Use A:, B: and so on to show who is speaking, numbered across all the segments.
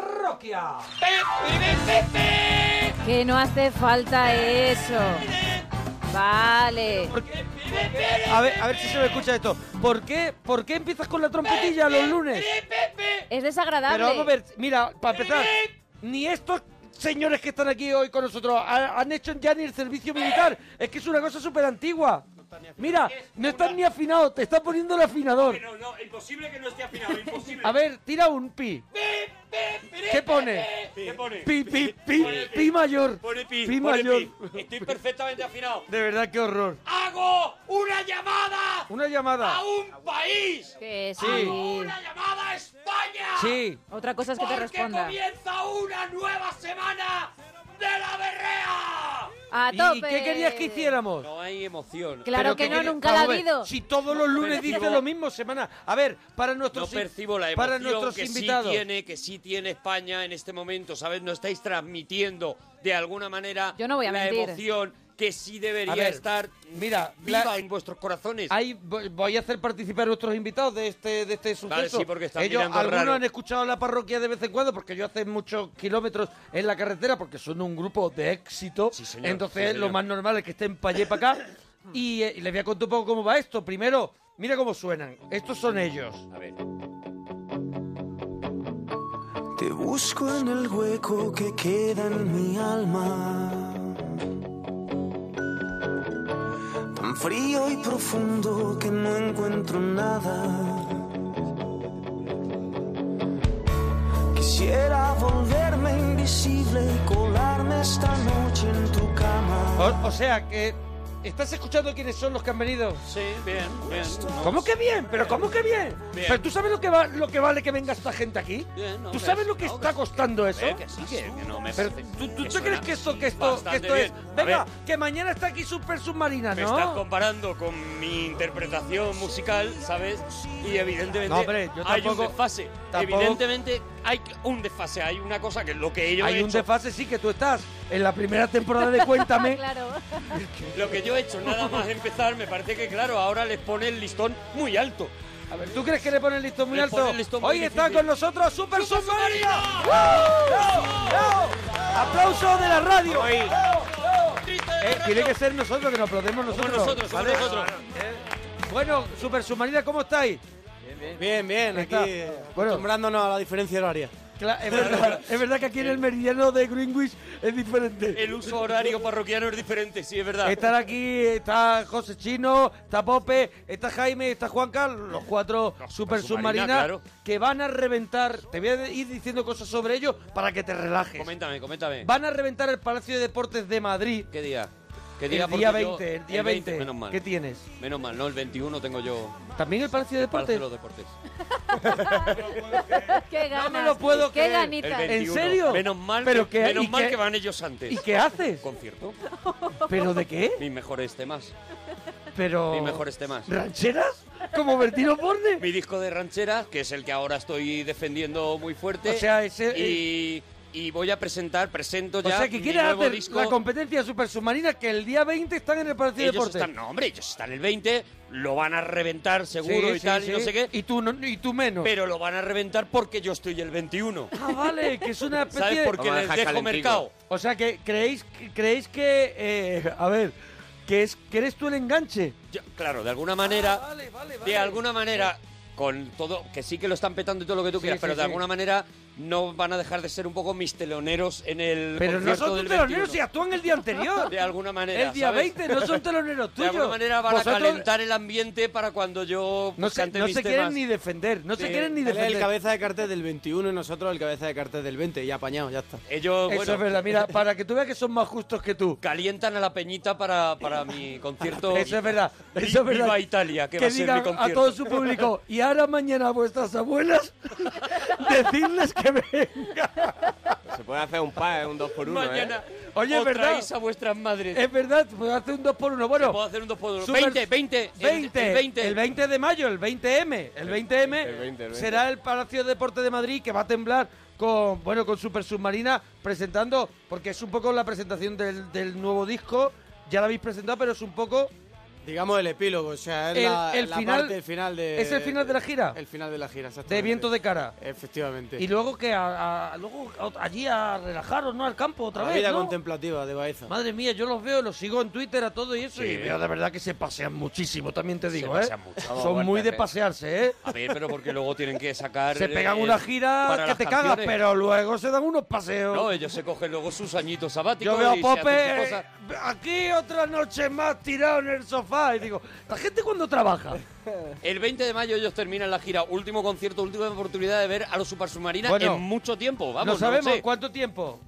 A: Valencia.
B: Que no hace falta eso. Vale.
C: A ver, a ver si se me escucha esto. ¿Por qué, por qué empiezas con la trompetilla los lunes?
B: Es desagradable.
C: Pero vamos a ver, mira, para empezar, ni estos señores que están aquí hoy con nosotros ha- han hecho ya ni el servicio militar. Es que es una cosa súper antigua. Mira, no están ni afinados, te está poniendo el afinador.
A: No, no, imposible que no esté afinado, imposible.
C: A ver, tira un pi. ¿Qué pone?
A: ¿Qué pone?
C: Pi, pi, pi, pi mayor.
A: Pone pi,
C: Pi
A: pone
C: mayor.
A: pi. Estoy perfectamente afinado.
C: De verdad, qué horror.
A: Hago una llamada
C: Una llamada.
A: a un país.
B: Que sí.
A: Hago una llamada a España.
C: Sí.
B: Otra cosa es que te
A: porque
B: responda.
A: comienza una nueva semana de la berrea.
B: A
C: ¿Y- ¿Y
B: tope.
C: qué querías que hiciéramos?
A: No hay emoción.
B: Claro
C: Pero
B: que
C: ¿qué
B: no,
C: quería-
B: nunca la ha
C: Vamos a ver,
B: habido.
C: Si todos los lunes
A: percibo-
C: dice lo mismo semana. A ver, para
A: No
C: nuestros in-
A: percibo la emoción
C: para nuestros
A: que
C: invitados.
A: sí tiene, que sí tiene España en este momento, ¿sabes? No estáis transmitiendo de alguna manera
B: Yo no voy a
A: la
B: mentir.
A: emoción que sí debería
C: A ver,
A: estar
C: mira,
A: viva
C: la-
A: en vuestros corazones.
C: Ahí vo- voy a hacer participar a nuestros invitados de este de este suceso.
A: Vale, sí, porque están
C: Ellos
A: mirando
C: algunos
A: raro.
C: han escuchado la parroquia de vez en cuando porque ellos hacen muchos kilómetros en la carretera porque son un grupo de éxito.
A: Sí, señor,
C: Entonces
A: sí, señor.
C: lo más normal es que estén para allá para acá y, eh, y les voy a contar un poco cómo va esto. Primero, mira cómo suenan. Estos son ellos.
A: A ver.
D: Te busco en el hueco que queda en mi alma. Tan frío y profundo que no encuentro nada. Quisiera volverme invisible y colarme esta noche en tu cama.
C: O, o sea que estás escuchando quiénes son los que han venido.
A: Sí, bien, bien. no,
C: ¿Cómo que bien? ¿Pero cómo que bien?
A: Bien.
C: ¿Pero tú sabes lo que, va, lo que vale que venga esta gente aquí?
A: Bien, no,
C: ¿Tú
A: hombre,
C: sabes lo que
A: no,
C: está
A: que sí,
C: costando eso?
A: eh, que sí, que- que no me
C: Pero,
A: parece-
C: ¿Tú, tú
A: que
C: te
A: suena
C: crees que esto, que esto, que
A: bastante
C: esto es?
A: bien. A
C: Venga,
A: ver,
C: que mañana está aquí Super Submarina,
A: Me estás
C: ¿no?
A: comparando con mi interpretación musical, ¿sabes? Y evidentemente
C: No, hombre, yo
A: hay un
C: tampoco-
A: desfase.
C: tampoco-
A: Evidentemente hay un desfase, hay una cosa que es lo que ellos
C: Hay un desfase, sí, que tú estás en la primera temporada de
B: Ah,
C: Cuéntame.
B: claro.
A: Lo que yo he hecho nada más empezar, me parece que claro, ahora les pone el listón muy alto.
C: A ver, ¿tú crees que le ponen el listón muy
A: Le
C: alto?
A: ponen el listón muy
C: Hoy está
A: difícil.
C: con nosotros Super,
A: ¡Super
C: Submarina.
A: Submarina!
C: ¡Woo! ¡Bravo! ¡Aplauso de la radio!
A: Hoy-
C: ¡Bravo! Eh, tiene que ser nosotros que nos aplaudemos
A: Somos
C: nosotros.
A: nosotros, somos
C: ¿vale?
A: nosotros.
C: Bueno, Super Submarina, ¿cómo estáis?
E: Bien, bien, aquí
C: Está.
E: eh,
C: Bueno.
E: acostumbrándonos a la diferencia horaria.
C: Cla- eh, es, verdad, es verdad que aquí en el meridiano de Greenwich es diferente.
A: El uso horario parroquiano es diferente, sí, es verdad.
C: Están aquí, está José Chino, está Pope, está Jaime, está Juanca, los cuatro super
A: submarina,
C: submarinas
A: claro.
C: que van a reventar. Te voy a ir diciendo cosas sobre ellos para que te relajes.
A: Coméntame, coméntame.
C: Van a reventar el Palacio de Deportes de Madrid
A: ¿Qué día? ¿Qué
C: el
A: día?
C: día
A: Porque
C: 20.
A: yo-
C: el día 20.
A: menos mal.
C: ¿Qué tienes?
A: Menos mal, no, el 21 tengo yo
C: ¿También el Palacio de
A: para
C: Deportes?
A: hacer los deportes.
B: Qué ganas.
C: me lo puedo
B: Qué
C: creer.
A: El
B: ganitas.
A: 21.
C: serio?
A: Menos mal,
C: Pero
A: que,
C: que-
A: menos
C: y
A: mal
C: que-
A: que van ellos antes.
C: ¿Y qué haces?
A: Concierto.
C: ¿Pero de qué?
A: Mis mejores temas.
C: Pero...
A: Mis mejores temas.
C: ¿Rancheras? ¿Como Bertino Borne?
A: Mi disco de rancheras, que es el que ahora estoy defendiendo muy fuerte.
C: O sea, ese-
A: Y, y voy a presentar, presento
C: O
A: ya.
C: sea, que
A: mi
C: quieres
A: nuevo
C: hacer
A: disco.
C: la competencia super submarina que el día 20 están en el Palacio de
A: Ellos
C: Deportes.
A: están, no, hombre, ellos están el 20, lo van a reventar seguro
C: Sí,
A: y
C: sí,
A: tal,
C: sí.
A: y no sé qué.
C: Y tú, no- y tú menos.
A: Pero lo van a reventar porque yo estoy el 21.
C: Ah, vale, que es una especie
A: ¿Sabes?
C: de...
A: Porque
F: Vamos a
A: les
F: dejar
A: dejo
F: calentico.
A: mercado.
C: O sea, que creéis, que- creéis que... eh, a ver, que, es, que eres tú el enganche.
A: Yo- claro, de alguna manera,
C: Ah, vale, vale, vale.
A: de alguna manera, con todo, que sí que lo están petando y todo lo que tú
C: Sí,
A: quieras,
C: sí,
A: pero de
C: sí.
A: alguna manera no van a dejar de ser un poco mis teloneros en el
C: Pero no
A: concierto
C: son
A: del
C: tus teloneros
A: 21.
C: si actúan el día anterior.
A: De alguna manera,
C: el día
A: ¿sabes?
C: 20, no son teloneros
A: De
C: tuyos.
A: alguna manera van
C: Vosotros
A: a calentar el ambiente para cuando yo pues,
C: No se,
A: cante
C: no
A: mis
C: se
A: temas.
C: quieren ni defender, no se
A: Sí.
C: quieren ni
E: Él es
C: defender.
E: el cabeza de cartel del 21 y nosotros el cabeza de cartel del 20. Y apañado, ya está.
A: Ellos,
C: Eso
A: bueno,
C: es verdad, mira, para que tú veas que son más justos que tú.
A: calientan a la peñita para, para mi concierto.
C: Eso es verdad.
A: Vi-
C: Eso es verdad.
A: Viva Italia, que, va a ser mi
C: digan a
A: concierto.
C: todo su público. Y ahora mañana a vuestras abuelas decirles que vengan.
F: Se puede hacer un pack, un 2 por ¿eh? 1
A: Mañana
C: Oye,
A: os
C: ¿verdad?
A: ¿eh? traéis a vuestras madres.
C: Es verdad, pues hace un 2 por 1 Bueno,
A: Puedo hacer un 2 por 2.
C: Super-
A: 20, 20, el-
C: 20,
A: el 20.
C: el 20 de mayo, el 20M. El 20M
F: el 20, el 20.
C: será el Palacio de Deporte de Madrid que va a temblar con, bueno, con Super Submarina presentando, porque es un poco la presentación del, del nuevo disco. Ya la habéis presentado, pero es un poco
E: Digamos el epílogo, o sea, es
C: El-
E: la,
C: el
E: la
C: final-
E: parte final de...
C: ¿Es el final de la gira?
E: El final de la gira, exactamente.
C: De viento de cara.
E: Efectivamente.
C: Y luego que a- a- luego a- allí a relajaros, ¿no? Al campo otra
E: la
C: vez.
E: vida
C: ¿no?
E: contemplativa de Baeza.
C: Madre mía, yo los veo, los sigo en Twitter a todo y eso.
A: Sí.
C: Y veo de verdad que se pasean muchísimo, también te digo, ¿eh?
A: pasean mucho.
C: Son muy de
F: Aguántate.
C: pasearse, ¿eh?
A: A ver, pero porque luego tienen que sacar...
C: Se pegan
A: eh,
C: una gira
A: para
C: que
A: las
C: te cagas,
A: canciones.
C: pero luego se dan unos paseos.
A: No, ellos se cogen luego sus añitos sabáticos
C: Yo veo a
A: y se hacen sus
C: Pope eh,
A: cosas.
C: aquí otra noche más tirado en el sofá y digo, ¿la gente cuando trabaja?
A: Eh. El 20 de mayo ellos terminan la gira. Último concierto, última oportunidad de ver a los Super Submarina
C: Bueno,
A: en mucho tiempo. Vamos,
C: no sabemos
A: sé.
C: cuánto tiempo.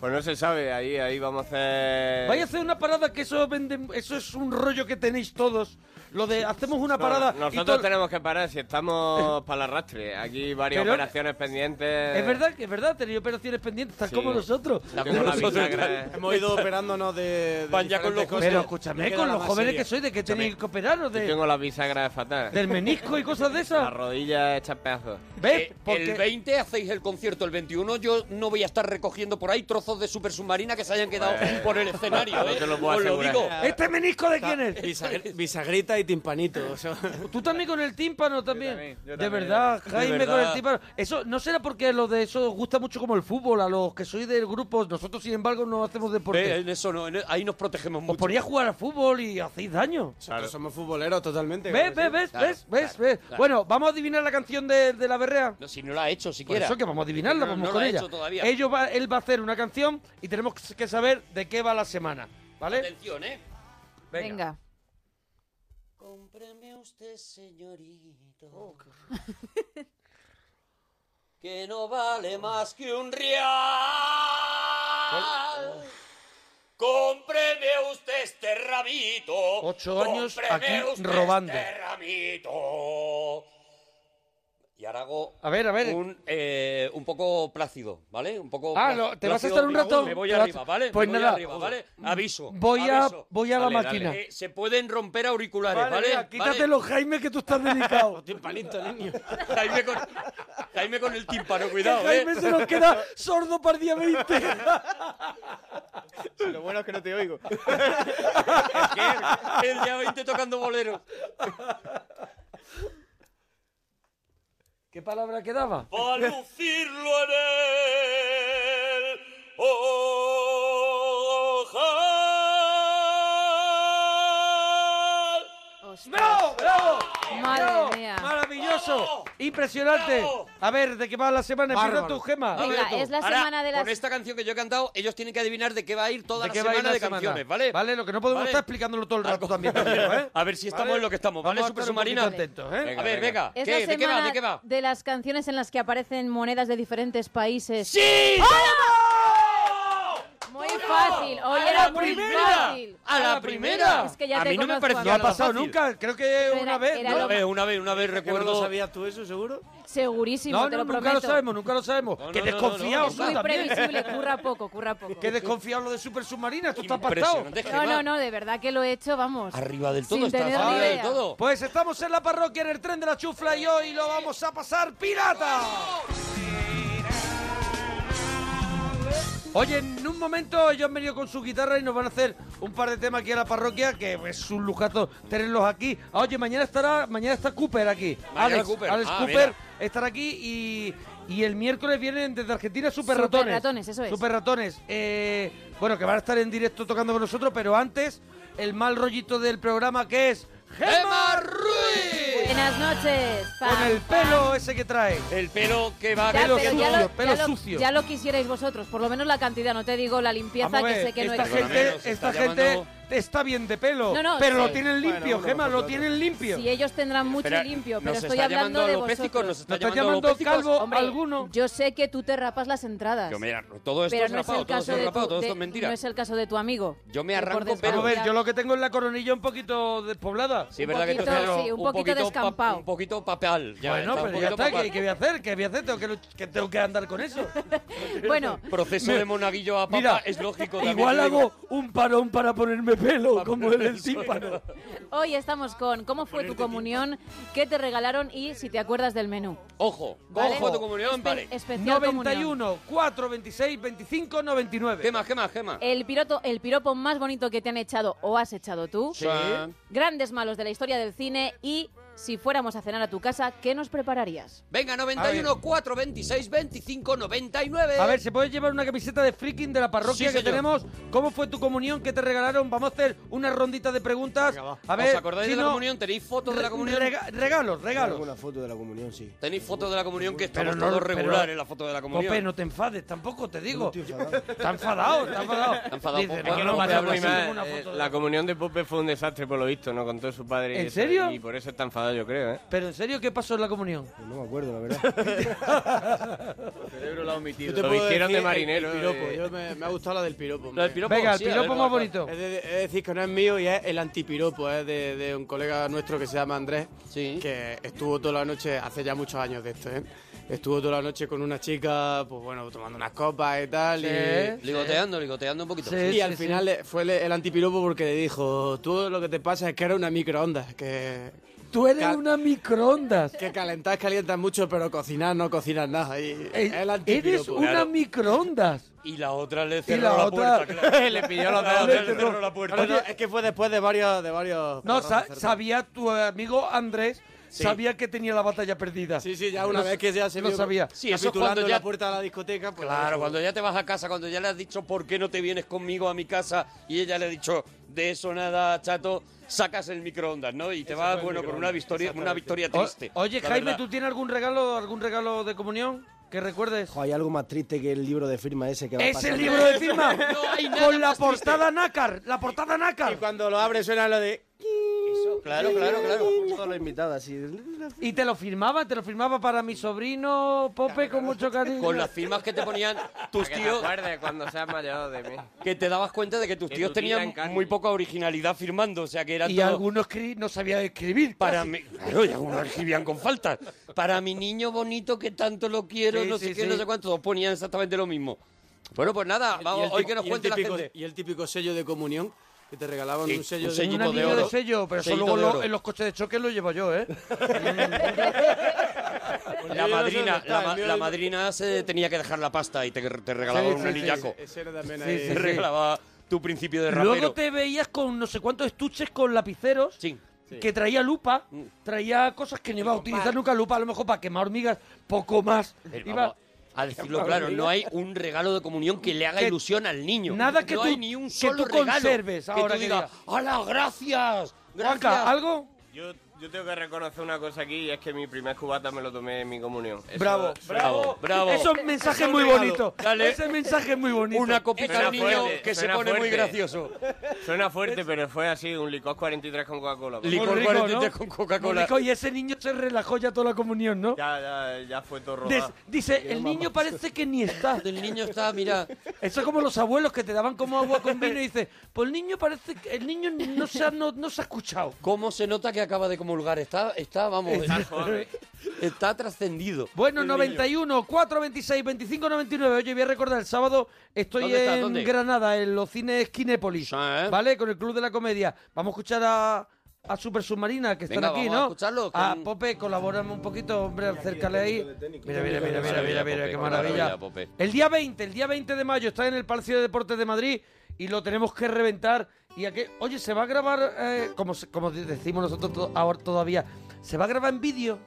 F: Pues no se sabe, ahí, ahí vamos a hacer...
C: Vaya a hacer una parada que eso venden, eso es un rollo que tenéis todos. Lo de hacemos una
F: No,
C: parada y
F: nosotros
C: todo-
F: tenemos que parar si estamos para el arrastre. Aquí varias
C: Pero-
F: operaciones pendientes.
C: Es verdad, es verdad, tenéis operaciones pendientes, tal
F: Sí.
C: como nosotros.
F: La
C: Como
F: cola
C: nosotros.
F: bisagra.
E: Hemos ido operándonos de... de
A: Van ya
E: diferentes
A: con los-
E: cosas.
C: Pero
E: Me
C: escúchame,
E: queda
C: con
E: la
C: los
E: más
C: jóvenes
E: seria.
C: que soy, ¿de qué tenéis que operaros?
F: Yo
C: De,
F: Tengo la bisagra fatal.
C: ¿Del menisco y cosas de
F: Las
C: esas?
F: rodillas hechas pedazos.
C: ¿Ves?
A: Eh,
C: Porque-
A: El 20 hacéis el concierto, el 21 yo no voy a estar recogiendo por ahí trozos de Super Submarina que se hayan quedado por el escenario.
F: no
A: ¿eh?
F: te lo puedo
A: Os lo
F: asegurar.
A: digo.
C: ¿Este menisco de quién es?
E: Bisagre- bisagrita y timpanito. o sea,
C: Tú también con el tímpano también.
F: también, yo
C: de
F: también,
C: verdad,
E: de
C: Jaime
E: verdad.
C: con el tímpano. Eso no será porque lo de eso os gusta mucho como el fútbol a los que sois del grupo. Nosotros, sin embargo, no hacemos
A: Ve,
E: Eh,
C: deporte.
A: en eso no, en- ahí nos protegemos
C: Os
A: mucho.
C: ponía a jugar al fútbol y hacéis daño.
E: Nosotros somos futboleros totalmente.
C: ¿Ves,
E: claro
C: ves,
E: que sí.
C: ves, ves, ves, ves? Bueno, vamos a adivinar la canción de, de la berrea.
A: No, si no la ha hecho
C: Por
A: siquiera.
C: eso que vamos a adivinarla,
A: No, no,
C: vamos
A: no
C: con
A: la ha
C: ella.
A: hecho todavía.
C: Ellos va- él va a hacer una canción y tenemos que saber de qué va la semana, ¿vale?
A: Atención, ¿eh?
B: Venga.
A: Cómpreme usted, señorito. que no vale más que un real. Cómpreme usted este rabito.
C: Ocho años
A: Cómpreme
C: aquí
A: usted
C: robando.
A: Este rabito. Y ahora hago
C: A ver, a ver.
A: Un, eh, un poco plácido, ¿vale? Un poco
C: Ah,
A: plá-
C: lo- ¿te vas
A: plácido
C: a estar un
A: Diego.
C: rato?
A: Me voy
C: Te vas-
A: arriba, ¿vale?
C: pues
A: Me voy
C: nada.
A: arriba, ¿vale? Aviso.
C: Voy a,
A: aviso.
C: voy a la
F: Dale, dale.
C: máquina.
A: Eh, se pueden romper auriculares, ¿vale?
C: mira,
A: ¿Vale?
C: quítatelo, Jaime, que tú estás delicado.
E: Timpanito, niño.
A: Jaime con, Jaime con el tímpano, cuidado, ¿eh?
C: Jaime se nos queda sordo para el día 20.
F: Lo bueno es que no te oigo.
A: Que El día 20 tocando boleros.
C: ¿Qué palabra quedaba?
A: Va a lucirlo en el ojal.
C: ¡Bravo! ¡Bravo!
B: Madre
C: ¡Bravo!
B: mía.
C: ¡Maravilloso! ¡Impresionante!
A: ¡Bravo!
C: A ver, ¿de qué va la semana? Empieza
E: Bárbaro.
C: tu gema.
B: Venga,
C: Empieza tú.
B: es la
A: Ahora,
B: semana de las-
A: Con esta canción que yo he cantado, ellos tienen que adivinar de qué va a ir toda
C: ¿De
A: la
C: qué va a
A: semana
C: ir la
A: de
C: semana?
A: canciones, ¿vale?
C: Vale, lo que no podemos estar explicándolo todo el rato también, te digo, ¿eh?
A: A ver si estamos
C: ¿Vale?
A: en lo que estamos, ¿vale,
C: Vamos
A: Super
C: a estar un poquito
A: Submarina?
C: atentos, ¿eh?
A: A ver, venga.
B: Es
A: ¿Qué?
B: la
A: ¿De qué va?
B: semana
A: ¿De qué va?
B: de las canciones en las que aparecen monedas de diferentes países.
A: ¡Sí!
B: Muy fácil. Hoy
A: ¡A
B: era
A: la
B: muy
A: primera!
B: fácil.
A: ¡A la primera!
B: Es que ya
A: A
B: te
A: mí no me parecía
B: conozco,
C: Ah, No ha
B: amigo.
A: nada
C: pasado
A: fácil.
C: nunca, creo que
B: Pero
C: una
B: era-
C: vez.
B: era
C: ¿no?
A: Una vez, una vez, una vez
E: ¿Que no
A: recuerdo...
E: lo sabías tú eso, seguro?
B: Segurísimo,
C: No,
B: te
C: no,
B: lo
C: nunca lo
B: prometo.
C: sabemos, nunca lo sabemos.
A: No,
C: que
A: no, no,
C: desconfiados,
B: Es
C: ¿no?
B: muy
C: También.
B: previsible, curra poco, curra poco.
C: Que desconfiados lo de Super Submarina, tú estás pasado.
A: Impresionante,
B: No,
A: Gemma.
B: no, no, de verdad que lo he hecho, vamos.
A: Arriba del todo,
B: Sin
A: estás
B: tener ni
A: arriba del
B: idea.
A: todo.
C: Pues estamos en la parroquia, en el tren de la chufla y hoy lo vamos a pasar pirata. Oye, en un momento ellos han venido con su guitarra y nos van a hacer un par de temas aquí a la parroquia, que es un lujazo tenerlos aquí. Ah, Oye, mañana estará, mañana está Cooper aquí.
A: Mañana
C: Alex
A: Cooper.
C: Alex
A: Ah,
C: Cooper estará aquí y, y el miércoles vienen desde Argentina Super Ratones.
B: Superratones, eso es.
C: Super Ratones. Eh, bueno, que van a estar en directo tocando con nosotros, pero antes, el mal rollito del programa que es... ¡Gema Ruiz!
B: Buenas noches.
C: Con
B: Pam,
C: el
B: pam.
C: pelo ese que trae.
A: El pelo que va...
B: Ya,
C: pelo
B: pero
C: sucio,
B: ya lo,
C: pelo
B: ya lo-
C: sucio.
B: ya lo quisierais vosotros, por lo menos la cantidad, no te digo la limpieza
C: Vamos a
B: que
C: ver,
B: sé que no
C: esta
B: es.
A: Perdóname,
C: gente,
A: nos está
C: esta gente
A: llamando-
C: está bien de pelo,
B: No, no,
C: pero lo
B: sí.
C: tienen limpio,
E: Bueno, uno
C: Gema,
E: mejor
C: lo
E: que
C: tienen limpio.
B: Si ellos tendrán mucho
A: Espera,
B: limpio, pero
A: nos
B: estoy
A: está
B: hablando
A: llamando
B: de
A: alopécico, nos
B: vosotros.
A: está
C: Nos está
A: llamando
C: llamando
A: alopécicos.
C: calvo
B: Hombre,
C: alguno.
B: yo sé que tú te rapas las entradas.
A: Yo me ar- todo esto
B: pero
A: es
B: no es
A: rapado,
B: el
A: todo
B: caso
A: esto es
B: de
A: rapado,
B: tu,
A: todo esto
B: de-
A: es mentira.
B: no es el caso de tu amigo.
A: Yo me
B: que por
A: arranco
B: desgracia-
A: pelo.
C: Vamos a ver, yo lo que tengo es la coronilla un poquito despoblada.
A: Sí,
B: un
A: verdad que
B: poquito,
A: tú estás
B: sí, un
A: un
B: poquito
A: poquito pa-
B: descampado.
A: Un poquito papal. Ya,
C: bueno,
A: está un
C: pero ya
A: poquito
C: está, ¿qué,
A: papal.
C: qué voy a hacer? ¿Qué voy a hacer? Tengo que, luch- que tengo que andar con eso.
B: Bueno,
A: Proceso de monaguillo a papa
C: Mira,
A: es lógico también.
C: Igual
A: te digo.
C: hago un parón para ponerme de pelo, como el del tímpano.
B: Hoy estamos con cómo fue tu comunión, qué te regalaron y si te acuerdas del menú.
A: Ojo,
B: ¿Vale?
A: ojo tu comunión,
B: Espe-
A: vale.
B: Especial comunión.
C: 91, 4, 26, 25, 99.
A: ¿Qué más, qué más, qué más?
B: El, piroto, el piropo más bonito que te han echado o has echado tú.
A: Sí.
B: Grandes malos de la historia del cine y si fuéramos a cenar a tu casa, ¿qué nos prepararías?
A: Venga, 91, 4, 26, 25, 99.
C: A ver, ¿se puede llevar una camiseta de freaking de la parroquia
A: Sí,
C: que
A: señor.
C: tenemos? ¿Cómo fue tu comunión? ¿Qué te regalaron? Vamos a hacer una rondita de preguntas. a ver,
A: ¿Os acordáis de la
C: Chino,
A: comunión? ¿Tenéis fotos de la
C: re-
A: comunión?
C: rega- regalos, regalos.
E: Alguna foto de la comunión, sí.
A: ¿Tenéis fotos de la comunión? Que
C: Pero
A: estamos
C: no-
A: todos
C: pero-
A: regulares en la foto de la comunión.
C: Pope, no te enfades, tampoco te digo.
E: estoy enfadado.
C: Está enfadado, está enfadado.
A: Está enfadado,
C: Dice,
A: Pope.
C: no,
A: Es que
C: no,
A: no
C: me
A: me
C: hablo
A: hablo
F: Muy
C: así
A: ni
F: mal,
C: como una
F: eh,
C: foto de-
F: la comunión de Pope fue un desastre por lo visto, ¿no? Contó su padre. y
C: ¿En
F: eso,
C: serio?
F: Y por eso está enfadado, yo creo, ¿eh?
C: Pero en serio, ¿qué pasó en la comunión?
E: Pues no me acuerdo, la verdad.
F: El cerebro lo ha omitido.
E: Yo te
F: Lo
E: puedo
F: hicieron
E: decir
F: de
E: el-
F: marinero.
E: el piropo.
F: eh.
E: Yo me, me ha gustado la del piropo.
A: La del
E: hombre.
A: piropo,
C: Venga, el
A: sí, a ver,
C: piropo
A: guapa.
C: más bonito.
E: Es, de- es decir, que no es mío y es el antipiropo, es de, de un colega nuestro que se llama Andrés,
A: Sí.
E: que estuvo toda la noche, hace ya muchos años de esto, ¿eh? estuvo toda la noche con una chica, pues bueno, tomando unas copas y tal, y,
A: Ligoteando, ligoteando un poquito.
C: Sí.
E: y al final eh, fue el, el antipiropo porque le dijo, tú lo que te pasa es que eres una microondas, que,
C: Tú eres
E: Cal-
C: una microondas.
E: que calentás, calientas mucho, pero cocinar no cocinas nada. Y,
C: Eh,
E: el pues.
C: Eres
E: antipiropo.
C: una microondas.
A: Y la otra le
C: Y
A: cerró
C: la
A: la,
C: otra-
A: puerta, claro.
E: Le pilló los
A: La
E: dedos.
A: otra le cerró la puerta.
E: No, no, es que fue después de varios... De varios
C: No,
E: porrazos
C: sa-
E: cerca.
C: sabía tu amigo Andrés, sabía que tenía la batalla perdida.
E: Sí, sí, ya una vez que ya se
C: lo
E: vio
C: sabía.
A: Sí, eso es
E: capitulando
A: cuando
E: en
A: ya-
E: la puerta de la discoteca, pues
A: Claro,
E: eso.
A: cuando ya te vas a casa, cuando ya le has dicho por qué no te vienes conmigo a mi casa y ella le ha dicho de eso nada, chato, sacas el microondas, ¿no? Y te vas, bueno, con una victoria, una victoria
C: O-
A: triste.
C: oye,
A: la
C: Jaime,
A: verdad.
C: ¿tú tienes algún regalo, algún regalo de comunión que recuerdes?
G: Ojo, hay algo más triste que el libro de firma ese que va
C: Es el
G: pasando.
C: libro de firma
A: No hay nada
C: con la
A: más triste.
C: portada nácar, la portada nácar.
E: Y cuando lo abre suena lo de...
A: Claro, claro, claro.
G: Todos los invitados así.
C: Y te lo firmaba, te lo firmaba para mi sobrino Pope con mucho cariño.
A: Con las firmas que te ponían tus
F: Para que te
A: tíos,
F: acuerdes cuando seas mayor de mí.
A: que te dabas cuenta de que tus
F: Que
A: tíos
F: tu tía en
A: tenían
F: carne.
A: muy poca originalidad firmando, o sea que era
C: Y
A: todo...
C: alguno escri- no sabía escribir.
A: Para
C: casi.
A: mí, claro, y algunos escribían con falta. Para mi niño bonito que tanto lo quiero,
C: Sí,
A: no
C: sí,
A: sé qué,
C: sí.
A: no sé cuánto, todos ponían exactamente lo mismo. Bueno, pues nada,
E: Y
A: vamos,
E: el
A: hoy
E: típico-
A: que nos
E: y el
A: cuente la
E: típico-
A: gente.
E: Y el típico sello de comunión, que te regalaban
A: Sí,
E: un sello
A: un
E: de
A: sello
C: Un
A: Tipo de
C: anillo de,
A: oro.
C: sello, pero eso
A: Sellito
C: luego
A: de
C: lo-
A: oro.
C: en los coches de choque lo llevo yo, ¿eh?
A: La
E: Yo Pues no sé
A: madrina,
E: dónde está,
A: la,
E: el
A: ma-
E: mío
A: la
E: es-
A: madrina se tenía que dejar la pasta y te, te regalaba un anillaco.
E: Ese era también
C: Sí,
E: ahí.
C: sí,
A: Te
C: sí.
A: regalaba tu principio de rapero.
C: Luego te veías con no sé cuántos estuches con lapiceros.
A: Sí. Mm.
C: Que traía lupa, traía cosas que no iba a utilizar nunca lupa, a lo mejor para quemar hormigas, poco más.
A: Pero
C: Iba-
A: vamos a decirlo claro, no hay un regalo de comunión que le haga
C: Que-
A: ilusión al niño.
C: nada que
A: no
C: tú-
A: hay ni un
C: que
A: solo
C: tú
A: regalo
C: conserves ahora
A: que
C: que
A: tú digas,
C: digas.
A: ¡Hala, gracias! ¡Gracias!
C: Juanca, ¿algo?
F: Yo, yo tengo que reconocer una cosa aquí y es que mi primer cubata me lo tomé en mi comunión. Eso-
C: Bravo,
F: eso-
A: bravo, bravo.
C: Eso es un mensaje
E: es un
C: muy
E: regalo.
C: bonito.
A: Dale.
C: Ese mensaje es muy bonito.
A: Una copita
F: Suena
A: al niño
F: fuerte,
A: que se
F: suena
A: pone muy
F: fuerte.
A: gracioso.
F: Suena fuerte, pero fue así, un licor 43 con Coca-Cola.
A: Li-
C: Muy
A: Licor
C: rico,
A: 43
C: ¿no?
A: con Coca-Cola.
C: Muy rico, Y ese niño se relajó ya toda la comunión, ¿no?
F: Ya, ya, ya fue todo
C: Des-
F: robado.
C: dice, el niño parece que ni está.
A: El niño está, mira,
C: Eso es como los abuelos que te daban como agua con vino y dices, pues el niño parece que el niño no se ha, no, no se ha escuchado.
A: cómo se nota que acaba de comulgar. Está, está vamos,
F: Está joven.
A: está trascendido.
C: Bueno, 91, 4, 26, 25, 99. Oye, voy a recordar, el sábado estoy
A: ¿Dónde
C: en
A: estás? ¿Dónde?
C: Granada, en los cines Kinépolis,
A: Sí, ¿eh?
C: ¿vale? Con el Club de la Comedia. Vamos a escuchar a, a Super Submarina, que
A: Venga,
C: están aquí,
A: vamos a
C: ¿no?
A: escucharlos, que-
C: A Pope, colabórame un poquito, hombre, acércale ahí. Mira, mira, mira, mira, mira,
A: Maravilla,
C: mira,
A: Pope,
C: qué
A: qué
C: maravilla.
A: maravilla, Pope.
C: El día 20, el día 20 de mayo, está en el Palacio de Deportes de Madrid y lo tenemos que reventar. Y aquí, oye, se va a grabar, eh, como, se- como decimos nosotros to- ahora todavía, se va a grabar en vídeo.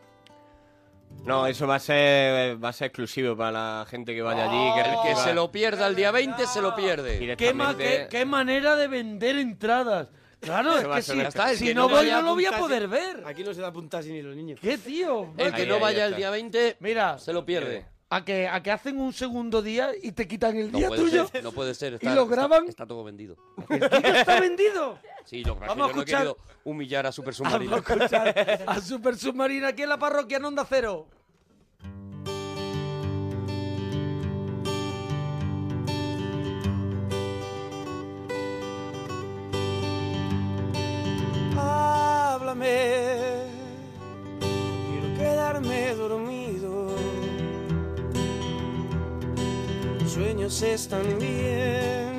F: No, eso va a ser va a ser exclusivo para la gente que vaya
C: Oh,
F: allí. Que,
A: El Oh, que
F: reciba
A: se lo pierda el día 20 se lo pierde.
C: ¿Qué, ma-
F: directamente.
C: qué- qué manera de vender entradas? Claro, es
F: va a
C: que
F: ser
C: si,
F: una
A: escala.
C: si
A: El que
C: no
A: no
C: voy
A: vaya
C: no lo voy a
E: apuntarse-
C: poder ver.
E: Aquí no se da puntadas ni los niños.
C: ¿Qué tío?
A: El que
F: Ahí,
A: no
F: ahí,
A: vaya
F: ya
A: el
F: está.
A: día 20
C: Mira,
A: se lo pierde.
C: a que, a que hacen un segundo día y te quitan el
A: No
C: día
A: puede
C: tuyo.
A: ser, no puede ser.
C: ¿Y lo
A: está-
C: graban?
A: Está, todo vendido.
C: El tío está vendido.
A: Sí, lo que pasa es que
C: Vamos
A: yo
C: a
A: no he
C: escuchar-
A: querido humillar a Super Submarino.
C: Vamos a escuchar a Super Submarina aquí en la parroquia en Onda Cero.
D: Háblame, quiero quedarme dormido. Sueños están bien,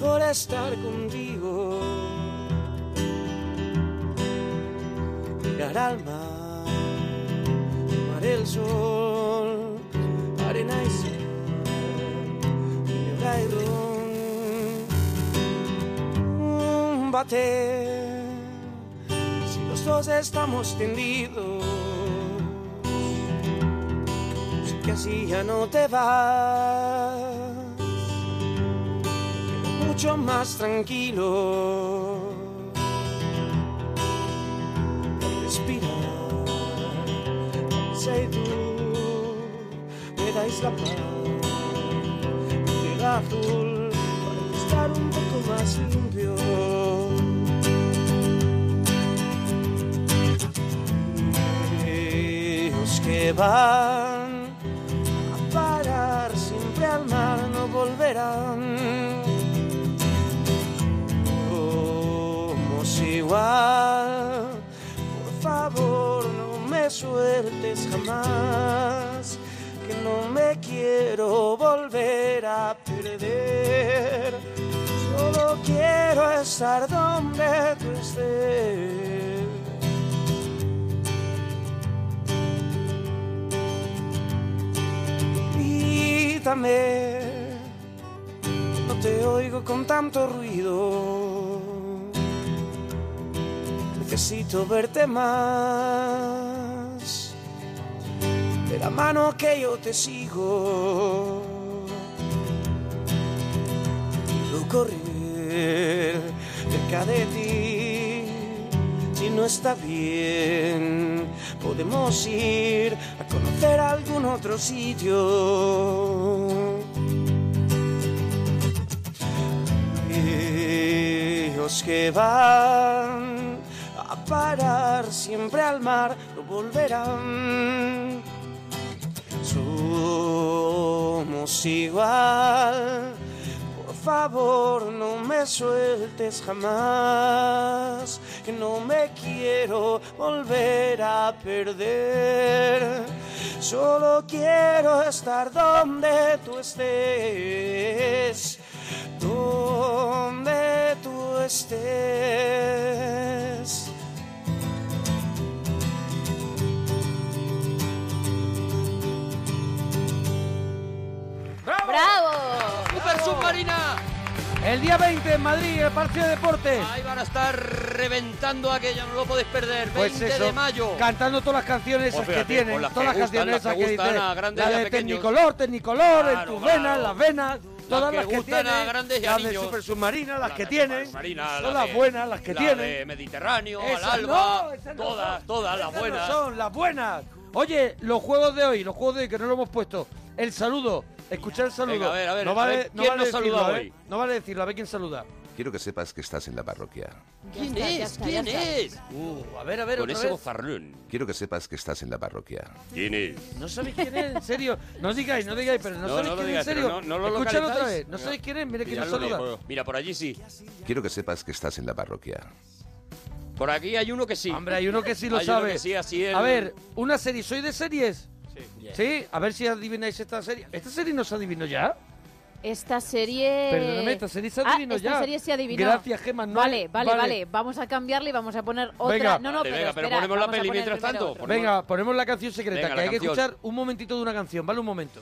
D: los estar contigo. Mirar al mar, tomar el sol, arena y sal, ginebra y ron. Mm, Bate, si los dos estamos tendidos, sé que así ya no te vas mucho más tranquilo. Respira, sé tú, me dais la paz, el azul, para estar un poco más limpio. Los que van a parar siempre al mar no volverán. Somos igual. Por favor, no me sueltes jamás, que no me quiero volver a perder. Solo quiero estar donde tú estés. Invítame, no te oigo con tanto ruido. Necesito verte más. De la mano que yo te sigo. Quiero correr cerca de ti. Si no está bien, podemos ir a conocer algún otro sitio. Ellos que van a parar siempre al mar no volverán. Somos igual. Por favor, no me sueltes jamás. Que no me quiero volver a perder. Solo quiero estar donde tú estés. Donde tú estés.
B: ¡Bravo!
A: ¡Super submarina!
C: El día 20 en Madrid, el Parque de Deportes.
A: Ahí van a estar reventando aquello, no lo podéis perder. 20
C: Pues eso,
A: de mayo.
C: cantando todas las canciones esas
A: Pues fíjate,
C: que tienen,
A: con las que
C: todas las
A: gustan,
C: canciones
A: las que
C: esas que
A: gustan
C: dicen,
A: a grandes
C: la
A: y a
C: de
A: pequeños.
C: Tecnicolor, Tecnicolor, en
A: Claro,
C: tus
A: claro.
C: venas, las venas, todas
A: que
C: las que,
A: gustan a
C: tienen,
A: grandes y a
C: las de
A: niños.
C: Super Submarina, las
A: La
C: que
A: de
C: tienen,
A: Submarina,
C: son
A: la
C: las
A: de-
C: buenas, las que
A: la de
C: tienen,
A: Mediterráneo, al
C: Esas
A: alba,
C: no, esas no
A: todas,
C: son,
A: todas las
C: esas no
A: buenas.
C: son las buenas. Oye, los juegos de hoy, los juegos de hoy que no lo hemos puesto, el saludo, escuchar el saludo,
A: Venga, a ver, a ver,
C: no
A: a
C: vale,
A: ver,
C: no
A: ¿quién
C: vale
A: nos saluda
C: decirlo, ¿eh?
A: hoy?
C: no vale decirlo, a ver quién saluda.
H: Quiero que sepas que estás en la parroquia.
A: ¿Quién
B: Ya está, ya
A: es?
B: está, ya
A: ¿Quién
B: está.
A: es?
C: Uh, a ver, a ver,
A: Con
C: otra
A: ese
C: vez.
A: gozarrón.
H: Quiero que sepas que estás en la parroquia.
A: ¿Quién es?
C: No sabéis quién es, en serio. No digáis, no digáis, pero
A: No,
C: no, sabéis
A: no lo
C: quién
A: digáis,
C: es, en serio.
A: pero no- no lo
C: Escúchalo
A: localizáis.
C: otra vez. No sabéis quién es, mire que nos
A: Miradlo
C: saluda.
A: bien. Mira, por allí sí.
H: Quiero que sepas que estás en la parroquia.
A: Por aquí hay uno que sí.
C: Hombre, hay uno que sí lo
A: Hay uno
C: sabe.
A: que sí, así el-
C: A ver, una serie. ¿Soy de series? Sí. A ver si adivináis esta serie. ¿Esta serie no se adivinó ya?
B: Esta serie...
C: Perdóname, esta serie se
B: Ah,
C: adivinó
B: esta
C: ya.
B: serie se adivinó.
C: Gracias, Gemma, no
B: vale,
C: hay-
B: vale,
C: vale.
B: vale, Vamos a cambiarle y vamos a poner otra.
C: Venga.
B: no, no,
A: Vale,
B: pero,
A: venga, pero
B: espera,
A: ponemos la
B: vamos a
A: peli
B: poner
A: mientras
B: primero
A: tanto,
B: otro.
A: ponemos-
C: Venga, ponemos la canción secreta,
A: Venga,
C: que
A: la
C: hay que
A: canción.
C: escuchar un momentito de una canción, ¿vale? Un momento.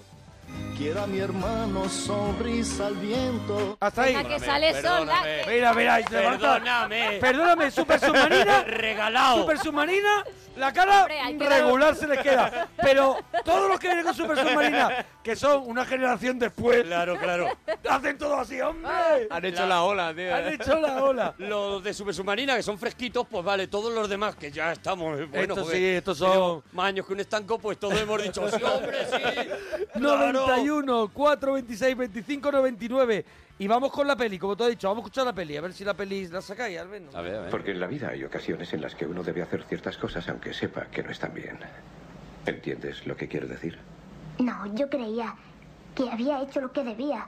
I: Quiera mi hermano sonrisa al viento.
C: Hasta ahí.
B: La que sale
A: Perdóname,
B: sola.
A: perdóname.
C: Mira, mira, ahí se levanta.
A: Perdóname.
C: Perdóname, Super Submarina.
A: Regalado.
C: Super Submarina, la cara
B: Hombre, hay que dar-
C: regular se le queda. Pero todos los que vienen con Super Submarina, que son una generación después,
A: Claro, claro.
C: hacen todo así,
A: Ah.
C: hombre.
F: Han hecho la ola, tío.
C: Han hecho la ola.
A: ¿eh? Los de Super Submarina, que son fresquitos, pues vale, todos los demás, que ya estamos. eh, Bueno,
C: Estos
A: joder,
C: sí, estos son-
A: tenemos Más años que un estanco, pues todos hemos dicho, sí, oh". hombre, sí. claro".
C: 91, 4, 26, 25, 99. Y vamos con la peli, como te he dicho, vamos a escuchar la peli, a ver si la peli la sacáis, al menos.
A: A ver, a ver.
J: Porque en la vida hay ocasiones en las que uno debe hacer ciertas cosas aunque sepa que no están bien. ¿Entiendes lo que quiero decir?
K: No, yo creía que había hecho lo que debía,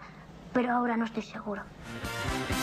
K: pero ahora no estoy seguro.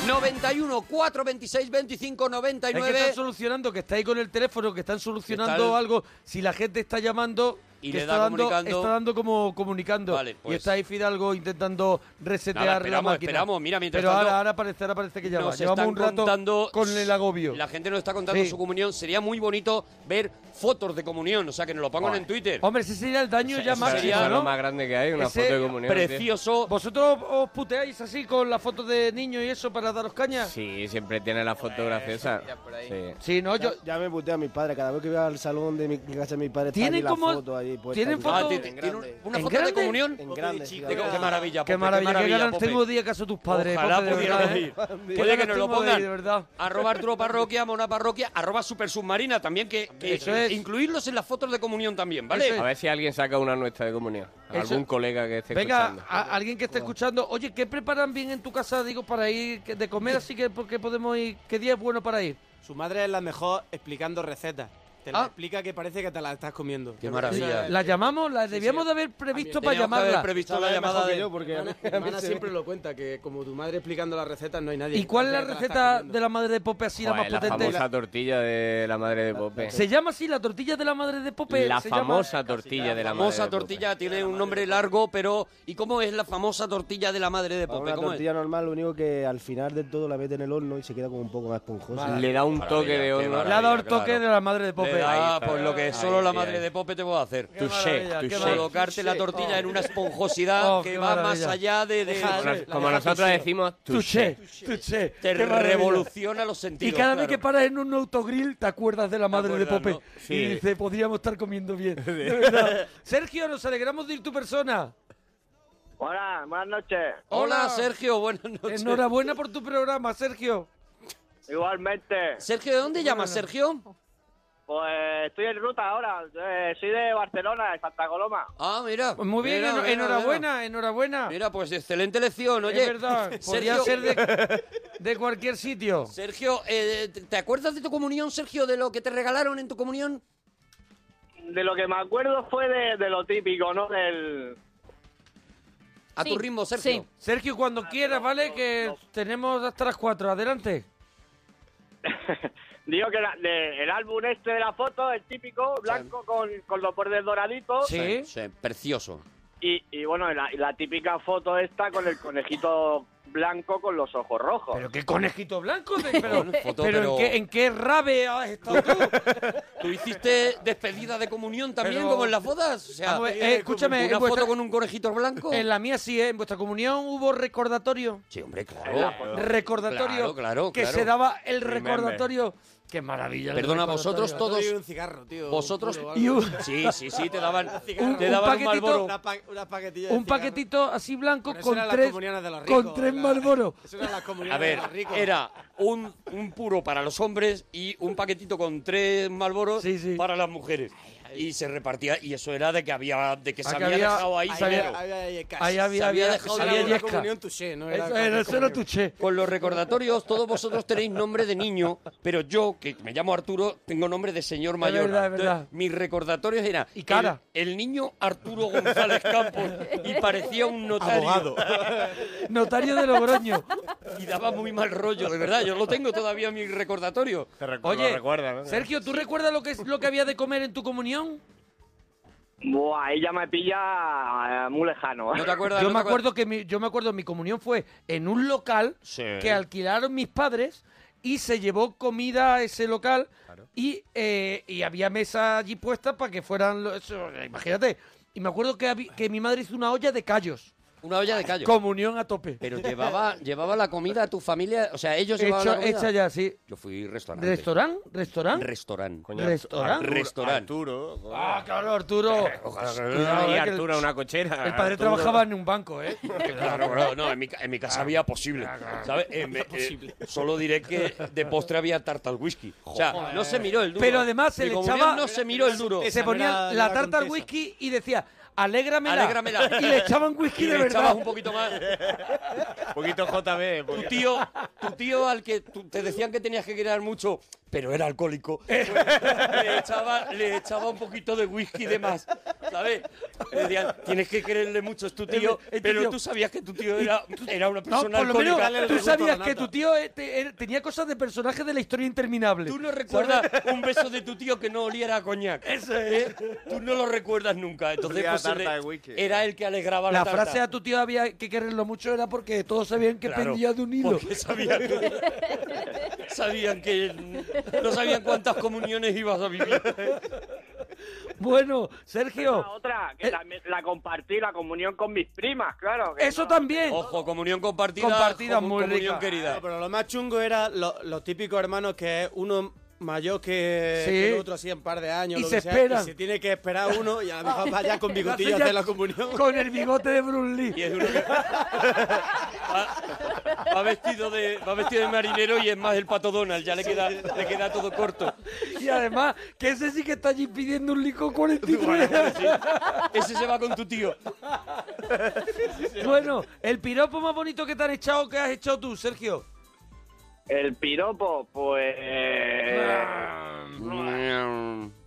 A: 91, 4, 26, 25,
C: Es que
A: 99.
C: están solucionando, que estáis con el teléfono, que están solucionando
A: ¿Qué tal?
C: algo. Si la gente está llamando,
A: Y
C: que
A: le
C: está
A: da
C: dando,
A: comunicando.
C: Está dando como comunicando. y
A: pues.
C: está ahí Fidalgo intentando resetear
A: Nada,
C: la
A: esperamos,
C: máquina.
A: esperamos. Mira, mientras
C: Pero
A: tanto,
C: ahora, ahora parece, ahora parece que ya va.
A: nos
C: Llevamos
A: están
C: un rato
A: contando
C: con el agobio.
A: La gente nos está contando
C: Sí.
A: su comunión. Sería muy bonito ver fotos de comunión. O sea, que nos lo pongan en Twitter.
C: Hombre, ese sería el daño
A: Ese-
C: ya
A: ese
C: máximo,
A: sería
C: ¿no?
A: lo más
F: grande que hay, una
C: Ese
F: foto de comunión. tío.
A: Precioso.
C: ¿Vosotros os puteáis así con la foto de niño y eso para daros caña?
F: Sí, siempre tiene la foto graciosa. Sí.
C: Sí,
E: Ah,
C: no,
G: yo... Ya, ya me puteo a mi padre. Cada vez que voy al salón de mi casa de mi padre, está
C: ¿Tienen
G: allí la
C: como-
G: foto allí puesta
C: tienen
G: allí.
C: foto- Ah,
A: ti- ti- tiene una foto de ¿eh? comunión.
G: En grande, sí,
A: Qué
G: grande.
A: maravilla, Pope,
C: Qué maravilla, qué ganas
A: Pope.
C: tengo de ir a casa de tus padres.
A: Ojalá
C: Pope, de
A: pudiéramos
C: verdad, ¿eh?
A: ir.
C: Qué
A: Puede que
C: ganas
A: nos lo
C: tengo de ir,
A: pongan.
C: de verdad.
A: Arroba Arturo Parroquia, Mona Parroquia, arroba Super Submarina también, que, que
F: Eso es.
A: incluirlos en las fotos de comunión también, ¿vale?
F: A ver si alguien saca una nuestra de comunión.
C: Eso-
F: Algún colega que esté
C: Venga,
F: escuchando.
C: a- alguien que esté escuchando, oye, ¿qué preparan bien en tu casa, digo, para ir que- de comer? Así que porque podemos ir, ¿qué día es bueno para ir?
E: Su madre es la mejor explicando recetas. Te la
C: Ah.
E: explica que parece que te la estás comiendo.
A: Qué maravilla.
C: La llamamos, la debíamos de haber previsto
E: Teníamos
C: para
E: que
C: llamarla.
E: haber
A: previsto la llamada de-
E: Mi hermana, mi hermana siempre lo cuenta, que como tu madre explicando las recetas no hay nadie.
C: ¿Y
E: que
C: cuál es la
E: parece que te estás
C: receta de la madre de Pope así la más
F: Joder, la
C: potente?
F: famosa tortilla de la madre de Pope.
C: Se llama así la tortilla de la madre de Pope.
F: La
C: se llama-
F: famosa tortilla de la madre
A: famosa
F: de Pope.
A: tortilla tiene un nombre largo, pero ¿y cómo es la famosa tortilla de la madre de
G: Para
A: Pope?
G: Una
A: ¿Cómo es?
G: tortilla normal, lo único que al final de todo la mete en el horno y se queda como un poco más esponjosa.
F: Le da un toque de horno.
C: Le ha dado el toque de la madre de Pope.
A: Ah,
F: está.
A: por lo que
F: Ahí,
A: solo la
F: sí,
A: madre
F: ahí.
A: de Pope te puedo hacer.
F: Touché, maravilla, qué touché. maravilla.
A: Colocarte la
F: Touché.
A: tortilla
F: Oh.
A: en una esponjosidad
F: Oh,
A: que
F: qué
A: va más
F: maravilla.
A: allá de... de-
F: Como nos- Como nosotros decimos,
C: Touché,
F: touché.
C: touché.
A: Te
C: Qué maravilla.
A: revoluciona los sentidos.
C: Y cada
A: claro.
C: vez que paras en un autogrill te acuerdas de la madre de
A: acuerdas,
C: Pope.
A: ¿no? Sí.
C: Y dices, podríamos estar comiendo bien. De verdad. Sergio, nos alegramos de ir tu persona.
L: Hola, buenas noches.
A: Hola, Sergio, buenas noches.
C: Enhorabuena por tu programa, Sergio.
L: Igualmente.
A: Sergio, ¿de dónde llamas, Sergio?
L: Pues estoy en ruta ahora. eh, soy de Barcelona, de Santa Coloma.
A: Ah, mira.
C: Muy bien,
A: Mira,
C: eno-
A: mira,
C: enhorabuena, enhorabuena.
A: Mira, pues excelente lección, oye.
C: Es verdad, podría
A: Sergio,
C: ser de, de cualquier sitio.
A: Sergio, eh, ¿te- ¿te acuerdas de tu comunión, Sergio, de lo que te regalaron en tu comunión?
L: De lo que me acuerdo fue de, de lo típico, ¿no? Del...
A: A tu ritmo, Sergio.
C: Sergio, cuando quieras, ¿vale? Que tenemos hasta las 4. Adelante.
L: Digo que la- de- el álbum este de la foto, el típico, blanco con, con los bordes doraditos.
A: sí, precioso.
L: Y, y bueno, la, y la típica foto esta con el conejito blanco con los ojos rojos. ¿Pero
C: qué conejito blanco? Pero,
A: foto,
C: pero
A: pero-
C: ¿en, qué, ¿en qué rave has estado?
A: ¿Tú hiciste despedida de comunión también,
C: Pero-
A: como en las bodas? O sea,
C: Vamos a ver, eh, escúchame,
A: una
C: en vuestra-
A: foto con un conejito blanco.
C: En la mía sí, ¿eh? ¿En vuestra comunión hubo recordatorio?
A: Sí, hombre,
C: Claro, recordatorio
A: Claro, claro,
C: que
A: claro.
C: se daba el
A: Remember.
C: recordatorio qué maravilla el
A: Perdona,
C: recordatorio.
A: vosotros todos.
E: Y un cigarro, tío.
A: Vosotros.
E: puro o
C: Y
E: algo.
C: un-
A: Sí, sí, sí, te daban.
E: cigarro.
A: te
E: Un
A: daban un
E: paquetito-
A: Marlboro.
E: Una pa- una paquetilla de
C: un
E: cigarro.
C: paquetito así blanco
E: Pero eso
C: con
E: eran las
C: tres
E: comuniones de los
C: con
E: ricos,
C: tres Marlboro
E: Eso era las comuniones
A: A ver,
E: de los ricos.
A: era un, un puro para los hombres y un paquetito con tres malboros para las mujeres. Y se repartía, y eso era de que había, de que
E: Ah,
A: se
E: que
A: había,
E: había-
A: dejado ahí
E: ahí
A: dinero.
E: había- ahí había-
A: Se había dejado
E: eso era
A: dinero.
E: una comunión touché, ¿no? Era
A: Eso
E: cualquier
A: era, eso era
E: comunión.
C: touché.
A: Con los recordatorios, todos vosotros tenéis nombre de niño, pero yo, que me llamo Arturo, tengo nombre de señor mayor.
C: verdad, es
A: Entonces,
C: verdad.
A: mis recordatorios eran
C: Y cara.
A: El, el niño Arturo González Campos y parecía un notario.
C: Abogado. notario de Logroño
A: Y daba muy mal rollo, de verdad. Yo lo tengo todavía en mi recordatorio.
C: oye Sergio tú recuerdas lo que es lo que había de comer en tu comunión
L: Buah, ahí ya me pilla eh, muy lejano.
A: ¿No te acuerdas?
C: yo me acuerdo que mi, yo me acuerdo mi comunión fue en un local que alquilaron mis padres y se llevó comida a ese local y, eh, y había mesa allí puesta para que fueran los, eso, imagínate y me acuerdo que, habí- que mi madre hizo una olla de callos
A: Una olla de callos.
C: comunión a tope
A: Pero llevaba, llevaba la comida a tu familia, o sea, ellos llevaban
C: hecha,
A: la comida.
C: hecha ya sí
A: Yo fui restaurante.
C: restaurant restaurant
A: Restaurant.
C: Coño, Restaurant. Arturo-
A: Restaurant.
C: ah claro Arturo Cuidado,
F: Y
C: eh, que el-
F: Arturo, una cochera.
C: el padre
F: Arturo.
C: trabajaba en un banco eh
A: Claro, claro, no, en mi, ca- en mi casa había posible. ¿sabes? Eh, me- eh, solo diré que de postre había tarta al whisky. O sea,
C: Joder.
A: no se miró el duro.
C: Pero además se
A: Mi
C: le
A: comunión
C: echaba.
A: No se miró el duro.
C: Se ponía la tarta al whisky y decía, alégramela.
A: Alégramela.
C: Y le echaban whisky
A: Y
C: de
A: le echabas
C: verdad.
A: un poquito más.
F: Un poquito JB.
A: Tu tío, tu tío al que tú- te decían que tenías que querer mucho, pero era alcohólico. Pues, le, echaba, le echaba un poquito de whisky de más, ¿sabes? Le decían, tienes que creerle mucho, es tu tío,
C: Eh, eh, tu
A: pero
C: tío.
A: tú sabías que tu tío era, era una persona
C: por lo menos
A: alcohólica.
C: tú sabías que tu tío eh, te- eh, tenía cosas de personaje de la historia interminable.
A: Tú no recuerdas un beso de tu tío que no oliera a coñac. Eso es. Tú no lo recuerdas nunca. Entonces,
C: ¿eh? Olía
A: pues,
C: tarta
A: le-
C: de whisky. ¿eh?
A: era el que alegraba la,
C: La
A: tarta.
C: frase a tu tío había que quererlo mucho era porque todos sabían que
A: Claro,
C: pendía de un hilo.
A: porque sabían que- Sabían que no sabían cuántas comuniones ibas a vivir.
C: Bueno, Sergio. Eh.
L: La otra, que la, la compartí, la comunión con mis primas, claro. que no.
C: también.
A: Ojo, comunión compartida. comu- comunión querida.
E: No, pero lo más chungo era lo- los típicos hermanos que es uno mayor que,
A: Sí.
E: que el otro así en par de años.
C: Y
E: lo
C: se
E: que sea,
C: esperan.
E: y se tiene que esperar uno y a lo mejor vaya con bigotillo
C: Lo
E: a
C: hace ya
E: hacer la comunión.
C: Con el bigote de Bruce Lee.
A: Va vestido de va vestido de marinero y es más el pato Donald. Ya le queda le queda todo corto.
C: Y además, que ese sí que está allí pidiendo un licor 43.
A: Ese se va con tu tío.
C: Bueno, el piropo más bonito que te han echado, que has echado tú, Sergio.
L: El piropo, pues.
C: Ah.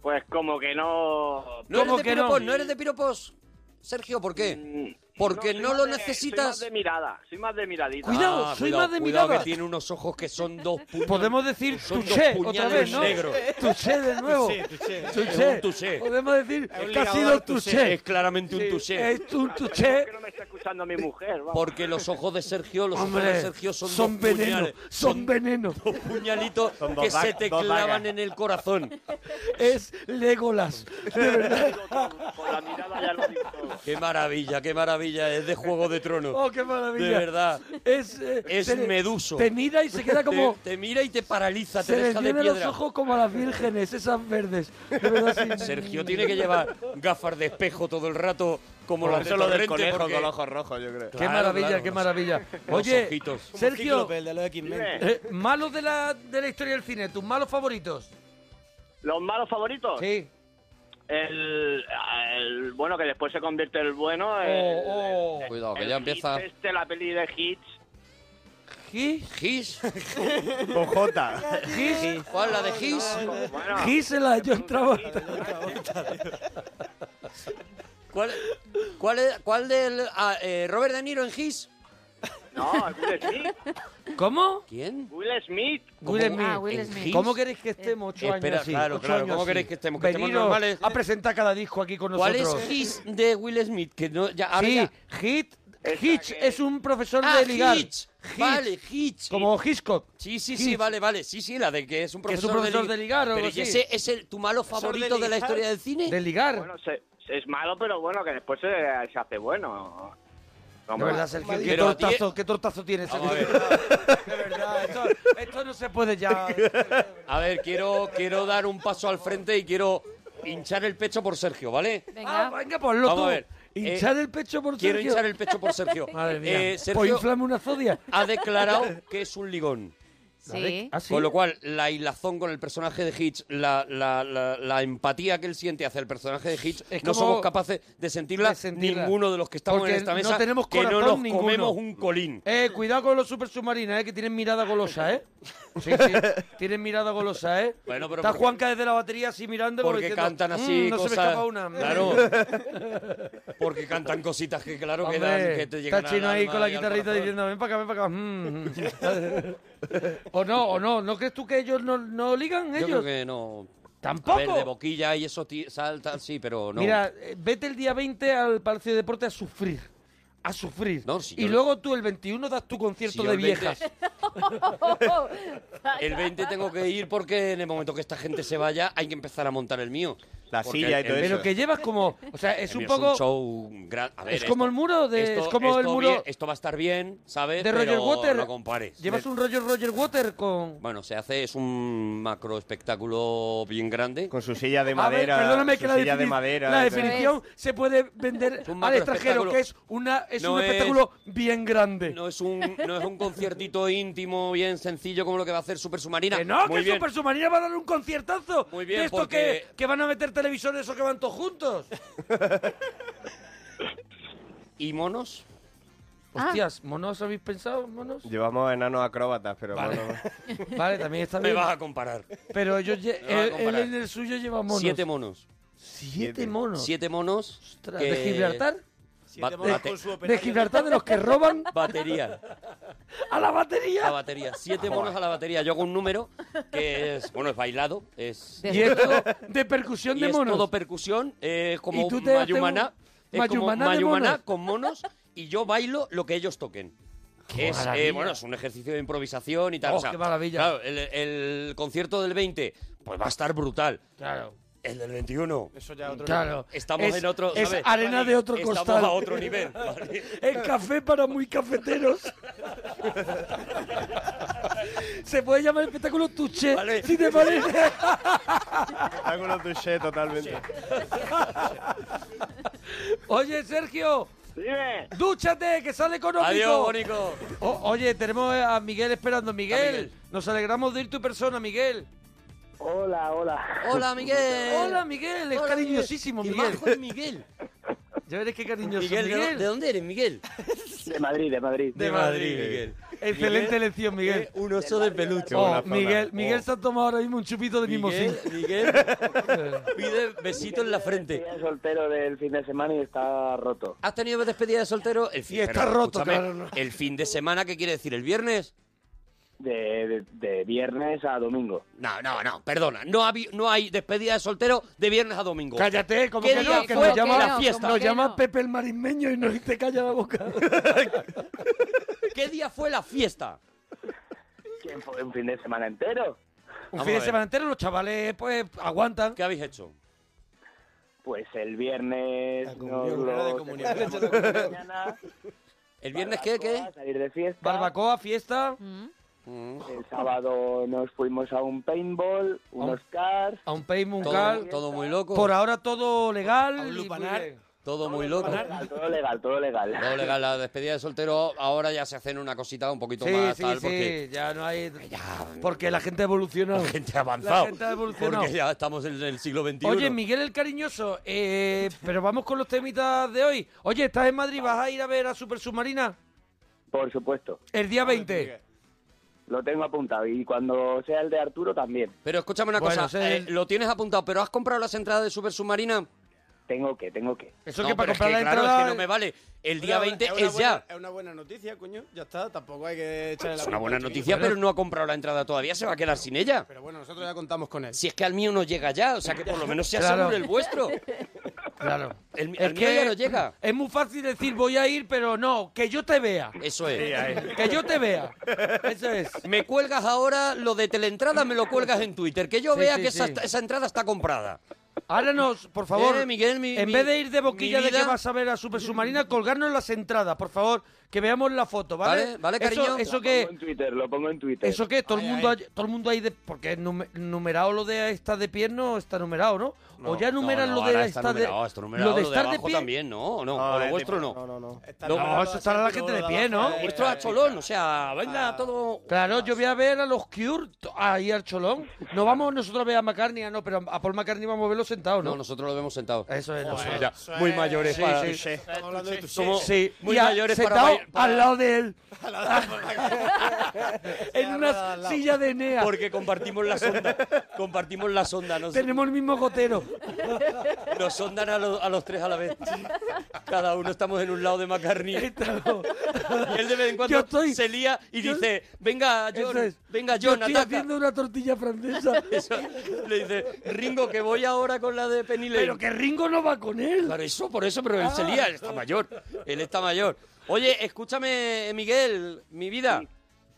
L: Pues como que no.
A: No eres de piropos, no? eres de piropos, Sergio, ¿por qué? Porque
L: Mm, soy
A: no,
L: más
A: lo
L: de- Soy más
A: necesitas.
L: de mirada, soy más de miradita.
A: Cuidado, Ah, soy cuidado, más de cuidado, mirada. que tiene unos ojos que son dos puños.
C: Podemos decir
A: Son dos
C: touché otra
A: puñales
C: vez, ¿no?
A: negros.
C: Touché de nuevo.
A: Touché, touché.
C: Touché.
A: Es un touché.
C: Podemos decir
A: Es un
C: que ha
A: ligador
C: sido
A: touché.
C: touché.
A: Es claramente un
C: Sí,
A: touché.
C: Es
L: Ah,
C: un touché.
L: No me está escuchando mi mujer, vamos.
A: Porque los ojos de Sergio, los
C: Hombre,
A: ojos de Sergio son,
C: son
A: dos
C: veneno,
A: puñales,
C: son veneno.
A: Dos puñalitos
C: Son dos
A: que se
C: vagas,
A: te
C: dos
A: clavan
C: vagas.
A: en el corazón.
C: Es Legolas. De verdad.
A: Qué maravilla, qué maravilla. Es de Juego de Tronos.
C: Oh, qué maravilla.
A: De verdad.
C: Es, eh,
A: Es
C: se le-
A: meduso.
C: Te mira y se queda como.
A: Te, te mira y te paraliza,
C: Se
A: te
C: le
A: deja de
C: tienen los
A: piedra.
C: ojos como a las vírgenes, esas verdes. De verdad, sí.
A: Sergio tiene que llevar gafas de espejo todo el rato, como las de
F: Eso lo del
A: Torrente,
F: conejo
A: porque-
F: con los ojos rojos, yo creo.
C: Qué maravilla, qué maravilla.
A: Los
C: Oye,
A: ojitos.
C: Sergio,
E: Cíclope, el de los X-Men.
C: eh, malos de la, de la historia del cine, tus malos favoritos.
L: ¿Los malos favoritos?
C: Sí.
L: El, el bueno que después se convierte en el bueno.
C: Oh,
L: el- el-
A: Eh, Cuidado, que
L: el
A: ya empieza-
L: Hitch Este, la peli de Hitch.
C: ¿Gis?
A: ¿Gis?
F: Con J.
C: ¿Gis?
A: ¿Cuál, la de Gis?
C: Gisela, yo entraba.
A: ¿Cuál, cuál, es- cuál del ah, eh, Robert De Niro en Gis?
L: No, Will Smith.
C: ¿Cómo?
A: ¿Quién?
L: Will Smith.
C: Ah, Will Smith. Eh,
L: ¿En Hitch?
C: ¿Cómo queréis que estemos ocho
A: Espera,
C: años así?
A: claro,
C: Ocho
A: claro,
C: años
A: ¿cómo
C: así.
A: queréis que estemos? Que estemos
C: Veniros
A: normales.
C: a presentar cada disco aquí con
A: ¿Cuál
C: nosotros.
A: es Gis de Will Smith? Que no, ya, ahora
C: Sí,
A: ya-
C: Hit, Hitch es un profesor
A: Ah,
C: de ligar.
A: Hitch. Vale, Hitch.
C: Como Hitchcock.
A: Sí, sí,
C: Hitch.
A: sí, vale, vale. Sí, sí, la Ah, de que es un
C: Que es
A: profesor,
C: un profesor de ligar o algo
A: Pero ¿y
C: así.
A: ese es el, tu malo
C: Profesor
A: favorito
C: de
A: de, la
C: ligar.
A: historia del cine?
C: De ligar.
L: Bueno, se- se- es malo, pero bueno, que después se, se hace bueno.
C: De verdad, Sergio, qué
L: Pero a ti-
C: tortazo, qué tortazo tienes.
A: Vamos a ver.
C: De verdad, esto, esto no se puede ya.
A: A ver, quiero, quiero dar un paso al frente y quiero hinchar el pecho por Sergio, ¿vale?
C: Venga, ah, venga ponlo
A: Vamos
C: tú.
A: a ver.
C: Hinchar
A: Eh,
C: el pecho por Sergio.
A: quiero hinchar el pecho por Sergio.
C: Madre mía.
A: Eh, Sergio-
C: Pues inflame una zodia.
A: Ha declarado que es un ligón.
B: Sí.
C: ¿Ah, sí?
A: Con lo cual, la hilazón con el personaje de Hitch, la, la- la- la empatía que él siente hacia el personaje de Hitch,
C: Es
A: no
C: como-
A: somos capaces de sentirla,
C: de sentirla.
A: ninguno de los que estamos
C: Porque
A: en esta mesa,
C: no tenemos
A: que no
C: corazón
A: nos
C: ninguno.
A: comemos un colín.
C: Eh, cuidado con los super submarinos, eh, que tienen mirada golosa, eh. Sí, sí, tienen mirada golosa, eh.
A: Bueno, pero
C: Está
A: porque-
C: Juanca desde la batería así mirando. como
A: Porque
C: diciendo,
A: cantan así
C: "Mm, No se me
A: cosas-
C: escapa una.
A: Claro. Porque cantan cositas que, claro, que, dan-
C: Hombre,
A: que te llegan
C: está chino
A: al
C: ahí
A: alma
C: con la
A: y al
C: guitarrita
A: corazón.
C: diciendo, ven para acá, ven para acá. Mm, mm. o no, o no. ¿No crees tú que ellos no, no ligan
A: Yo
C: ellos?
A: creo que no.
C: ¿Tampoco?
A: A ver, de boquilla y eso ti- salta, sí, pero no.
C: Mira, eh, vete el día 20 al Palacio de Deporte a sufrir. A sufrir.
A: si
C: y
A: yo-
C: luego tú el 21 das tu concierto
A: Si yo
C: de
A: el 20
C: viejas.
A: El 20 tengo que ir porque en el momento que esta gente se vaya hay que empezar a montar el mío.
F: La
A: Porque
F: silla y
A: el-
F: todo
A: el-
F: eso.
C: Pero que llevas como. O sea, es
A: el
C: un
A: mío
C: poco.
A: Es un show gran- a ver,
C: es como
A: esto-
C: el muro de.
A: esto-
C: es como el
A: esto
C: muro
A: bien- esto va a estar bien, ¿sabes?
C: de Roger
A: Pero
C: Water.
A: No compares.
C: Llevas un rollo Roger Water con.
A: Bueno, se hace, es un macro espectáculo bien grande.
F: Con su silla de
C: A ver,
F: madera.
C: perdóname
F: su
C: que la,
F: silla de
C: defini-
F: madera.
C: la
F: y todo.
C: definición se puede vender
A: un
C: al
A: macro
C: extranjero,
A: espectáculo.
C: que es, una, es
A: No
C: un
A: es-
C: espectáculo bien grande.
A: No es un Mm, no es un conciertito íntimo, bien sencillo como lo que va a hacer Super Submarina.
C: Que no,
A: Muy
C: que
A: bien.
C: Super Submarina va a dar un conciertazo.
A: Muy bien,
C: De esto
A: porque-
C: que, que van a meter televisores o que van todos juntos.
A: ¿Y monos?
C: Hostias, ¿monos habéis pensado, monos?
F: Llevamos enanos acróbatas, pero
C: Vale.
F: bueno.
C: Vale, también está
F: Me
C: bien.
F: vas a comparar.
C: Pero yo, lle-
A: Me vas a
C: él, él
A: comparar.
C: en el suyo lleva monos.
A: Siete monos.
C: ¿Siete monos?
A: Siete monos.
C: Ostras, ¿de Gibraltar?
A: Siete
C: monos con su operario. ¿De Gibraltar, de los que roban?
A: Batería.
C: ¿A la batería?
A: A la batería. Siete monos a la batería. Yo hago un número que es, bueno, es bailado. Es,
C: ¿Y esto de percusión
A: y
C: de
A: es
C: monos?
A: todo percusión. eh, Es como
C: ¿Y tú te haces un
A: mayumaná. Es como
C: mayumaná de
A: mayumaná
C: monos?
A: con monos y yo bailo lo que ellos toquen.
C: ¡Qué
A: Es, eh,
C: maravilla!
A: bueno, es un ejercicio de improvisación y tal.
C: ¡Oh,
A: o sea,
C: qué maravilla!
A: Claro, el, el concierto del 20, pues va a estar brutal.
C: Claro.
A: El del 21.
E: Eso ya otro
C: Claro.
A: Estamos
C: Es-
A: en otro.
C: es
A: ¿sabes?
C: arena de otro
A: Estamos
C: costal.
A: a otro nivel. ¿vale?
C: El café para muy cafeteros. Se puede llamar el espectáculo Tuché, si te parece.
F: Espectáculo touché totalmente.
C: Oye, Sergio. ¡Dúchate, que sale económico!
A: Adiós, Bonico.
C: O- oye, tenemos a Miguel esperando. Miguel, nos alegramos de ir tu persona, Miguel.
M: Hola, hola.
A: Hola, Miguel.
C: Hola, Miguel. Es
A: Hola, Miguel.
C: cariñosísimo,
A: Qué
C: Miguel.
A: majo es Miguel.
C: Ya verás qué cariñoso.
A: Miguel, ¿de- de dónde eres, Miguel?
M: De Madrid, de Madrid.
C: De Madrid, Miguel. Excelente
A: Miguel
C: elección, Miguel.
A: es un oso de peluche.
C: Oh, Miguel, Miguel se ha tomado ahora mismo un chupito de
A: Miguel,
C: mimosín.
A: Miguel pide besito en la frente.
M: Estoy soltero del fin de semana y está roto.
A: ¿Has tenido despedida de soltero? El fin,
M: Y está
A: pero,
M: roto,
A: escúchame,
M: claro, no.
A: El fin de semana, ¿qué quiere decir? ¿El viernes?
M: De, de- de viernes a domingo.
A: No, no, no, perdona. No, habi- no hay despedida de soltero de viernes a domingo.
C: Cállate, como
A: ¿Qué
C: que
A: día
C: no, que
A: fue
C: nos llama,
A: la fiesta?
C: nos llama Pepe el Marismeño y nos te calla la boca.
A: ¿Qué día fue la fiesta?
M: ¿Quién fue un fin de semana entero?
C: Un fin de semana entero los chavales pues aguantan.
A: ¿Qué habéis hecho?
M: Pues el viernes.
C: comunión,
M: nos
C: era de
M: lo
C: comunión.
M: celebramos
C: La leche de
M: por la
C: comunión.
M: mañana,
A: ¿El viernes qué? ¿Qué?
M: Salir de fiesta.
C: Barbacoa, fiesta.
A: Mm.
M: El sábado nos fuimos a un paintball, unos cars.
C: A un pay muncal.
A: Todo, todo muy loco.
C: Por ahora todo legal. y muy bien.
A: Todo muy loco.
M: Todo legal, todo legal.
A: Todo legal. La despedida de soltero ahora ya se hacen una cosita un poquito
C: Sí,
A: más
C: sí,
A: tal
C: sí,
A: porque
C: ya no hay... Porque la gente ha evolucionado. La gente
A: ha avanzado.
C: La gente ha evolucionado.
A: Porque ya estamos en el siglo XXI.
C: Oye, Miguel el cariñoso, eh, pero vamos con los temitas de hoy. Oye, ¿estás en Madrid? ¿Vas a ir a ver a Super Submarina?
M: Por supuesto.
C: El día 20.
M: Lo tengo apuntado. Y cuando sea el de Arturo también.
A: Pero escúchame una
M: Bueno,
A: cosa,
M: ese
A: eh, lo tienes apuntado, pero ¿has comprado las entradas de Super Submarina?
M: Tengo que, tengo que.
C: Eso
A: No,
C: que
A: pero
C: para comprar
A: es
C: la
A: claro,
C: entrada...
A: es que no me vale. El día 20 es
E: buena-
A: ya.
E: Es una buena noticia, coño. Ya está, tampoco hay que echarle la
A: Es una
E: culpa,
A: buena
E: este
A: noticia,
E: chiquillo.
A: pero no ha comprado la entrada todavía, se va a quedar sin ella.
E: Pero bueno, nosotros ya contamos con él.
A: Si es que al mío no llega ya, o sea que por lo menos sea
E: Claro.
A: seguro el vuestro.
C: Claro.
A: El,
C: Es
A: el mío
C: que
A: ya no llega.
C: Es muy fácil decir voy a ir, pero no, que yo te vea.
A: Eso es.
C: Que yo te vea. Eso es.
A: Me cuelgas ahora lo de teleentrada, me lo cuelgas en Twitter. Que yo
C: Sí,
A: vea
C: sí,
A: que esa,
C: sí.
A: esa entrada está comprada.
C: Háblanos, por favor.
A: Eh, Miguel, mi-
C: en
A: mi-
C: vez de ir de boquilla
A: mi
C: de que
A: vida-
C: vas a ver a Super Submarina, colgarnos las entradas, por favor, que veamos la foto,
A: Vale,
C: ¿vale?
A: vale,
C: Eso-
A: cariño.
C: Eso,
M: Lo
C: que
M: pongo en Twitter, lo pongo en Twitter.
C: eso que todo el mundo hay- todo el mundo ahí de porque es nume- numerado lo de estar de pie no está numerado, ¿no? o Pues ya numeran
A: no,
C: lo de
A: ahora
C: estar
A: está numerado,
C: de
A: está numerado,
C: lo de estar de
A: abajo
C: pie.
A: también, ¿no? ¿O no?
C: No,
A: o lo
C: es
A: vuestro
C: de-
A: no.
G: No, no, no.
C: No, eso estará la gente de pie, ¿no?
A: Lo vuestro es a cholón, o sea,
C: Ah.
A: venga todo...
C: Claro, yo voy a ver a los Cure t- ahí al Cholón. No vamos nosotros a ver a McCartney, ah, no, pero a Paul McCartney vamos a verlo sentado, ¿no?
A: No, nosotros lo vemos sentado.
C: Eso es. nosotros.
A: ya,
C: Eso
A: muy
C: es.
A: mayores
C: Sí,
A: para...
C: sí.
E: Estamos hablando de tu
A: Somos
C: Sí,
A: muy
C: y a-
A: mayores para
C: sentado
A: bailar- para-
C: al lado de él. en
A: al
C: una
A: lado.
C: silla de Enea.
A: Porque compartimos la sonda. Compartimos la sonda. Nos,
C: Tenemos el mismo gotero.
A: nos sondan a, los- a los tres a la vez. Cada uno estamos en un lado de McCartney. Y él de vez en cuando se lía y dice, venga John,
C: Eso es.
A: venga
C: Yo
A: John,
C: estoy
A: ataca.
C: haciendo una tortilla francesa.
A: Eso, le dice, Ringo, que voy ahora con la de Penny Lane.
C: Pero que Ringo no va con él.
A: Claro, eso, por eso, pero él se lía, él está mayor. Él está mayor. Oye, escúchame, Miguel, mi vida.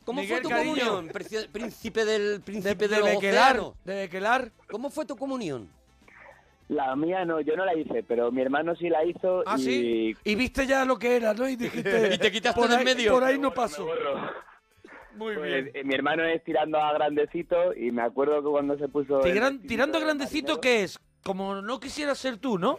A: ¿Cómo
C: Miguel,
A: fue tu
C: cariño.
A: comunión, preci- príncipe del príncipe
C: de
A: de, los
C: Bequelar,
A: océanos?
C: de Bequelar.
A: ¿Cómo fue tu comunión?
M: La mía no, yo no la hice, pero mi hermano sí la hizo
C: Ah,
M: y
C: sí. Y viste ya lo que era, ¿no? Y dijiste.
A: Y te quitaste
C: por
A: de
C: ahí-
A: en medio.
C: Por ahí no pasó.
M: Muy bien. pues, eh, mi hermano es tirando a grandecito y me acuerdo que cuando se puso
C: Ti-
M: el
C: gran-
M: vestidito
C: tirando
M: de
C: grandecito,
M: marinero-
C: ¿qué es? Como no quisieras ser tú, ¿no?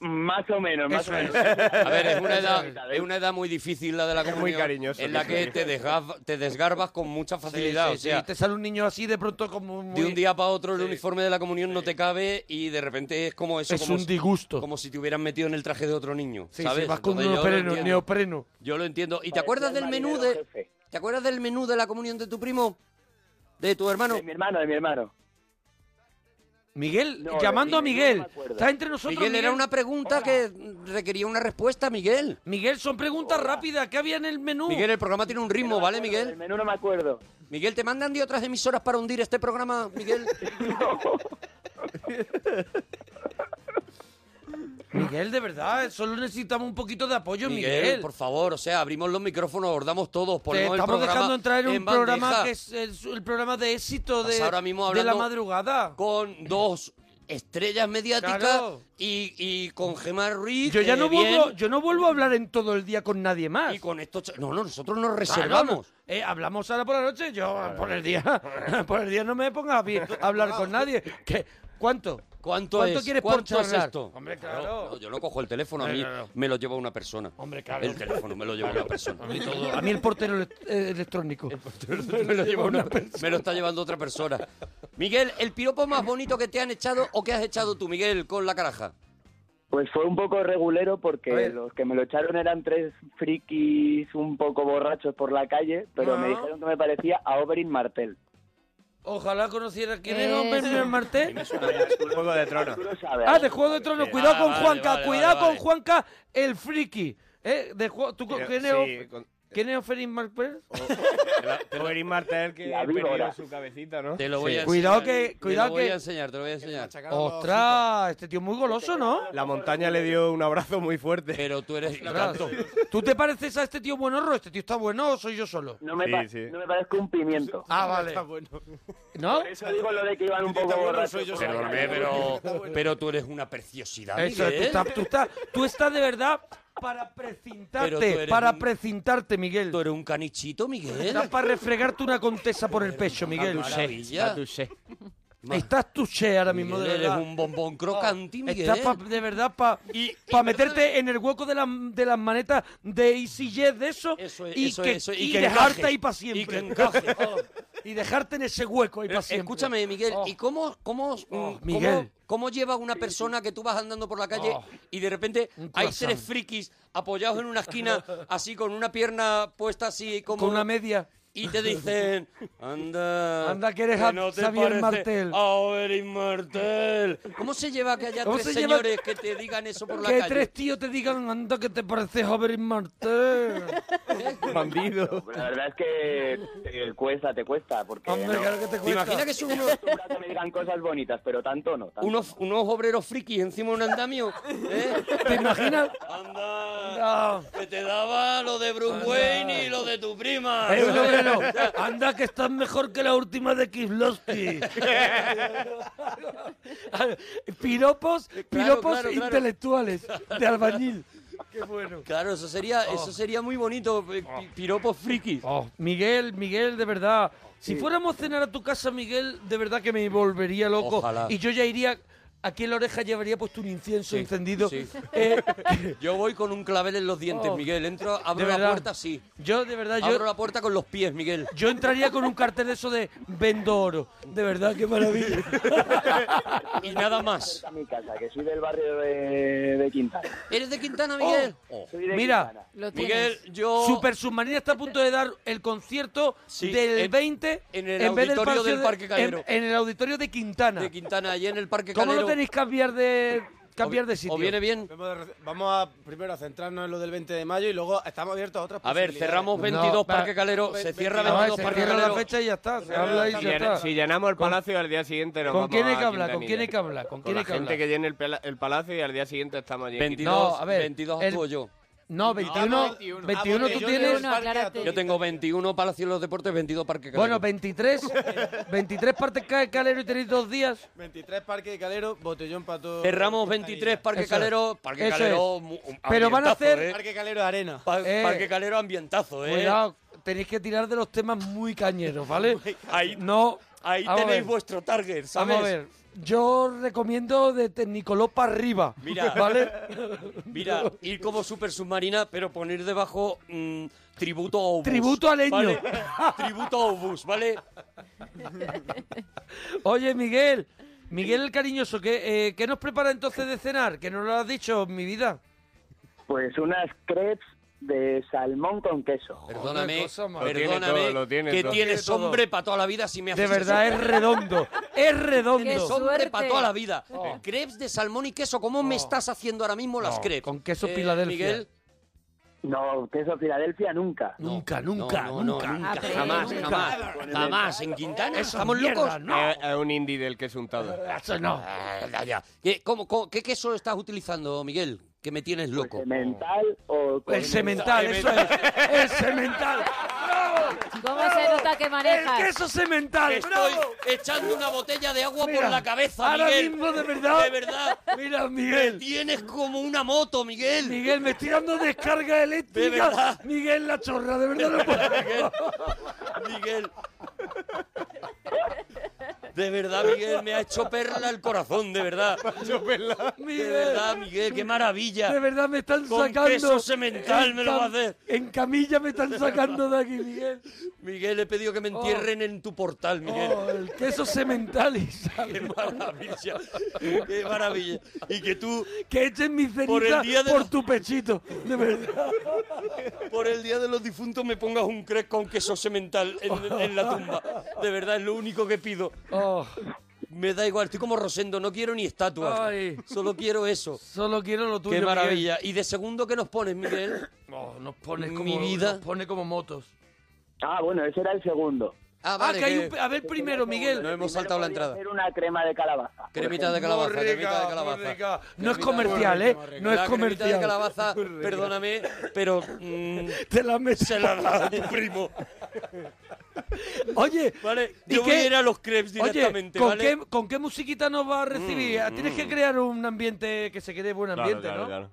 M: Más o menos, más
A: Eso
M: o menos.
A: es. A ver, es una,
M: Eso es.
A: edad, es una edad muy difícil la de la
M: Es muy
A: comunión.
M: cariñoso,
A: En la
M: es
A: que
M: cariñoso.
A: te, desgaf- te desgarbas con mucha facilidad.
C: Sí, sí,
A: o sea,
C: sí, te sale un niño así de pronto como muy-
A: de un día para otro el uniforme de la comunión no te cabe y de repente es como eso.
C: Es
A: como
C: un
A: si-
C: disgusto.
A: Como si te hubieran metido en el traje de otro niño.
C: Sí,
A: ¿sabes?
C: sí, vas con
A: Entonces, yo lo
C: neopreno,
A: entiendo.
C: neopreno.
A: Yo lo entiendo. ¿Y te
M: Parecía
A: acuerdas
M: el
A: del menú
M: marinero
A: de ¿Te acuerdas del menú de la comunión de tu primo? ¿De tu hermano?
M: De mi hermano, de mi hermano.
C: Miguel,
M: No,
C: llamando
M: de
C: a
M: Miguel
C: Miguel.
M: no me acuerdo.
C: Está entre nosotros.
A: Miguel, era una pregunta que requería una respuesta, Miguel.
C: Miguel, son preguntas rápidas. ¿Qué había en el menú?
A: Miguel, el programa tiene un ritmo, ¿vale, Miguel? El
M: menú no me acuerdo.
A: Miguel, ¿te mandan de otras emisoras para hundir este programa, Miguel?
C: Miguel, de verdad, solo necesitamos un poquito de apoyo, Miguel.
A: Miguel, por favor, o sea, abrimos los micrófonos, abordamos todos,
C: Te
A: ponemos el
C: estamos
A: programa
C: dejando entrar en un
A: bandeja.
C: programa que es el, el programa de éxito de,
A: Estás ahora mismo
C: de la
A: hablando
C: madrugada.
A: Con dos estrellas mediáticas
C: Claro.
A: y, y con Gemma Ruiz.
C: Yo ya
A: eh,
C: no
A: bien,
C: vuelvo, yo no vuelvo a hablar en todo el día con nadie más.
A: Y con estos... ch- No, no, nosotros nos
C: Claro,
A: reservamos.
C: no. Eh, hablamos ahora por la noche, yo por el día. por el día no me pongas a vi- a hablar con nadie. ¿Qué? ¿Cuánto?
A: ¿Cuánto, es?
C: quieres por
A: ¿Cuánto es
C: charlar?
A: esto?
C: Hombre,
A: No,
C: claro.
A: no, yo no cojo el teléfono, a mí
C: Claro.
A: me lo lleva una persona.
C: Hombre, claro.
A: El teléfono me lo lleva una persona.
C: A mí, todo- a mí el portero elec- eh, electrónico.
A: me lo, lleva una- me lo está llevando otra persona. Miguel, ¿el piropo más bonito que te han echado o que has echado tú, Miguel, con la caraja?
M: Pues fue un poco regulero porque los que me lo echaron eran tres frikis un poco borrachos por la calle, pero me
C: Ah.
M: dijeron que me parecía a Oberyn Martel.
C: Ojalá conociera quién era Hombre Martel.
F: Juego de trono.
C: Ah, de Juego de Tronos.
F: Sí.
C: Cuidado
F: Ah,
C: con
F: vale,
C: Juanca.
F: vale,
C: cuidado
F: vale,
C: con Juanca, el friki. ¿Eh? De juego, ¿tú,
F: Pero,
C: ¿Quién
F: sí,
C: es Of-
F: con-
C: quién es Oferín Martel?
F: Oberyn Martel que
C: La
F: ha perdido
C: víbora.
F: su cabecita, ¿no?
A: Te lo voy
F: Sí.
A: a enseñar.
C: Cuidado que- cuidado
A: te lo voy
C: que-
A: a enseñar, te lo voy a enseñar.
C: Ostras, este tío es muy goloso, ¿no?
F: Oh. La montaña le dio un abrazo muy fuerte.
A: Pero tú eres
C: ¿Tú te pareces a este tío buenorro? ¿Este tío está bueno o soy yo solo?
M: No me, pa- no me parezco un pimiento.
C: Ah, vale. ¿No?
M: Por eso digo lo de que iban un poco borrachos. por la
A: Perdóname,
M: calle.
A: pero, pero tú eres una preciosidad,
C: Eso, tú
A: Miguel.
C: estás, tú estás- tú estás de verdad
A: Pero
C: para
A: tú
C: precintarte,
A: eres
C: para
A: un-
C: precintarte, Miguel. Tú
A: eres un canichito, Miguel.
C: Estás para refregarte una contesa por el pecho, Miguel.
A: Maravilla.
C: Estás touché ahora mismo, de
A: Miguel, eres
C: verdad.
A: un bombón crocante, Miguel.
C: Estás pa- de verdad para meterte en el hueco de, la- de las manetas de EasyJet de eso,
A: es,
C: y,
A: eso
C: que,
A: es, eso es,
C: y
A: y que
C: dejarte
A: encaje,
C: ahí para
A: y
C: siempre.
A: que encaje.
C: Oh, y dejarte en ese hueco ahí para siempre.
A: Eh,
C: Oh.
A: Escúchame, Miguel, ¿y cómo, cómo, cómo-
C: Miguel.
A: cómo lleva una persona que tú vas andando por la calle
C: Oh.
A: y de repente
C: Un
A: hay
C: croissant.
A: tres frikis apoyados en una esquina, así con una pierna puesta así como...
C: Con una media.
A: Y te dicen, anda...
C: Anda, que eres a-
A: te
C: Xavier
A: parece
C: Martel.
A: A Oberyn Martel. ¿Cómo se lleva que haya
C: ¿Cómo
A: tres
C: se lleva-
A: señores que te digan eso por la
C: que
A: calle?
C: tres tíos te digan, anda, que te pareces a Oberyn Martel.
F: Bandido.
M: pues, La verdad es que te cuesta, te cuesta. Porque
C: Hombre,
M: no-
C: claro que te
A: ¿Te imaginas que son unos,
M: acostumbra a que me digan cosas bonitas, pero tanto no. tanto.
A: unos, unos obreros frikis encima de un andamio? ¿eh?
C: ¿Te imaginas?
A: Anda, que te daba lo de Bruce Wayne y lo de tu prima.
C: Eh, un
A: ¿sabes?
C: obrero, anda, que estás mejor que la última de Kislowski. piropos piropos
A: claro, claro.
C: intelectuales de albañil.
A: Claro, eso sería,
C: Oh.
A: eso sería muy bonito, eh, pi- piropos frikis.
C: Miguel, Miguel, de verdad. Si fuéramos a cenar a tu casa, Miguel, de verdad que me volvería loco.
A: Ojalá.
C: Y yo ya iría. Aquí en la oreja llevaría puesto un incienso encendido.
A: sí.
C: Eh,
A: Yo voy con un clavel en los dientes,
C: Oh.
A: Miguel. Entro, abro
C: De
A: la
C: verdad.
A: puerta así.
C: yo, de verdad,
A: Abro
C: yo,
A: la puerta con los pies, Miguel.
C: yo entraría con un cartel de eso de vendo oro. De verdad, qué maravilla.
A: Y nada más.
M: a mi casa, que soy del barrio de, de Quintana.
A: ¿Eres de Quintana, Miguel? Oh.
M: Soy de
C: Mira,
M: Quintana.
A: Miguel, yo...
C: Super Submarina está a punto de dar el concierto
A: Sí,
C: del
A: en-
C: 20
A: en el
C: vez del
A: auditorio del
C: de-
A: Parque Calero.
C: En, en el auditorio de Quintana.
A: De Quintana, allí en el Parque
C: ¿Cómo
A: Calero.
C: lo tenéis que cambiar de cambiar de
A: o
C: sitio?
A: viene bien?
E: Vamos a- Vamos a primero a centrarnos en lo del 20 de mayo y luego estamos abiertos a otras
A: A ver,
E: posibilidades.
A: cerramos 22 Parque Calero, se cierra
C: Ah,
A: 22
C: se
A: Parque
C: cierra
A: Calero.
C: la fecha y ya está. Se habla y
F: Si,
C: ya
F: llena-
C: está.
F: si llenamos el palacio al día siguiente nos
C: ¿Con
F: vamos
C: quién hay
F: a
C: que hablar? ¿Con
F: Quintanilla.
C: quién hay que hablar? ¿Con quién
F: la
C: hay que
F: gente
C: hablar?
F: que llene el, pela- el palacio y al día siguiente estamos allí. en
A: 22,
F: Quintana.
C: No, a ver,
A: 22
C: el-
A: actúo yo.
C: No, 21, 21,
F: 21.
C: tú
F: yo
C: tienes.
F: llevo el parque a tope.
A: Yo tengo 21 Palacio de los Deportes, 22 Parque Calero.
C: Bueno, 23, 23 partes ca- calero y tenéis dos días.
E: 23 Parque de Calero, botellón para todo.
A: Cerramos 23 Parque
C: Eso es.
A: Calero, Parque
C: Eso
A: Calero.
C: es.
A: mu- un
C: Pero van a
A: ambientazo,
C: hacer-
A: ¿eh?
E: Parque Calero Arena.
A: Pa-
C: Eh.
A: Parque Calero ambientazo, ¿eh?
C: Cuidado, tenéis que tirar de los temas muy cañeros, ¿vale?
A: Ahí-
C: No,
A: Ahí
C: Vamos a
A: tenéis
C: ver.
A: vuestro target, ¿sabes?
C: Vamos a ver. Yo recomiendo de Tecnicoló para arriba.
A: Mira,
C: ¿Vale?
A: mira, ir como super submarina, pero poner debajo mm, tributo a Obús.
C: Tributo a Leño.
A: ¿vale? tributo a Obús, pues, ¿vale?
C: Oye, Miguel. Miguel el cariñoso, ¿qué, eh, ¿qué nos prepara entonces de cenar? Que no lo has dicho, mi vida.
M: Pues unas crepes de salmón con queso.
A: Perdóname,
C: más. Lo tiene
A: perdóname,
C: todo, lo tiene
A: que
C: todo.
A: tienes
C: Tiene todo.
A: hombre para toda la vida si me
C: De
A: haces
C: verdad,
A: eso.
C: es redondo. Es redondo.
A: Tienes hombre
C: suerte.
A: para toda la vida.
C: Oh.
A: Crepes de salmón y queso, ¿cómo me estás haciendo ahora mismo las
C: No,
A: crepes?
C: con queso
A: Eh,
C: Filadelfia.
A: Miguel,
M: No, queso Filadelfia nunca.
C: Nunca,
M: nunca,
F: no, no,
B: Ah,
F: nunca, jamás, jamás, jamás, en Quintana,
A: Eso es
F: estamos
A: mierda,
F: locos.
A: no.
F: Eh, eh, un indie del que es untado.
A: Eso no. Ah, ya, ya. ¿Qué, cómo- cómo- qué queso estás utilizando, Miguel? Que me tienes loco.
M: Pues ¿Semental o...?
C: El semental, eso es. El semental.
B: ¿Cómo se nota que manejas?
C: El queso semental.
A: Estoy echando una botella de agua por
C: Mira,
A: la cabeza,
C: ahora
A: Miguel.
C: mismo, de verdad.
A: De verdad.
C: Mira, Miguel.
A: Tienes como una moto, Miguel.
C: Miguel, me estoy dando descarga eléctrica.
A: De verdad.
C: Miguel, la chorra, de verdad no puedo.
A: Miguel. De verdad, Miguel, me ha hecho perla el corazón, de verdad. De
C: Miguel.
A: verdad, Miguel, qué maravilla.
C: De verdad me están
A: Con
C: sacando.
A: queso semental
C: En
A: me lo va a
C: cam-
A: hacer.
C: En camilla me están sacando de aquí, Miguel.
A: Miguel, he pedido que me entierren en tu portal, Miguel.
C: Oh, el queso semental,
A: Qué
C: Isabel.
A: maravilla, qué maravilla. Y que tú,
C: Que echen mi ceniza
A: Por
C: por,
A: el día de los-
C: tu pechito. De verdad.
A: por el Día de los Difuntos, me pongas un crec con queso semental en, en la tumba. De verdad, es lo único que pido.
C: Oh,
A: Me da igual, estoy como Rosendo, no quiero ni estatuas.
C: Ay.
A: Solo quiero eso.
C: solo quiero lo tuyo.
A: Qué maravilla.
C: Miguel.
A: Y de segundo, ¿qué nos pones, Miguel?
C: Oh, nos pone como,
A: Mi vida.
C: nos pone como motos.
M: Ah, bueno, ese era el segundo.
A: Ah,
C: Ah,
A: vale,
C: que hay
A: que-
C: un- A ver, primero, Miguel.
A: No hemos saltado la entrada.
M: Hacer una crema de calabaza.
A: Cremita de calabaza,
C: Muy rica,
A: cremita de calabaza.
C: muy rica.
A: Cremita
C: No es
A: de-
C: comercial,
A: La
C: ¿eh? No es
A: cremita de
C: comercial.
A: calabaza,
C: Muy rica.
A: perdóname, pero mm,
C: Te la meto.
A: se la da a tu primo.
C: Oye,
A: Vale,
C: ¿y
A: yo voy
C: qué?
A: a ir a los crepes directamente,
C: Oye, ¿con,
A: ¿vale?
C: qué, ¿con qué musiquita nos va a recibir?
A: Mm,
C: Tienes que
A: mm.
C: crear un ambiente que se quede buen ambiente, ¿no?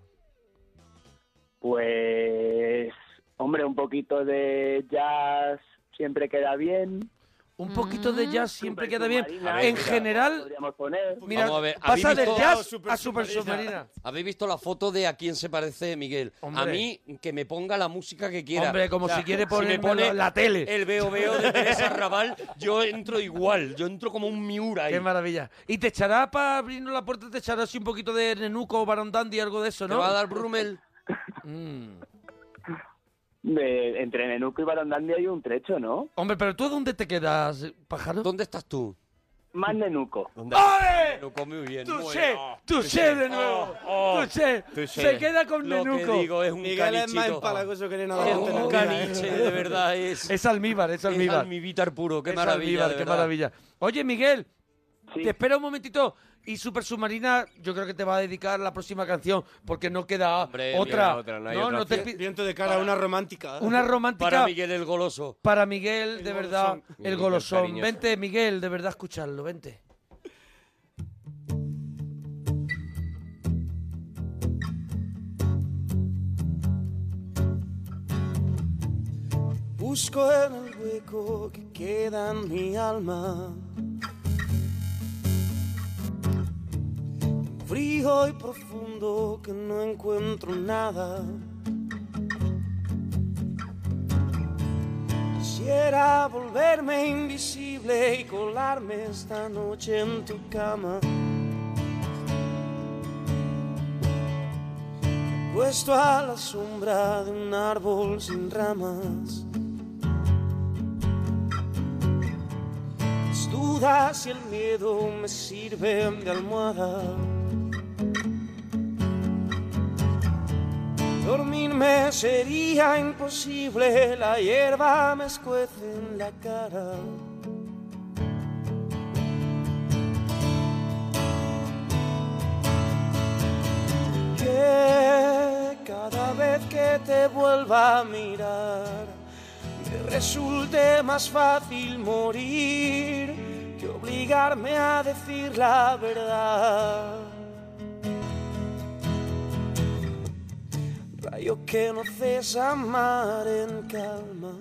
M: Pues, hombre, un poquito de jazz siempre queda bien.
C: Un poquito
A: Mm.
C: de jazz siempre queda bien.
M: Submarina,
C: en
M: mira,
C: general,
M: podríamos poner.
C: mira,
A: Vamos a ver, ¿habéis
C: pasa del
A: visto-
C: jazz a Super Submarina.
A: ¿Habéis visto la foto de a quién se parece Miguel?
C: Hombre.
A: A mí, que me ponga la música que quiera.
C: Hombre, como si quiere
A: me
C: ponerme la- la tele.
A: El veo veo de Teresa Raval, yo entro igual. Yo entro como un Miura ahí.
C: Qué maravilla. Y te echará para abrirnos la puerta, te echará así un poquito de Nenuco o Barón Dandy, algo de eso,
A: Te
C: ¿no?
A: va a dar Brummel.
C: Mm.
M: De- entre Nenuco y Barondandi hay un trecho, ¿no?
C: Hombre, pero tú dónde te quedas, pájaro?
A: ¿Dónde estás tú?
M: Más Nenuco.
C: ¡Ole!
A: Lo come muy bien. muy
C: ¡Touché!
A: bien. Oh,
C: ¡Touché de nuevo!
A: oh,
C: ¡Touché!
F: touché.
C: Se queda con
A: Lo
C: Nenuco.
A: que digo es un
F: Miguel es más
A: canichito.
F: empalagoso que Nena
A: Es
F: Dorante,
A: un
F: la vida, ¿eh?
A: caniche, de verdad. Es,
C: Es almíbar, es
A: es
C: almíbar.
A: almíbar puro. Qué
C: Es
A: maravilla,
C: almíbar,
A: de
C: qué
A: verdad.
C: maravilla. Oye, Miguel,
M: Sí.
C: te espera un momentito. Y Super Submarina, yo creo que te va a dedicar la próxima canción, porque no queda
A: Hombre,
C: otra.
F: mira, otra, no hay
C: no,
F: otra.
C: no te
F: Bien-
C: pi-
F: Viento de cara, una romántica.
C: Una romántica
A: Para Miguel el Goloso.
C: para Miguel, de verdad,
F: golosón.
C: el
F: Miguelito,
C: golosón.
F: cariñoso.
C: Vente, Miguel, de verdad, escucharlo, vente.
D: Busco en el hueco que queda en mi alma. Tan frío y profundo que no encuentro nada. Quisiera volverme invisible y colarme esta noche en tu cama. Puesto a la sombra de un árbol sin ramas. Las dudas y el miedo me sirven de almohada. Dormirme sería imposible, la hierba me escuece en la cara. Que cada vez que te vuelva a mirar, me resulte más fácil morir que obligarme a decir la verdad. Rayo que no cesa mar en calma,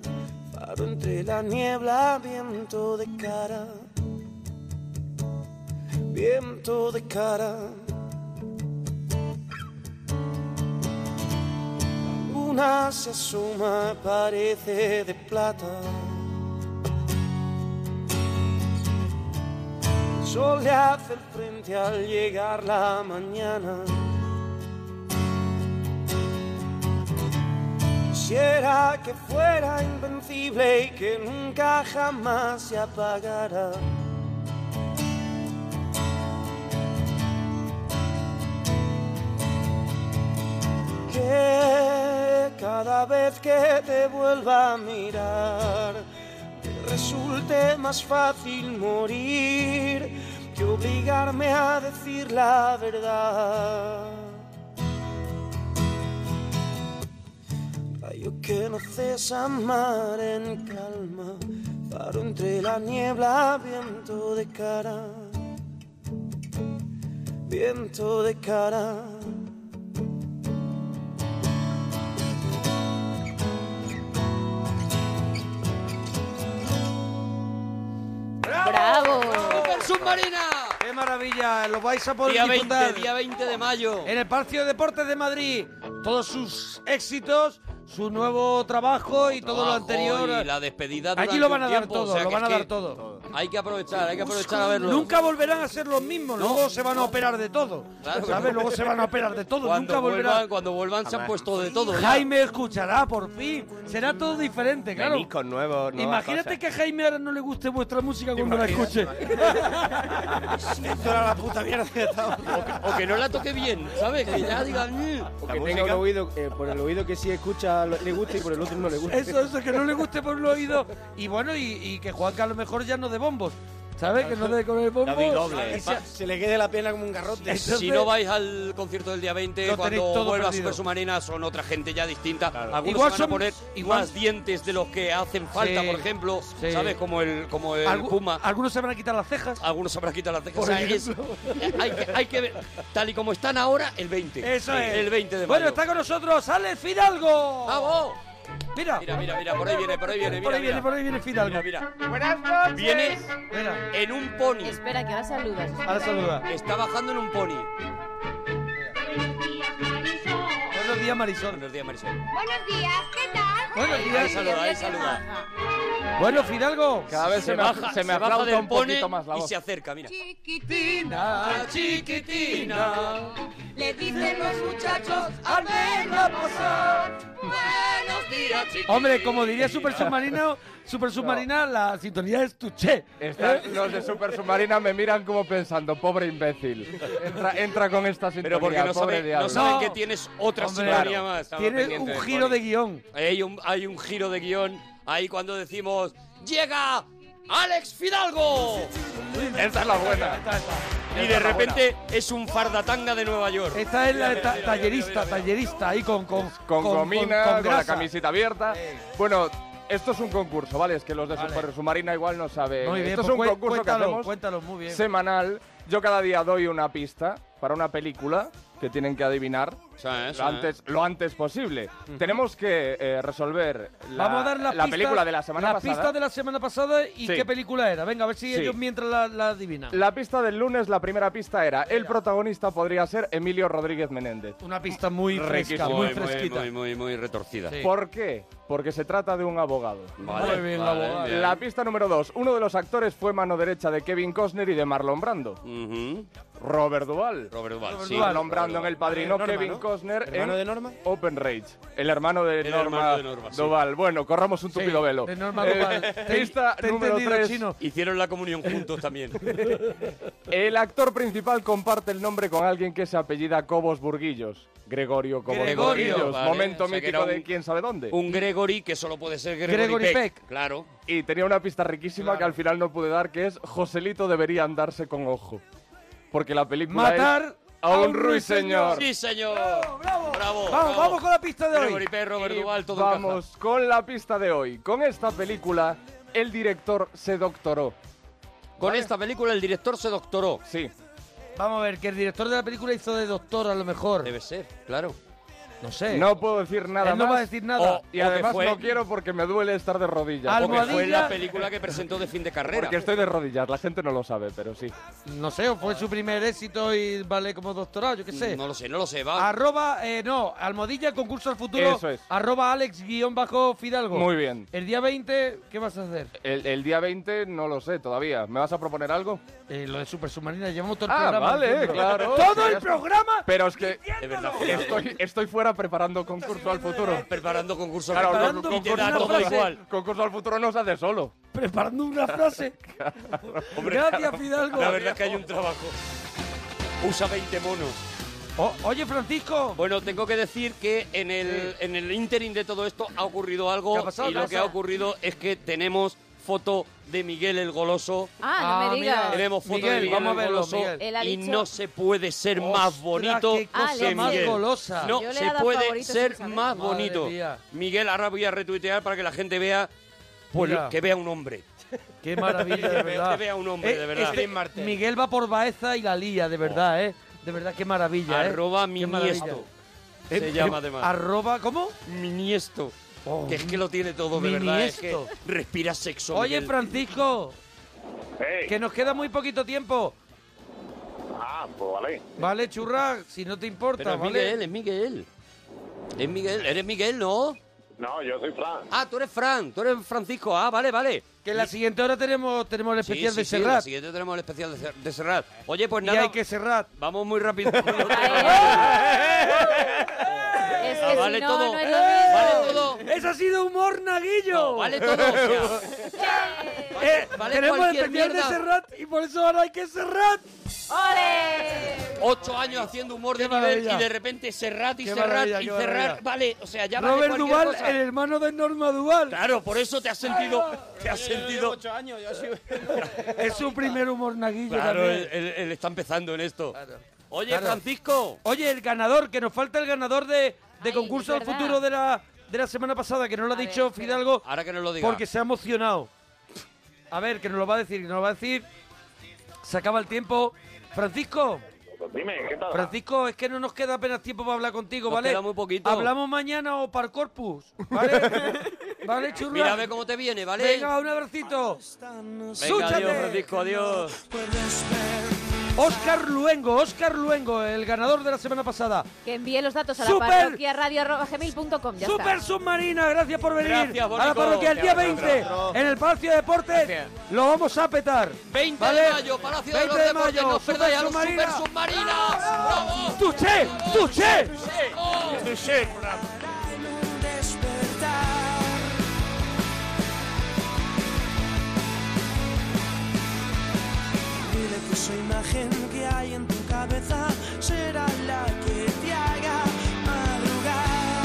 D: faro entre la niebla, viento de cara. viento de cara. Una se asoma, parece de plata. El sol le hace el frente al llegar la mañana. Quisiera que fuera invencible y que nunca jamás se apagara. Que cada vez que te vuelva a mirar, te resulte más fácil morir que obligarme a decir la verdad. Rayo que no cesa mar en calma, paro entre la niebla, viento de cara, viento de cara.
B: ¡Bravo!
C: ¡Super submarina! ¡Qué maravilla! Lo vais a poder
A: Día 20,
C: disfrutar.
A: día 20 de mayo.
C: En el Parque de Deportes de Madrid. Todos sus éxitos, su nuevo trabajo y todo lo
A: Trabajo
C: anterior.
A: Ah, Y la despedida durante
C: Allí lo van a
A: un
C: dar
A: tiempo,
C: todo,
A: o sea
C: lo
A: que
C: van a
A: es
C: dar
A: que
C: todo.
A: Hay que aprovechar, hay que aprovechar a verlo.
C: Nunca volverán a ser los mismos, luego se van a operar de todo.
A: Claro.
C: ¿Sabes? Luego se van a operar de todo,
A: Cuando
C: nunca volverán.
A: vuelvan- cuando vuelvan se han puesto de todo ya.
C: Jaime escuchará, por fin. Será todo diferente, claro.
F: Venís con nuevos, nuevas
C: Imagínate
F: cosas.
C: que a Jaime ahora no le guste vuestra música cuando la
F: imaginas?
C: escuche.
F: Esto era la puta mierda que estaba.
A: O que no la toque bien, ¿sabes? Que ya diga... "Mm".
G: O que tenga un oído, eh, por el oído que sí escucha lo- le gusta y por el otro no le gusta.
C: Eso, eso, que no le guste por el oído. Y bueno, y, y que Juanca a lo mejor ya no de bombos. ¿Sabes? Que no de con el bombo.
E: Que se, se le quede la pierna como un garrote.
A: si no vais al concierto del día 20,
E: Lo
A: cuando
E: tenéis todo
A: vuelva
E: perdido.
A: Super Submarina son otra gente ya distinta. Algunos se
C: Igual
A: van
C: son-
A: a poner
C: igual-
A: más dientes de los que hacen falta,
C: Sí,
A: por ejemplo,
C: sí.
A: ¿sabes? Como el, como el
C: Algu-
A: Puma.
C: Algunos se van a quitar las cejas.
A: Algunos habrán quitado las cejas.
C: Por
A: O sea, Pues es- hay, que, hay que ver, tal y como están ahora, el 20.
C: Eso es.
A: El 20 de mayo.
C: Bueno, está con nosotros Alex Fidalgo.
A: ¡Vamos!
C: Mira.
A: Mira, mira, mira, por ahí viene, por ahí viene.
C: Por
A: mira,
C: ahí viene,
A: mira.
C: por ahí viene Fidalgo.
A: Mira,
N: Buenas
A: mira.
N: noches.
A: Viene en un pony.
B: Espera, que ahora saludas.
C: Ahora saluda.
A: Está bajando en un pony.
C: Buenos días, Marisol.
A: Buenos días, Marisol.
K: Buenos días, ¿qué tal?
C: Buenos días.
A: Ahí saluda, ahí saluda.
C: Bueno, Fidalgo.
N: Cada vez se, me,
A: baja,
N: se me
A: se baja
N: aflauta
A: del
N: un poquito
A: pony
N: más la voz.
A: Y se acerca, mira.
N: Chiquitina,
A: chiquitina,
N: le dicen los muchachos a verla pasar. Buenos días, chiquitina.
C: Hombre, como diría Super Submarino, Super Submarina, la sintonía es tu che.
N: Están-
C: ¿Eh?
N: los de Super Submarina me miran como pensando, pobre imbécil. Entra, entra con esta sintonía,
A: Pero porque no,
N: pobre
A: sabe- no
N: diablo.
A: saben que tienes otra
N: Hombre,
A: sintonía
N: claro.
A: más. Estaba
C: Tiene
A: pendiente
C: un
A: del
C: giro
A: pony.
C: de guión.
A: Hay un, hay un giro de guión. Ahí cuando decimos, ¡llega Alex Fidalgo!
N: Esa es la buena.
A: Y de repente es un fardatanga de Nueva York.
C: Esta es la
A: Mira,
C: ta-
A: mira, mira,
C: tallerista, tallerista, ahí con... Con,
N: con, gomina, con, la
C: grasa. Eh.
N: camiseta abierta. Bueno, esto es un concurso, ¿vale? Es que los de
C: Vale.
N: Super Submarina igual no saben.
C: Muy bien,
N: esto es
C: pues
N: un
C: cuen-
N: concurso
C: cuéntalo,
N: que hacemos
C: cuéntalo, muy bien.
N: semanal. Yo cada día doy una pista para una película que tienen que adivinar
A: sí,
N: lo, antes, lo antes posible. Tenemos que eh, resolver la,
C: Vamos a dar la,
N: la
C: pista-
N: película de la semana
C: la
N: pasada.
C: pista de la semana pasada y
N: Sí.
C: qué película era. Venga, a ver si
N: Sí.
C: ellos mientras la, la adivinan.
N: La pista del lunes, la primera pista era, el protagonista podría ser Emilio Rodríguez Menéndez.
C: Una pista muy fresca,
N: Riquísimo.
C: muy
A: Muy, muy,
C: fresquita.
A: muy, muy, muy retorcida.
N: ¿Por qué? Porque se trata de un abogado.
A: Vale, Muy bien, vale, abogado. bien.
N: La pista número dos. Uno de los actores fue mano derecha de Kevin Costner y de Marlon Brando. Robert Duvall.
A: Robert Duvall, sí.
N: Marlon Brando en El Padrino,
A: Norma,
N: Kevin
A: ¿no?
N: Costner
A: ¿Hermano
N: en
A: de Norma?
N: eh, Open Rage. El hermano de
A: El
N: Norma,
A: hermano de Norma, sí.
N: Duvall. Bueno, corramos un tupido velo.
C: de Norma
N: Eh,
C: Duvall. Te-
N: pista
C: te he
N: número
C: entendido,
N: tres.
C: chino.
A: Hicieron la comunión juntos también.
N: El actor principal comparte el nombre con alguien que se apellida Cobos Burguillos. Gregorio Cobos
A: Gregorio,
N: Burguillos.
A: vale.
N: Momento
A: O sea, que era
N: mítico de
A: un-
N: quién sabe dónde.
A: Un Gregory que solo puede ser Gregory, Peck. Claro.
N: Y tenía una pista riquísima que al final no pude dar, que es Joselito debería andarse con ojo. Porque la película
C: Matar
N: es a un ruiseñor.
A: Sí, señor. Bravo, bravo.
N: Vamos,
A: bravo.
N: vamos con la pista de hoy.
A: Gregory Peck, Robert
N: Y
A: Duvall, todo
N: Vamos con la pista de hoy. Con esta película, el director se doctoró.
A: Con esta película el director se doctoró.
N: Sí.
C: Vamos a ver, que el director de la película hizo de doctor a lo mejor.
A: Debe ser, claro.
C: No sé.
N: No puedo decir nada
C: Él no
N: más.
C: va a decir nada.
N: O- y
C: O que
N: además
C: fue-
N: no quiero porque me duele estar de rodillas.
A: Porque fue la película que presentó de fin de carrera.
N: Porque estoy de rodillas, la gente no lo sabe, pero sí.
C: No sé, o fue su primer éxito y vale como doctorado, yo qué sé.
A: No lo sé, no lo sé, va.
C: Arroba, eh, no, Almodilla, concurso al futuro.
N: Eso es.
C: Arroba Alex guión bajo Fidalgo.
N: Muy bien.
C: El día 20, ¿qué vas a hacer?
N: El, el día 20 no lo sé todavía. ¿Me vas a proponer algo?
C: Eh, lo de Super Submarina, llevamos todo el
N: ah,
C: programa
N: Vale,
C: diciéndolo.
N: claro.
C: Todo
N: sí,
C: el
N: ya está.
C: programa
N: Pero es que
A: Fidalgo.
N: estoy, estoy fuera preparando concurso al futuro.
A: Preparando concurso
N: Claro,
A: al
N: con-
A: futuro.
N: concurso
A: y te da
N: al
A: todo
N: futuro-
A: igual.
N: Concurso al futuro no se hace solo.
C: preparando una frase.
A: Hombre,
C: Gracias,
A: claro.
C: Fidalgo.
A: La verdad es que hay un trabajo. Usa 20 monos.
C: oye, Francisco.
A: Bueno, tengo que decir que en el, en el ínterin de todo esto ha ocurrido algo.
C: ha pasado?
A: y
C: ¿Qué
A: lo
C: ha
A: que ha
C: pasado?
A: ocurrido es que tenemos foto de Miguel el Goloso.
B: Ah, no me digas.
A: Tenemos foto
C: Miguel,
A: de Miguel
C: vamos a
A: el
C: verlo,
A: Goloso.
C: Miguel.
B: Él ha
A: Y
B: dicho-
A: no se puede ser
C: Ostras,
A: más bonito
C: qué cosa
A: que
C: más
A: Miguel.
C: golosa.
A: No,
C: Yo le he
A: se
C: dado
A: puede
C: favorito sin
A: ser
C: saber.
A: más
C: Madre
A: bonito.
C: mía.
A: Miguel, ahora voy a retuitear para que la gente vea. Pues
C: Mira.
A: que vea un hombre.
C: Qué maravilla, de
A: Que vea-
C: verdad.
A: Que vea un hombre,
C: Eh,
A: de verdad. Oh.
C: este Miguel va por Baeza y la lía, de verdad, ¿eh? De verdad, qué maravilla, ¿eh?
A: Arroba mi
C: Qué maravilla.
A: niesto.
C: Eh,
A: Se
C: eh,
A: llama además.
C: Arroba, ¿cómo? Oh.
A: Mi niesto. que es que lo tiene todo, de
C: mi
A: verdad. Es que
C: niesto.
A: respira sexo.
C: Oye,
A: Miguel.
C: Francisco. Que nos queda muy poquito tiempo.
O: Ah, pues vale.
C: Vale, churra, si no te importa,
A: Pero es
C: ¿vale?
A: Miguel, es Miguel. Es Miguel, eres Miguel, ¿no?
O: No, yo soy Fran.
A: Ah, tú eres Fran, tú eres Francisco. Ah, vale, vale.
C: Que la siguiente hora tenemos, tenemos el
A: Sí,
C: especial
A: sí,
C: de
A: sí,
C: Serrat.
A: la siguiente tenemos el especial de Ser- de Serrat. Oye, pues
C: Y
A: nada.
C: hay que Serrat.
A: Vamos muy rápido.
B: Es que
A: Ah,
B: si
A: vale
B: no,
A: todo.
B: no es lo
A: Eh,
B: mismo.
A: Vale todo.
C: ¡Eso ha sido humor, Naguillo!
A: vale todo. o sea,
C: Eh,
A: vale
C: tenemos el
A: cualquier
C: especial de
A: mierda.
C: Serrat y por eso ahora hay que Serrat.
A: Ah, ocho años haciendo humor de
C: Qué
A: nivel
C: maravilla.
A: y de repente Serrat y
C: Qué
A: Serrat
C: maravilla,
A: y
C: qué
A: Serrat.
C: maravilla.
A: Vale, o sea, ya vale
C: Robert
A: cualquier
C: Duval,
A: cosa.
C: el hermano de Norma Duval.
A: Claro, por eso te has sentido. Te has sentido.
O: años, yo soy...
C: Es su primer humor, Naguillo.
A: Claro,
C: también.
A: él, él- él está empezando en esto. Oye,
C: Claro.
A: Francisco.
C: Oye, el ganador, que nos falta el ganador de, de concurso
A: es
C: al
A: verdad.
C: futuro de la, de la semana pasada, que no lo ha dicho Fidalgo.
A: Ahora que nos lo diga.
C: Porque se ha emocionado. A ver, que nos lo va a decir, que nos lo va a decir. Se acaba el tiempo. Francisco.
O: Dime, ¿qué tal?
C: Francisco, es que no nos queda apenas tiempo para hablar contigo,
A: Nos
C: ¿vale?
A: queda muy poquito.
C: Hablamos mañana o par corpus, ¿vale? ¿Vale, churra?
A: Mira, ve cómo te viene, ¿vale?
C: Venga, un abracito.
A: Venga,
C: ¡Súchate!
A: adiós, Francisco, adiós.
C: Oscar Luengo, Oscar Luengo, el ganador de la semana pasada.
B: Que envíe los datos a
C: Super-
B: la parroquia radio.gmail.com. Ya está.
C: Super Submarina, gracias por venir
A: Gracias,
C: a la
A: Bonico.
C: parroquia el día
A: Gracias,
C: 20 en el Palacio de Deportes. Lo vamos a petar.
A: 20
C: ¿vale?
A: de mayo, Palacio de los
C: 20 de
A: Deportes,
C: mayo,
A: no os perdáis a los
C: Super
A: Super
C: Submarina.
A: Submarinas. ¡Bravo!
C: ¡Tuché! ¡Tuché!
A: ¡Tuché!
D: En un despertar. Dile que esa imagen que hay en tu cabeza será la que te haga madrugar.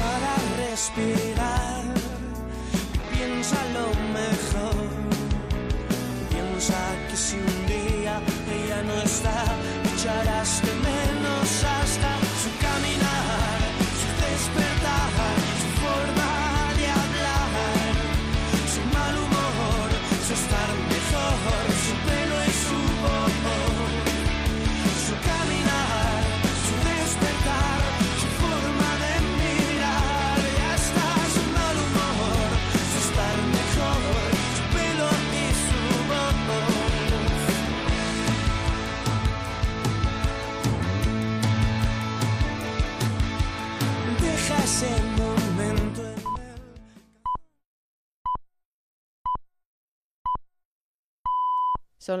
D: Para respirar, piensa lo mejor. Piensa que si un día ella no está, echarás de menos hasta su caminar, su despertar, su forma de hablar, su mal humor, su estar mejor, su pelo y su voz, su caminar, su despertar, su forma de mirar y hasta su mal humor, su estar mejor, su pelo y su voz. Deja ese momento en
P: Son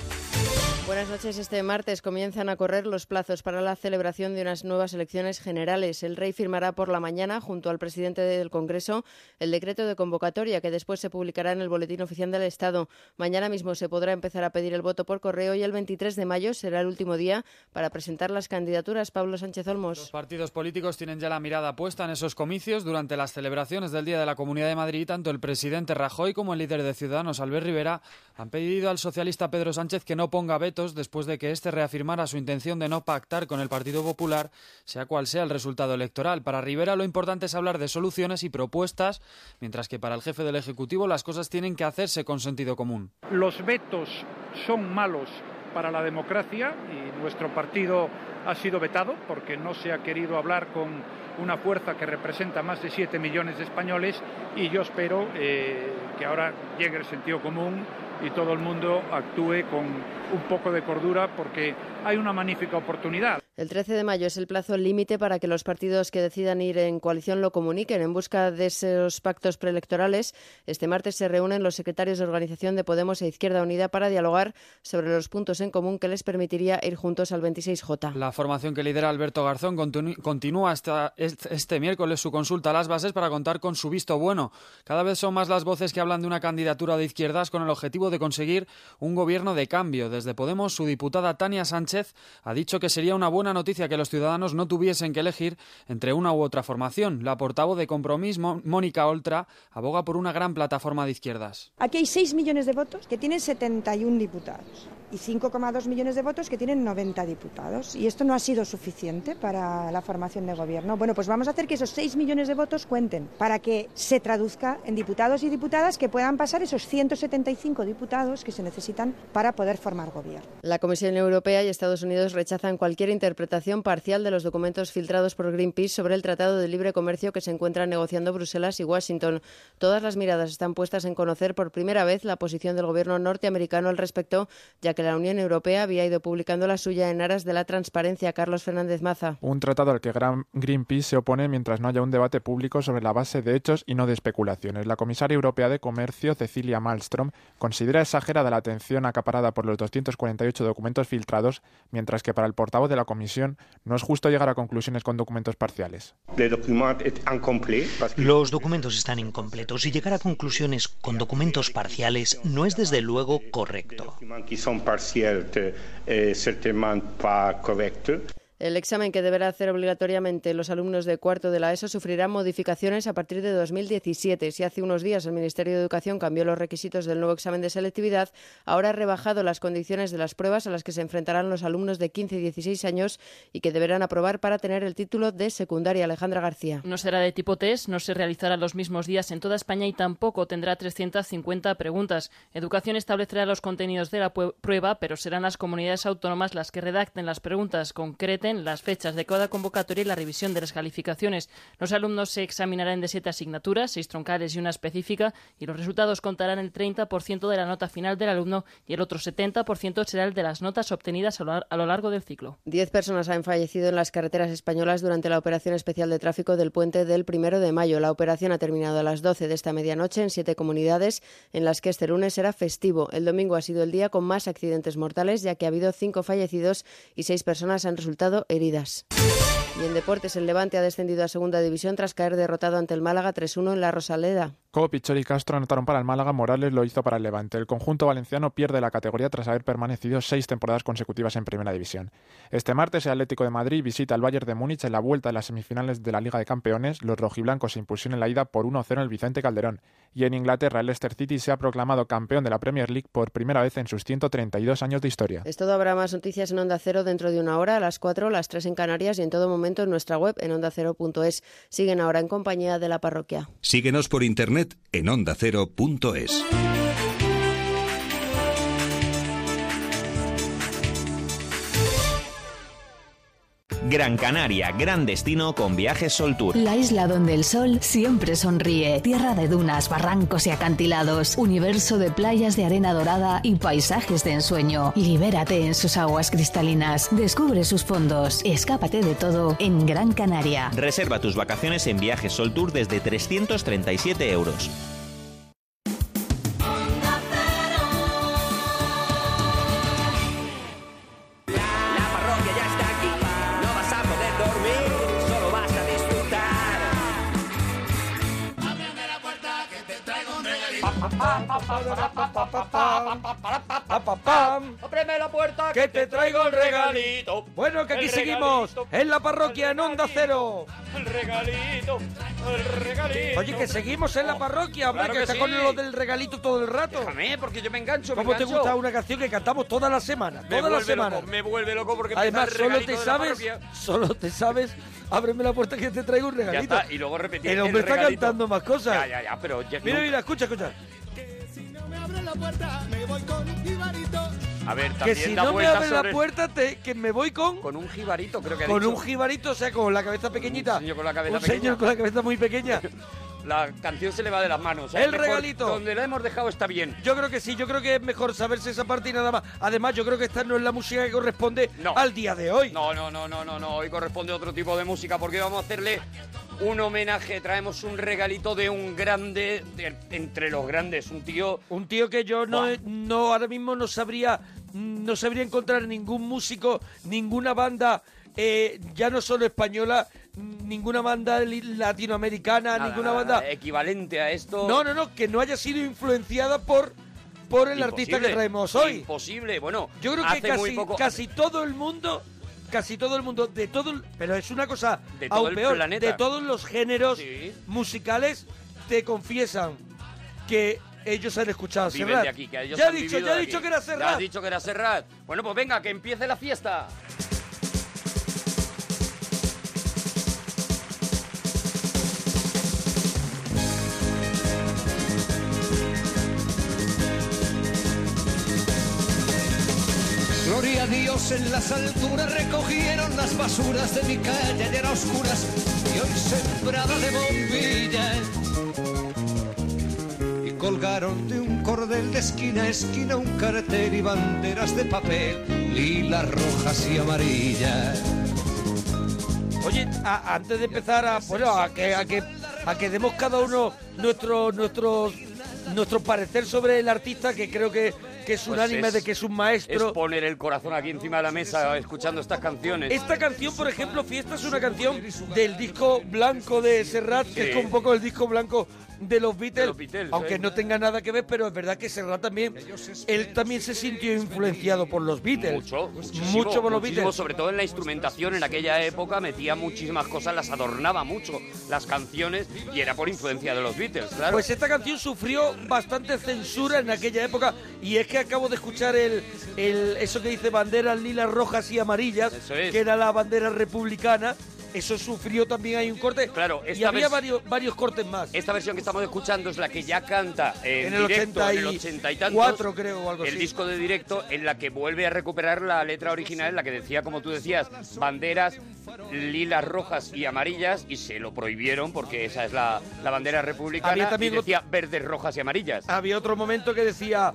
P: Buenas noches. Este martes comienzan a correr los plazos para la celebración de unas nuevas elecciones generales. El rey firmará por la mañana, junto al presidente del Congreso, el decreto de convocatoria que después se publicará en el Boletín Oficial del Estado. Mañana mismo se podrá empezar a pedir el voto por correo y el 23 de mayo será el último día para presentar las candidaturas. Pablo Sánchez Olmos.
Q: Los partidos políticos tienen ya la mirada puesta en esos comicios. Durante las celebraciones del Día de la Comunidad de Madrid, tanto el presidente Rajoy como el líder de Ciudadanos, Albert Rivera, han pedido al socialista Pedro Sánchez que no ponga veto candidatos después de que éste reafirmara su intención de no pactar con el Partido Popular, sea cual sea el resultado electoral. Para Rivera lo importante es hablar de soluciones y propuestas, mientras que para el jefe del Ejecutivo las cosas tienen que hacerse con sentido común.
R: Los vetos son malos para la democracia y nuestro partido ha sido vetado porque no se ha querido hablar con una fuerza que representa más de 7 millones de españoles y yo espero eh, que ahora llegue el sentido común y todo el mundo actúe con un poco de cordura porque hay una magnífica oportunidad.
P: El 13 de mayo es el plazo límite para que los partidos que decidan ir en coalición lo comuniquen en busca de esos pactos preelectorales. Este martes se reúnen los secretarios de organización de Podemos e Izquierda Unida para dialogar sobre los puntos en común que les permitiría ir juntos al 26J.
Q: La formación que lidera Alberto Garzón continu- continúa hasta est- este miércoles su consulta a las bases para contar con su visto bueno. Cada vez son más las voces que hablan de una candidatura de izquierdas con el objetivo de conseguir un gobierno de cambio. Desde Podemos, su diputada Tania Sánchez ha dicho que sería una buena noticia que los ciudadanos no tuviesen que elegir entre una u otra formación. La portavoz de Compromís, Mo- Mónica Oltra, aboga por una gran plataforma de izquierdas.
S: Aquí hay 6 millones de votos que tienen 71 diputados y 5,2 millones de votos que tienen 90 diputados. Y esto no ha sido suficiente para la formación de gobierno. Bueno, pues vamos a hacer que esos 6 millones de votos cuenten para que se traduzca en diputados y diputadas que puedan pasar esos 175 diputados que se necesitan para poder formar gobierno.
P: La Comisión Europea y Estados Unidos rechazan cualquier interpretación parcial de los documentos filtrados por Greenpeace sobre el Tratado de Libre Comercio que se encuentran negociando Bruselas y Washington. Todas las miradas están puestas en conocer por primera vez la posición del gobierno norteamericano al respecto, ya que la Unión Europea había ido publicando la suya en aras de la transparencia. Carlos Fernández Maza.
T: Un tratado al que Gran- Greenpeace se opone mientras no haya un debate público sobre la base de hechos y no de especulaciones. La comisaria europea de Comercio, Cecilia Malmström, considera exagerada la atención acaparada por los 248 documentos filtrados, mientras que para el portavoz de la comisión no es justo llegar a conclusiones con documentos parciales.
U: Los documentos están incompletos y llegar a conclusiones con documentos parciales no es desde luego correcto.
O: qui sont partiels et certainement pas corrects.
P: El examen que deberá hacer obligatoriamente los alumnos de cuarto de la ESO sufrirá modificaciones a partir de 2017. Si hace unos días el Ministerio de Educación cambió los requisitos del nuevo examen de selectividad, ahora ha rebajado las condiciones de las pruebas a las que se enfrentarán los alumnos de 15 y 16 años y que deberán aprobar para tener el título de secundaria. Alejandra García.
V: No será de tipo test, no se realizará los mismos días en toda España y tampoco tendrá 350 preguntas. Educación establecerá los contenidos de la pue- prueba, pero serán las comunidades autónomas las que redacten las preguntas, concreten las fechas de cada convocatoria y la revisión de las calificaciones. Los alumnos se examinarán de siete asignaturas, seis troncales y una específica, y los resultados contarán el 30% de la nota final del alumno y el otro 70% será el de las notas obtenidas a lo lar- a lo largo del ciclo.
P: Diez personas han fallecido en las carreteras españolas durante la operación especial de tráfico del puente del primero de mayo. La operación ha terminado a las 12 de esta medianoche en siete comunidades en las que este lunes será festivo. El domingo ha sido el día con más accidentes mortales, ya que ha habido cinco fallecidos y seis personas han resultado heridas. Y en deportes, el Levante ha descendido a segunda división tras caer derrotado ante el Málaga 3-1 en la Rosaleda.
T: Cobo, Pichor y Castro anotaron para el Málaga, Morales lo hizo para el Levante. El conjunto valenciano pierde la categoría tras haber permanecido seis temporadas consecutivas en Primera División. Este martes el Atlético de Madrid visita al Bayern de Múnich en la vuelta de las semifinales de la Liga de Campeones. Los rojiblancos se impusieron en la ida por 1-0 en el Vicente Calderón. Y en Inglaterra el Leicester City se ha proclamado campeón de la Premier League por primera vez en sus 132 años de historia.
P: Es todo, habrá más noticias en Onda Cero dentro de una hora, a las 4, las 3 en Canarias y en todo momento en nuestra web en ondacero.es. Siguen ahora en compañía de la parroquia.
W: Síguenos por internet en ondacero.es.
X: Gran Canaria, gran destino con viajes Sol Tour.
Y: La isla donde el sol siempre sonríe. Tierra de dunas, barrancos y acantilados. Universo de playas de arena dorada y paisajes de ensueño. Libérate en sus aguas cristalinas. Descubre sus fondos. Escápate de todo en Gran Canaria.
X: Reserva tus vacaciones en viajes Sol Tour desde 337 euros.
D: No vas a poder dormir, solo vas a disfrutar. Ábreme la puerta que te traigo un
R: Ábreme la puerta que te traigo el regalito.
C: Bueno, que aquí
R: El
C: seguimos en la parroquia en Onda Cero.
R: El regalito.
C: Oye, que seguimos en la parroquia, hombre,
A: Claro
C: que,
A: Oh, que
C: está
A: sí.
C: con lo del regalito todo el rato. Déjame,
A: porque yo me engancho, me
C: ¿Cómo te
A: engancho.
C: gusta una canción que cantamos toda la semana?
A: Me
C: Toda la
A: vuelve
C: semana.
A: loco, me vuelve loco porque empieza
C: Además,
A: el
C: solo
A: regalito
C: te
A: de la
C: sabes,
A: parroquia.
C: solo te sabes, ábreme la puerta que te traigo un
A: Ya
C: regalito.
A: está, y luego repetir
C: El
A: el
C: hombre está
A: regalito.
C: cantando más cosas.
A: Ya, ya, ya, pero ya-
C: mira,
A: nunca.
C: mira, escucha, escucha.
A: A ver,
C: Que
A: también
C: si
A: da
C: no me
A: vueltas
C: abres
A: sobre-
C: la puerta, te- que me voy con...
A: Con un jibarito, creo que ha
C: Con
A: dicho.
C: un jibarito, o sea, con la cabeza pequeñita.
A: Un señor con la cabeza
C: Un señor
A: pequeña.
C: con la cabeza muy pequeña.
A: La canción se le va de las manos.
C: El
A: Es mejor
C: regalito.
A: Donde la hemos dejado está bien.
C: Yo creo que sí, yo creo que es mejor saberse esa parte y nada más. Además, yo creo que esta no es la música que corresponde al día de hoy.
A: No, no, no, no, no, no. Hoy corresponde otro tipo de música porque vamos a hacerle un homenaje. Traemos un regalito de un grande, de- entre los grandes, un tío.
C: Un tío que yo no, no ahora mismo no sabría, mm, no sabría encontrar ningún músico, ninguna banda, eh, ya no solo española, mm, ninguna banda li- latinoamericana,
A: nada,
C: ninguna
A: nada,
C: banda.
A: nada, equivalente a esto.
C: No, no, no, que no haya sido influenciada por, por el artista que
A: Imposible,
C: traemos hoy.
A: Imposible, bueno.
C: Yo creo
A: hace
C: que
A: muy
C: casi,
A: poco-
C: casi todo el mundo, casi todo el mundo, de todo, el- pero es una cosa
A: De todo
C: aún
A: el
C: peor,
A: planeta.
C: de todos los géneros musicales, te confiesan que ellos han escuchado
A: viven
C: Serrat.
A: de aquí, que ellos
C: ya
A: han
C: he dicho,
A: vivido
C: ya he
A: de
C: dicho
A: aquí.
C: que era
A: Ya
C: Serrat.
A: has dicho que era Serrat. Bueno, pues venga, que empiece la fiesta.
H: Gloria a Dios, en las alturas recogieron las basuras de mi calle, ayer a oscuras y hoy sembrada de bombillas. Y colgaron de un cordel de esquina a esquina un cartel y banderas de papel, lilas, rojas y amarillas.
C: Oye, a- antes de empezar a, bueno, a que, a que, a que demos cada uno nuestro, nuestro, nuestro parecer sobre el artista, que creo que, que es
A: Pues
C: unánime
A: es-
C: de que es un
A: Es
C: maestro.
A: poner el corazón aquí encima de la mesa escuchando estas canciones.
C: Esta canción, por ejemplo, Fiesta es una canción del disco blanco de Serrat, que es
A: Sí.
C: un poco el disco blanco de los Beatles,
A: Beatles,
C: aunque
A: ¿eh?
C: no tenga nada que ver, pero es verdad que Serrat también, él también se sintió influenciado por los Beatles.
A: Mucho, muchísimo,
C: mucho por los
A: muchísimo,
C: Beatles.
A: sobre todo en la instrumentación en aquella época metía muchísimas cosas, las adornaba mucho las canciones y era por influencia de los Beatles, claro.
C: Pues esta canción sufrió bastante censura en aquella época y es que acabo de escuchar el, el- eso que dice banderas lilas, rojas y amarillas,
A: es.
C: que era la bandera republicana. Eso sufrió también, hay un corte. Claro, y
A: esta
C: había
A: vers-
C: varios, varios cortes más.
A: Esta versión que estamos escuchando es la que ya canta en,
C: En el
A: directo, en el 80 y tantos,
C: 84 creo, o algo
A: el
C: así.
A: disco de directo en la que vuelve a recuperar la letra original, en la que decía, como tú decías, banderas lilas, rojas y amarillas, y se lo prohibieron porque esa es la, la bandera republicana,
C: Había también
A: y decía verdes, rojas y amarillas.
C: Había otro momento que decía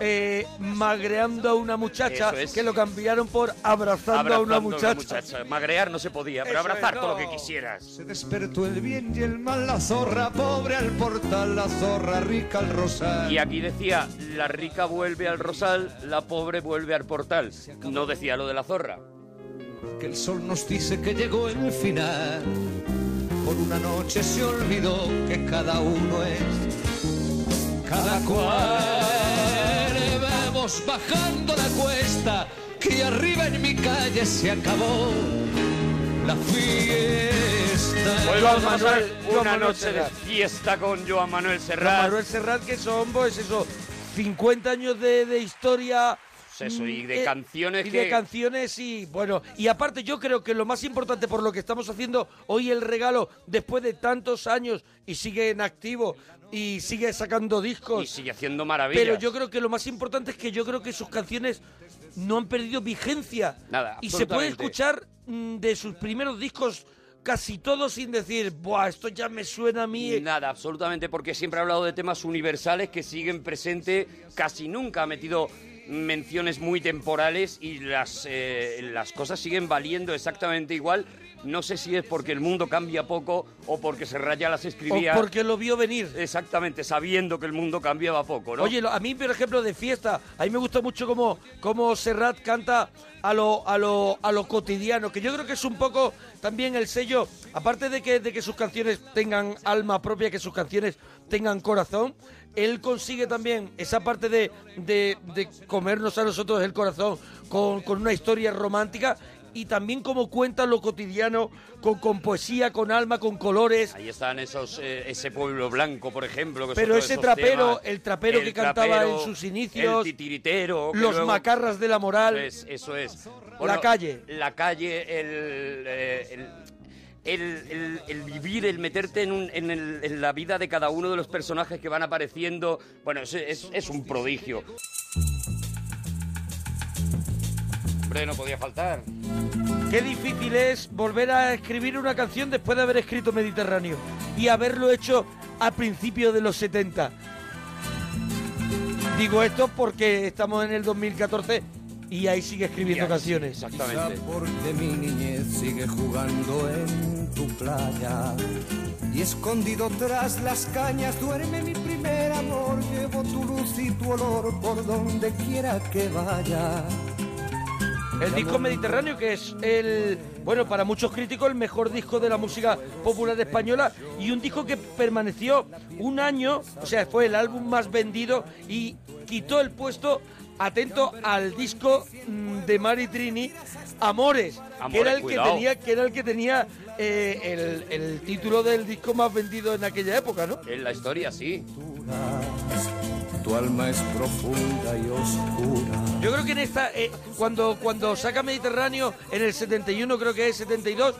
C: eh, magreando a una muchacha,
A: Eso es.
C: que lo cambiaron por abrazando, a una muchacha.
A: Magrear no se podía, pero
C: Eso es,
A: abrazar todo lo
C: no.
A: que quisieras.
H: Se despertó el bien y el mal, la zorra pobre al portal, la zorra rica al rosal.
A: Y aquí decía, la rica vuelve al rosal, la pobre vuelve al portal. No decía lo de la zorra.
H: que el sol nos dice que llegó el final. Por una noche se olvidó que cada uno es cada cual. Vamos bajando la cuesta, que arriba en mi calle se acabó la fiesta.
A: Hoy Pues vamos a pasar una noche de fiesta con Joan Manuel
C: Juan
A: Serrat.
C: Manuel Serrat, que son, pues eso, 50 años de, de historia.
A: Pues eso, y de
C: mm, eh,
A: canciones
C: y de
A: que-
C: canciones y bueno y aparte yo creo que lo más importante por lo que estamos haciendo hoy el regalo después de tantos años y sigue en activo y sigue sacando discos
A: Y sigue haciendo maravillas.
C: Pero yo creo que lo más importante es que yo creo que sus canciones no han perdido vigencia.
A: Nada,
C: Y se puede
A: absolutamente.
C: escuchar mm, de sus primeros discos casi todo sin decir, ¡buah, esto ya me suena a mí!
A: Nada, absolutamente, porque siempre ha hablado de temas universales que siguen presente, casi nunca ha metido menciones muy temporales y las, eh, las cosas siguen valiendo exactamente igual. No sé si es porque el mundo cambia poco o porque Serrat ya las escribía.
C: O porque lo vio venir.
A: Exactamente, sabiendo que el mundo cambiaba poco, ¿no?
C: Oye, lo- a mí, por ejemplo, de fiesta, a mí me gusta mucho cómo, cómo Serrat canta a lo, a, lo, a lo cotidiano, que yo creo que es un poco también el sello, aparte de que, de que sus canciones tengan alma propia, que sus canciones tengan corazón, él consigue también esa parte de, de- de comernos a nosotros el corazón con, con una historia romántica y también cómo cuentan lo cotidiano con, con poesía, con alma, con colores.
A: Ahí están esos, eh, ese pueblo blanco, por ejemplo. Que es
C: Pero
A: otro de
C: ese
A: esos
C: trapero,
A: temas.
C: el trapero que cantaba
A: trapero,
C: en sus inicios,
A: El titiritero. que
C: los
A: luego- Pues
C: macarras de la moral.
A: Eso es. eso es.
C: La calle.
A: La calle, el... eh, el- el- el- el vivir, el meterte en, un- en el- en la vida de cada uno de los personajes que van apareciendo, bueno, es, es- es un prodigio. Hombre, no podía faltar.
C: Qué difícil es volver a escribir una canción después de haber escrito Mediterráneo y haberlo hecho a principios de los 70. Digo esto porque estamos en el 2014 y ahí sigue escribiendo canciones.
A: Exactamente.
H: porque mi niñez sigue jugando en tu playa. Y escondido tras las cañas duerme mi primer amor. Llevo tu luz y tu olor por donde quiera que vaya.
C: El disco Mediterráneo, que es el, bueno, para muchos críticos, el mejor disco de la música popular española y un disco que permaneció un año, o sea, fue el álbum más vendido y quitó el puesto, atento al disco mm, de Mari Trini, Amores, que
A: Amores,
C: era el
A: cuidado.
C: que tenía, que era el que tenía eh, el, el título del disco más vendido en aquella época, ¿no?
A: En la historia, sí.
H: Tu alma es profunda y oscura.
C: Yo creo que en esta, eh, cuando, cuando saca Mediterráneo, en el 71, creo que es 72,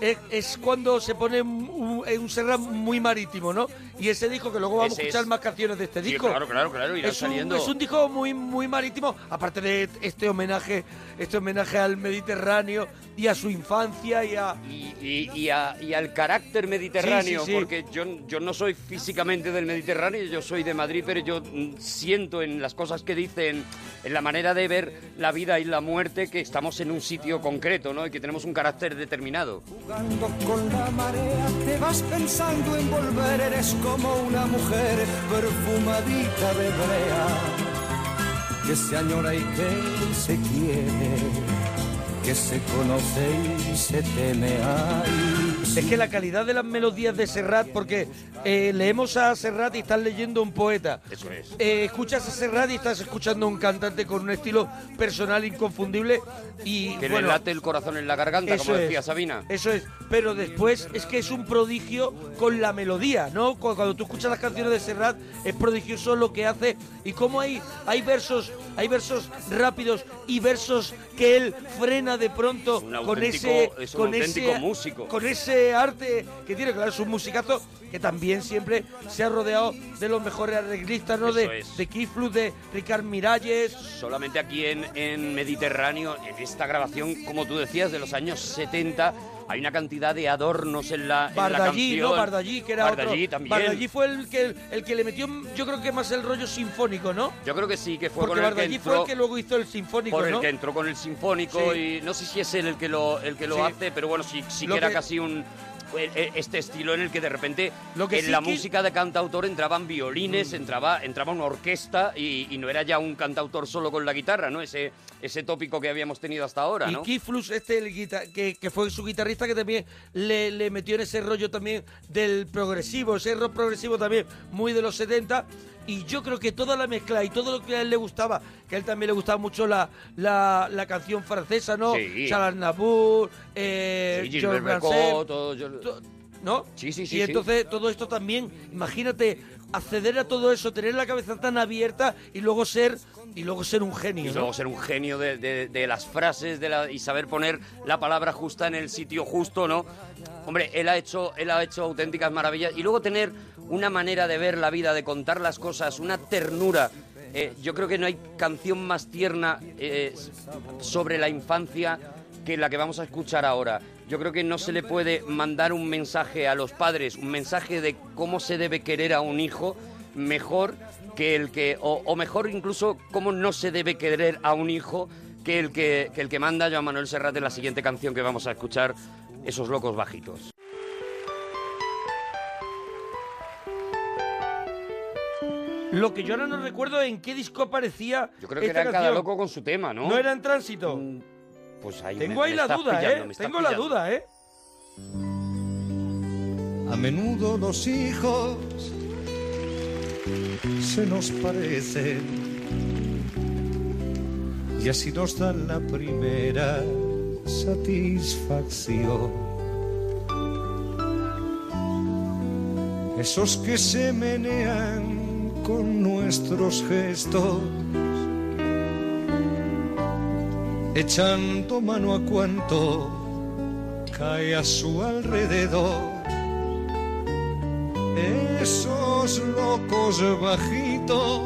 C: es, es cuando se pone un, un- eh, un Serrat muy marítimo, ¿no? Y ese disco, que luego vamos
A: Ese
C: a escuchar
A: es-
C: más canciones de este
A: Sí,
C: disco.
A: claro, claro, claro, irá
C: es un,
A: saliendo.
C: Es un disco muy, muy marítimo, aparte de este homenaje, este homenaje al Mediterráneo y a su infancia y a...
A: y, y a- y al carácter mediterráneo,
C: Sí, sí, sí.
A: porque yo, yo no soy físicamente del Mediterráneo, yo soy de Madrid, pero yo mm, siento en las cosas que dicen, en la manera de ver la vida y la muerte, que estamos en un sitio concreto, ¿no? Y que tenemos un carácter determinado.
H: Jugando con la marea te vas pensando en volver. Eres como una mujer perfumadita de brea. Que se añora y que se quiere. Que se conoce y se teme. Ay,
C: Es que la calidad de las melodías de Serrat, porque eh, leemos a Serrat y estás leyendo un poeta.
A: Eso es.
C: Eh, escuchas a Serrat y estás escuchando a un cantante con un estilo personal inconfundible y
A: Que
C: bueno,
A: le late el corazón en la garganta,
C: eso
A: como decía
C: es,
A: Sabina.
C: Eso es, pero después es que es un prodigio con la melodía, ¿no? Cu- Cuando tú escuchas las canciones de Serrat es prodigioso lo que hace y cómo hay hay versos, hay versos rápidos y versos que él frena de pronto
A: un
C: con
A: auténtico-
C: ese
A: es un
C: con
A: auténtico
C: ese
A: músico.
C: con ese arte que tiene, claro, es un musicazo que también siempre se ha rodeado de los mejores arreglistas, ¿no?
A: Eso
C: De,
A: es.
C: de Keith Flood, de Ricard Miralles.
A: Solamente aquí en, en Mediterráneo, en esta grabación, como tú decías, de los años 70, hay una cantidad de adornos en la, en la
C: Bardallí,
A: canción.
C: ¿no? Bardallí, que era
A: Bardallí
C: otro.
A: también.
C: Bardallí fue el que, el que le metió, yo creo que más el rollo sinfónico, ¿no?
A: Yo creo que sí, que fue
C: Porque
A: con el que
C: Bardallí
A: entró...
C: fue el que luego hizo el sinfónico,
A: por el
C: ¿no?
A: que entró con el sinfónico
C: Sí.
A: y no sé si es él el que lo el que lo
C: Sí.
A: hace pero bueno sí, sí
C: Lo
A: que era
C: que-
A: casi un e- e- este estilo en el que de repente
C: Lo que
A: en
C: sí
A: la
C: que- Mm.
A: música de cantautor entraban violines entraba entraba una orquesta y, y no era ya un cantautor solo con la guitarra no ese ese tópico que habíamos tenido hasta ahora
C: y
A: no
C: Keith Flux, este, el guita- que, que fue su guitarrista, que también le, le metió en ese rollo también del progresivo, ese rock progresivo también muy de los 70. Y yo creo que toda la mezcla y todo lo que a él le gustaba, que a él también le gustaba mucho la, la, la canción francesa, ¿no?
A: Sí.
C: Charles Nabur, eh,
A: Sí,
C: Georges
A: Gilbert
C: Brassens,
A: Becot, todo- yo-
C: ¿no?
A: Sí, sí, sí,
C: Y
A: sí.
C: entonces todo esto también, imagínate, acceder a todo eso, tener la cabeza tan abierta y luego ser y luego ser un genio.
A: y
C: ¿no?
A: luego ser un genio de, de- de las frases de la- y saber poner la palabra justa en el sitio justo, ¿no? Hombre, él ha, hecho, él ha hecho auténticas maravillas. Y luego tener una manera de ver la vida, de contar las cosas, una ternura. Eh, yo creo que no hay canción más tierna eh, sobre la infancia que la que vamos a escuchar ahora. Yo creo que no se le puede mandar un mensaje a los padres, un mensaje de cómo se debe querer a un hijo mejor que el que, o, o mejor incluso cómo no se debe querer a un hijo que el que, que el que manda Joan Manuel Serrat en la siguiente canción que vamos a escuchar, Esos locos bajitos.
C: Lo que yo ahora no recuerdo en qué disco aparecía.
A: Yo creo que era cada loco con su tema, ¿no?
C: No era en tránsito.
A: Pues ahí me-
C: Tengo ahí
A: me
C: la
A: estás
C: duda,
A: pillando, me
C: ¿eh?
A: estás
C: Tengo la
A: pillando.
C: duda, ¿eh?
H: A menudo los hijos se nos parecen y así nos dan la primera
I: satisfacción. Esos que se menean con nuestros gestos, echando mano a cuanto cae a su alrededor. Esos locos bajitos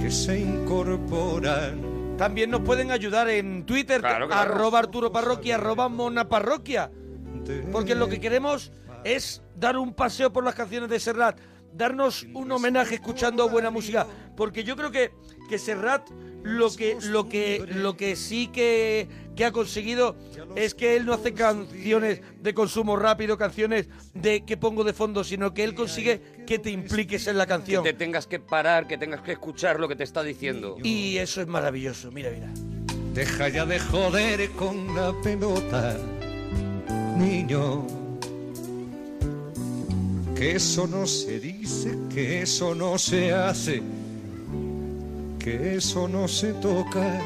I: que se incorporan
C: También nos pueden ayudar en Twitter,
I: Claro, claro.
C: arroba Arturo Parroquia, arroba Mona Parroquia. Porque lo que queremos es dar un paseo por las canciones de Serrat, darnos un homenaje escuchando buena música. Porque yo creo que, que Serrat lo que, lo que, lo que sí que, que ha conseguido es que él no hace canciones de consumo rápido, canciones de que pongo de fondo, sino que él consigue que te impliques en la canción.
A: Que te tengas que parar, que tengas que escuchar lo que te está diciendo.
C: Y eso es maravilloso, mira, mira.
I: Deja ya de joder con la pelota, niño. Que eso no se dice, que eso no se hace, que eso no se toca.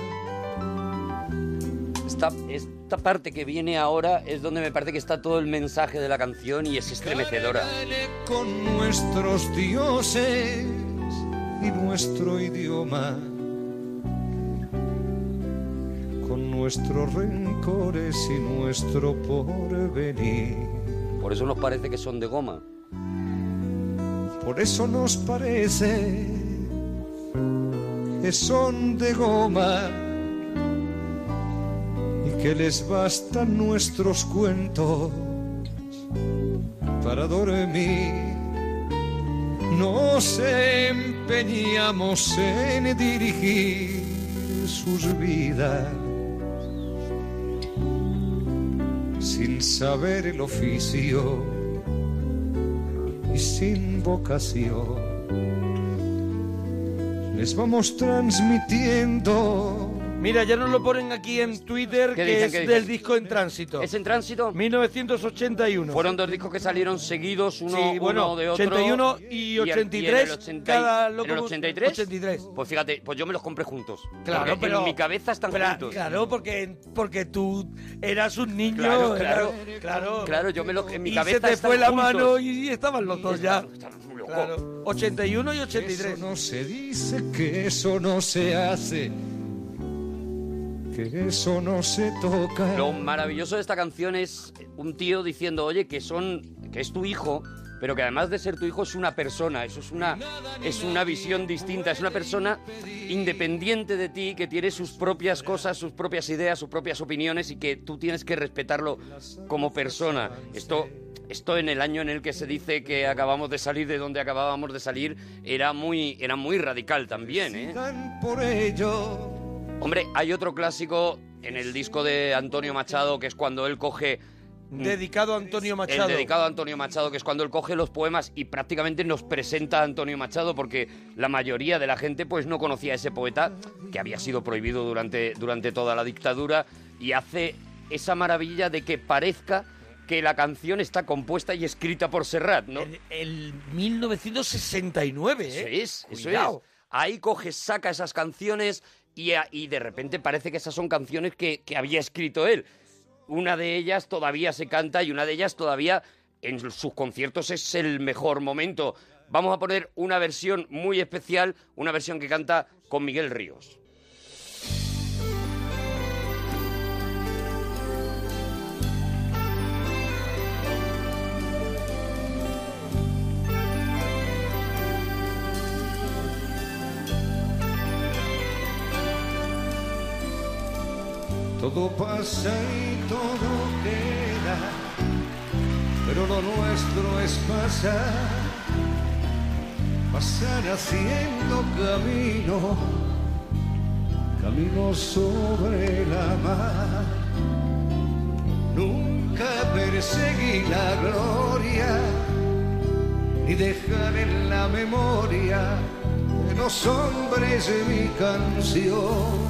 A: Esta, esta parte que viene ahora es donde me parece que está todo el mensaje de la canción y es estremecedora.
I: Con nuestros dioses y nuestro idioma. Con nuestros rencores y nuestro porvenir.
A: Por eso nos parece que son de goma.
I: Por eso nos parece que son de goma y que les bastan nuestros cuentos para dormir. Nos empeñamos en dirigir sus vidas sin saber el oficio y sin vocación. Les vamos transmitiendo.
C: Mira, ya nos lo ponen aquí en Twitter, que
A: dicen,
C: es
A: qué dicen?
C: del disco En Tránsito.
A: ¿Es En Tránsito?
C: 1981.
A: Fueron dos discos que salieron seguidos, uno,
C: Sí, bueno,
A: uno de otro.
C: 81 y
A: en- en el
C: 83,
A: 80 y-
C: cada
A: ¿en el
C: loco-
A: 83? Pues fíjate, pues yo me los compré juntos.
C: Claro,
A: Porque
C: pero-
A: En mi cabeza están
C: Pero,
A: juntos.
C: Claro, porque, porque tú eras un niño.
A: Claro,
C: era-
A: claro,
C: claro.
A: Claro, yo me lo- en mi
C: y
A: cabeza
C: se te
A: están
C: fue la
A: juntos.
C: mano y, y estaban los dos ya.
A: loco.
C: Claro, 81 y 83.
I: Eso no se dice que eso no se hace, que eso no se toca.
A: Lo maravilloso de esta canción es un tío diciendo, oye, que son, que es tu hijo, pero que además de ser tu hijo es una persona. Eso es una, es una visión distinta. Es una persona independiente de ti que tiene sus propias cosas, sus propias ideas, sus propias opiniones y que tú tienes que respetarlo como persona. Esto esto en el año en el que se dice que acabamos de salir de donde acabábamos de salir era muy era muy radical también, ¿eh?
I: Por ello,
A: Hombre, hay otro clásico en el disco de Antonio Machado, que es cuando él coge... mm,
C: Dedicado a Antonio Machado.
A: El dedicado a Antonio Machado, que es cuando él coge los poemas y prácticamente nos presenta a Antonio Machado, porque la mayoría de la gente pues no conocía a ese poeta, que había sido prohibido durante, durante toda la dictadura, y hace esa maravilla de que parezca que la canción está compuesta y escrita por Serrat, ¿no?
C: El 1969, ¿eh?
A: Eso es, eso
C: Cuidado.
A: es. Ahí coge, saca esas canciones y, a- y de repente parece que esas son canciones que, que había escrito él. Una de ellas todavía se canta y una de ellas todavía en sus conciertos es el mejor momento. Vamos a poner una versión muy especial, una versión que canta con Miguel Ríos.
I: todo pasa y todo queda, pero lo nuestro es pasar, pasar haciendo camino, camino sobre la mar. Nunca perseguí la gloria, ni dejar en la memoria de los hombres mi canción.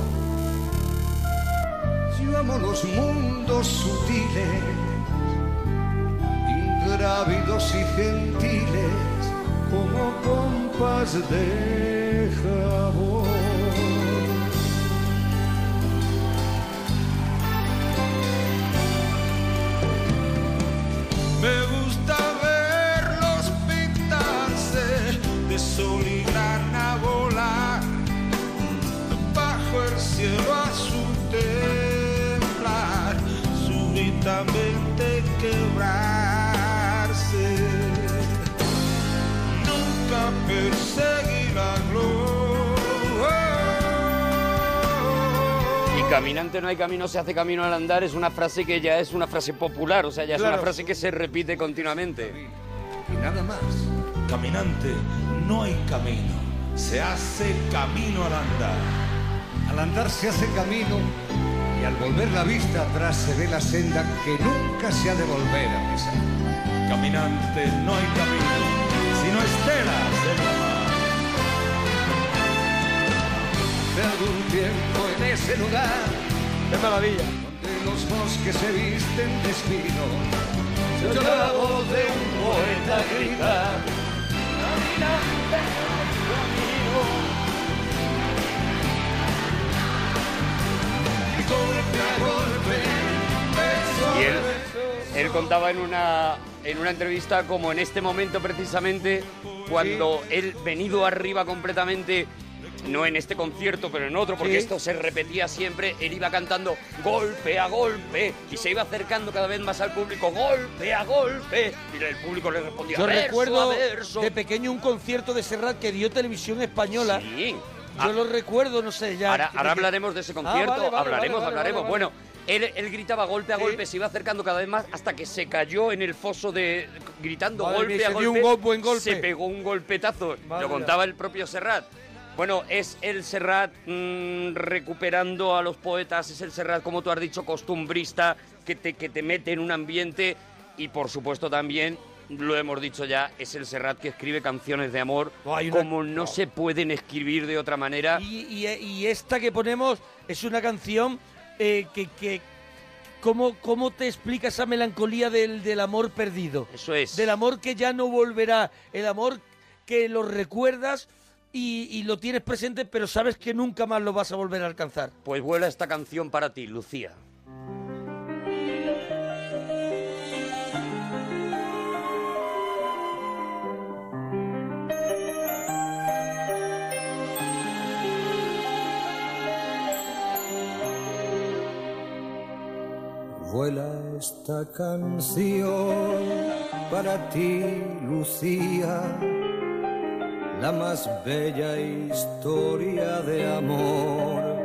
I: Yo amo los mundos sutiles, ingrávidos y gentiles, como compas de jabón.
H: cielo azul temblar, súbitamente quebrarse. Nunca perseguir la gloria.
A: Y caminante no hay camino, se hace camino al andar es una frase que ya es una frase popular, o sea, ya es
H: Claro.
A: una frase que se repite continuamente.
H: Y nada más, caminante, no hay camino, se hace camino al andar.
I: Al andar se hace camino y al volver la vista atrás se ve la senda que nunca se ha de volver a pisar.
H: Caminante, no hay camino, sino estelas en la mar.
I: De algún tiempo en ese lugar. ¡Qué maravilla! Donde los bosques se visten de espino. Se oye la voz de un poeta gritar. Caminante, amigo. Y golpe a golpe, beso
A: Y él,
I: a beso.
A: él contaba en una, en una entrevista como en este momento precisamente, cuando él venido arriba completamente, no en este concierto, pero en otro, porque
C: Sí.
A: esto se repetía siempre, él iba cantando golpe a golpe y se iba acercando cada vez más al público, golpe a golpe, y el público le respondía,
C: Yo
A: verso
C: recuerdo
A: a verso.
C: de pequeño un concierto de Serrat que dio televisión española. Yo lo recuerdo, no sé,
A: Ah.
C: ya.
A: Ahora, ahora hablaremos de ese concierto,
C: Ah, vale, vale,
A: hablaremos,
C: vale, vale,
A: hablaremos.
C: vale.
A: Bueno, él, él gritaba golpe a golpe, se iba acercando cada vez más hasta que se cayó en el foso de gritando
C: Madre
A: golpe
C: mía,
A: a
C: se
A: golpe.
C: dio un gol- buen golpe.
A: Se pegó un golpetazo.
C: Madre
A: Lo contaba el propio Serrat. Bueno, es el Serrat mm, recuperando a los poetas, es el Serrat, como tú has dicho, costumbrista, que te, que te mete en un ambiente y, por supuesto, también, lo hemos dicho ya, es el Serrat que escribe canciones de amor como no se pueden escribir de otra manera.
C: Y, eh, y esta que ponemos es una canción eh, que, que- ¿cómo, ¿Cómo te explica esa melancolía del, del amor perdido?
A: Eso es.
C: Del amor que ya no volverá. El amor que lo recuerdas y, y lo tienes presente, pero sabes que nunca más lo vas a volver a alcanzar.
A: Pues vuela esta canción para ti, Lucía.
I: Vuela esta canción para ti, Lucía, la más bella historia de amor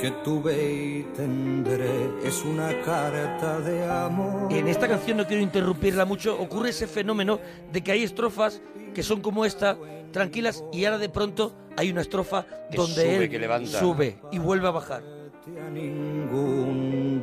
I: que tuve y tendré. Es una carta de amor.
C: En esta canción, no quiero interrumpirla mucho, ocurre ese fenómeno de que hay estrofas que son como esta, tranquilas, y ahora de pronto hay una estrofa
I: Que
C: donde
I: sube,
C: él
I: que levanta.
C: sube y vuelve a bajar.
I: a ningún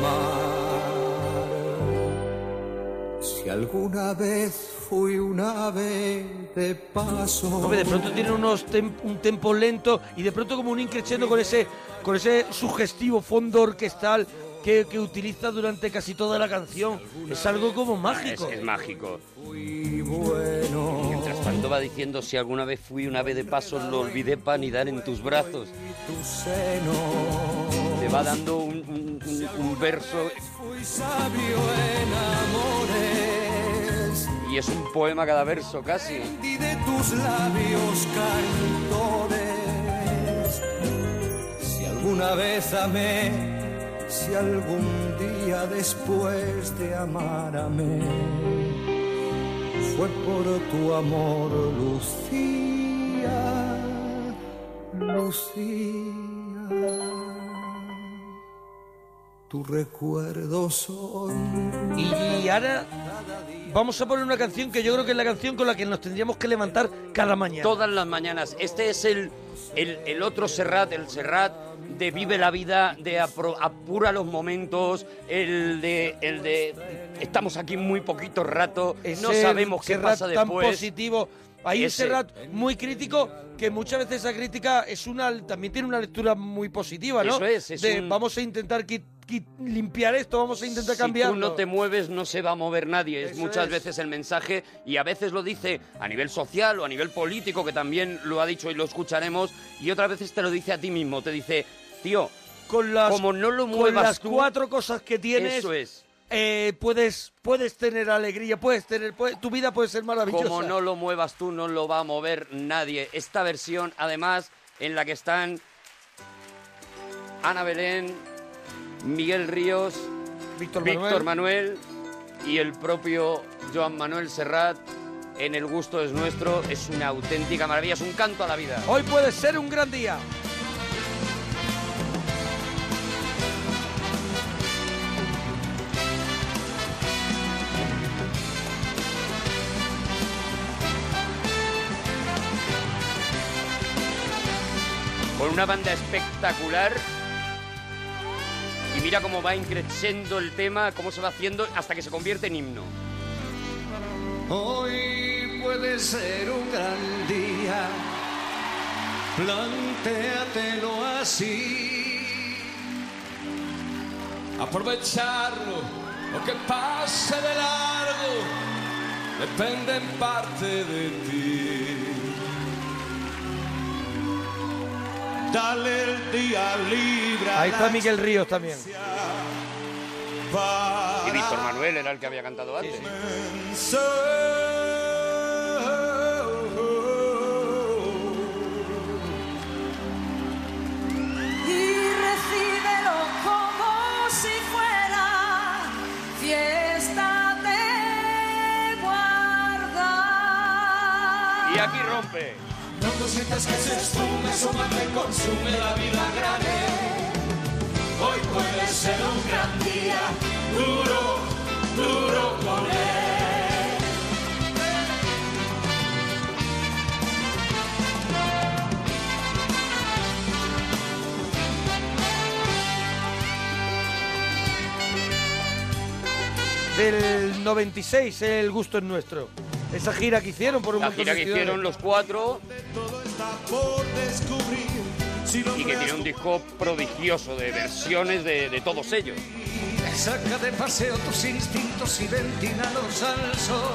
I: mar. Si alguna vez fui un ave de paso.
C: Hombre, de pronto tiene unos tem- un tempo lento y de pronto como un increchendo con ese, con ese sugestivo fondo orquestal que, que utiliza durante casi toda la canción. Es algo como
A: Es,
C: mágico.
A: es mágico. Mientras tanto va diciendo, si alguna vez fui un ave de paso, lo olvidé panidar en tus brazos.
I: tu seno.
A: Te va dando un, un- un- un verso
I: Fui sabio en amores
A: y es un poema cada verso casi.
I: y de tus labios cantores. Si alguna vez amé, si algún día después de amar amé, fue por tu amor, Lucía, Lucía. Tu recuerdo son.
C: Y ahora vamos a poner una canción que yo creo que es la canción con la que nos tendríamos que levantar cada mañana.
A: Todas las mañanas. Este es el, el, el otro Serrat, el Serrat de vive la vida, de apro- apura los momentos, el de, el de estamos aquí muy poquito rato, no
C: Ese
A: sabemos qué
C: Serrat
A: pasa
C: tan
A: después.
C: positivo Ahí
A: Ese-
C: Serrat, muy crítico, que muchas veces esa crítica es una también tiene una lectura muy positiva, ¿no?
A: Eso es, es
C: de
A: un-
C: vamos a intentar qui- qui- limpiar esto, vamos a intentar
A: si
C: cambiarlo.
A: tú no te mueves, no se va a mover nadie. Es
C: Eso
A: muchas
C: es.
A: veces el mensaje, y a veces lo dice a nivel social o a nivel político, que también lo ha dicho y lo escucharemos, y otras veces te lo dice a ti mismo. Te dice, tío,
C: con las,
A: como no lo
C: con
A: muevas
C: las
A: tú,
C: cuatro cosas que tienes.
A: Eso es.
C: eh, puedes, puedes tener alegría, puedes tener, puede- tu vida puede ser maravillosa.
A: Como no lo muevas tú, no lo va a mover nadie. Esta versión, además, en la que están Ana Belén, Miguel Ríos,
C: Víctor,
A: Manuel. y el propio Joan Manuel Serrat. En el gusto es nuestro, es una auténtica maravilla, es un canto a la vida.
C: Hoy puede ser un gran día.
A: Con una banda espectacular. Y mira cómo va increciendo el tema, cómo se va haciendo hasta que se convierte en himno.
H: Hoy puede ser un gran día, plantéatelo así. Aprovecharlo, lo que pase de largo, depende en parte de ti. Dale el día libre. a
C: Ahí está
H: la
C: Miguel Ríos también.
A: Y Víctor Manuel era el que había cantado antes.
G: y recíbelo como si fuera fiesta de guardar.
A: Y aquí rompe.
H: No consientas que se esfume, suma te consume la vida grande. Hoy puede ser un gran día, duro, duro con él.
C: Del 96, ¿eh? El gusto es nuestro. Esa gira que hicieron por un
A: La
C: montón
A: gira
C: de
A: que
C: ciudades.
A: hicieron los cuatro
H: Por descubrir, si
A: y que tiene un disco prodigioso de versiones de, de todos ellos.
H: Saca de paseo tus instintos y ventínalos al sol.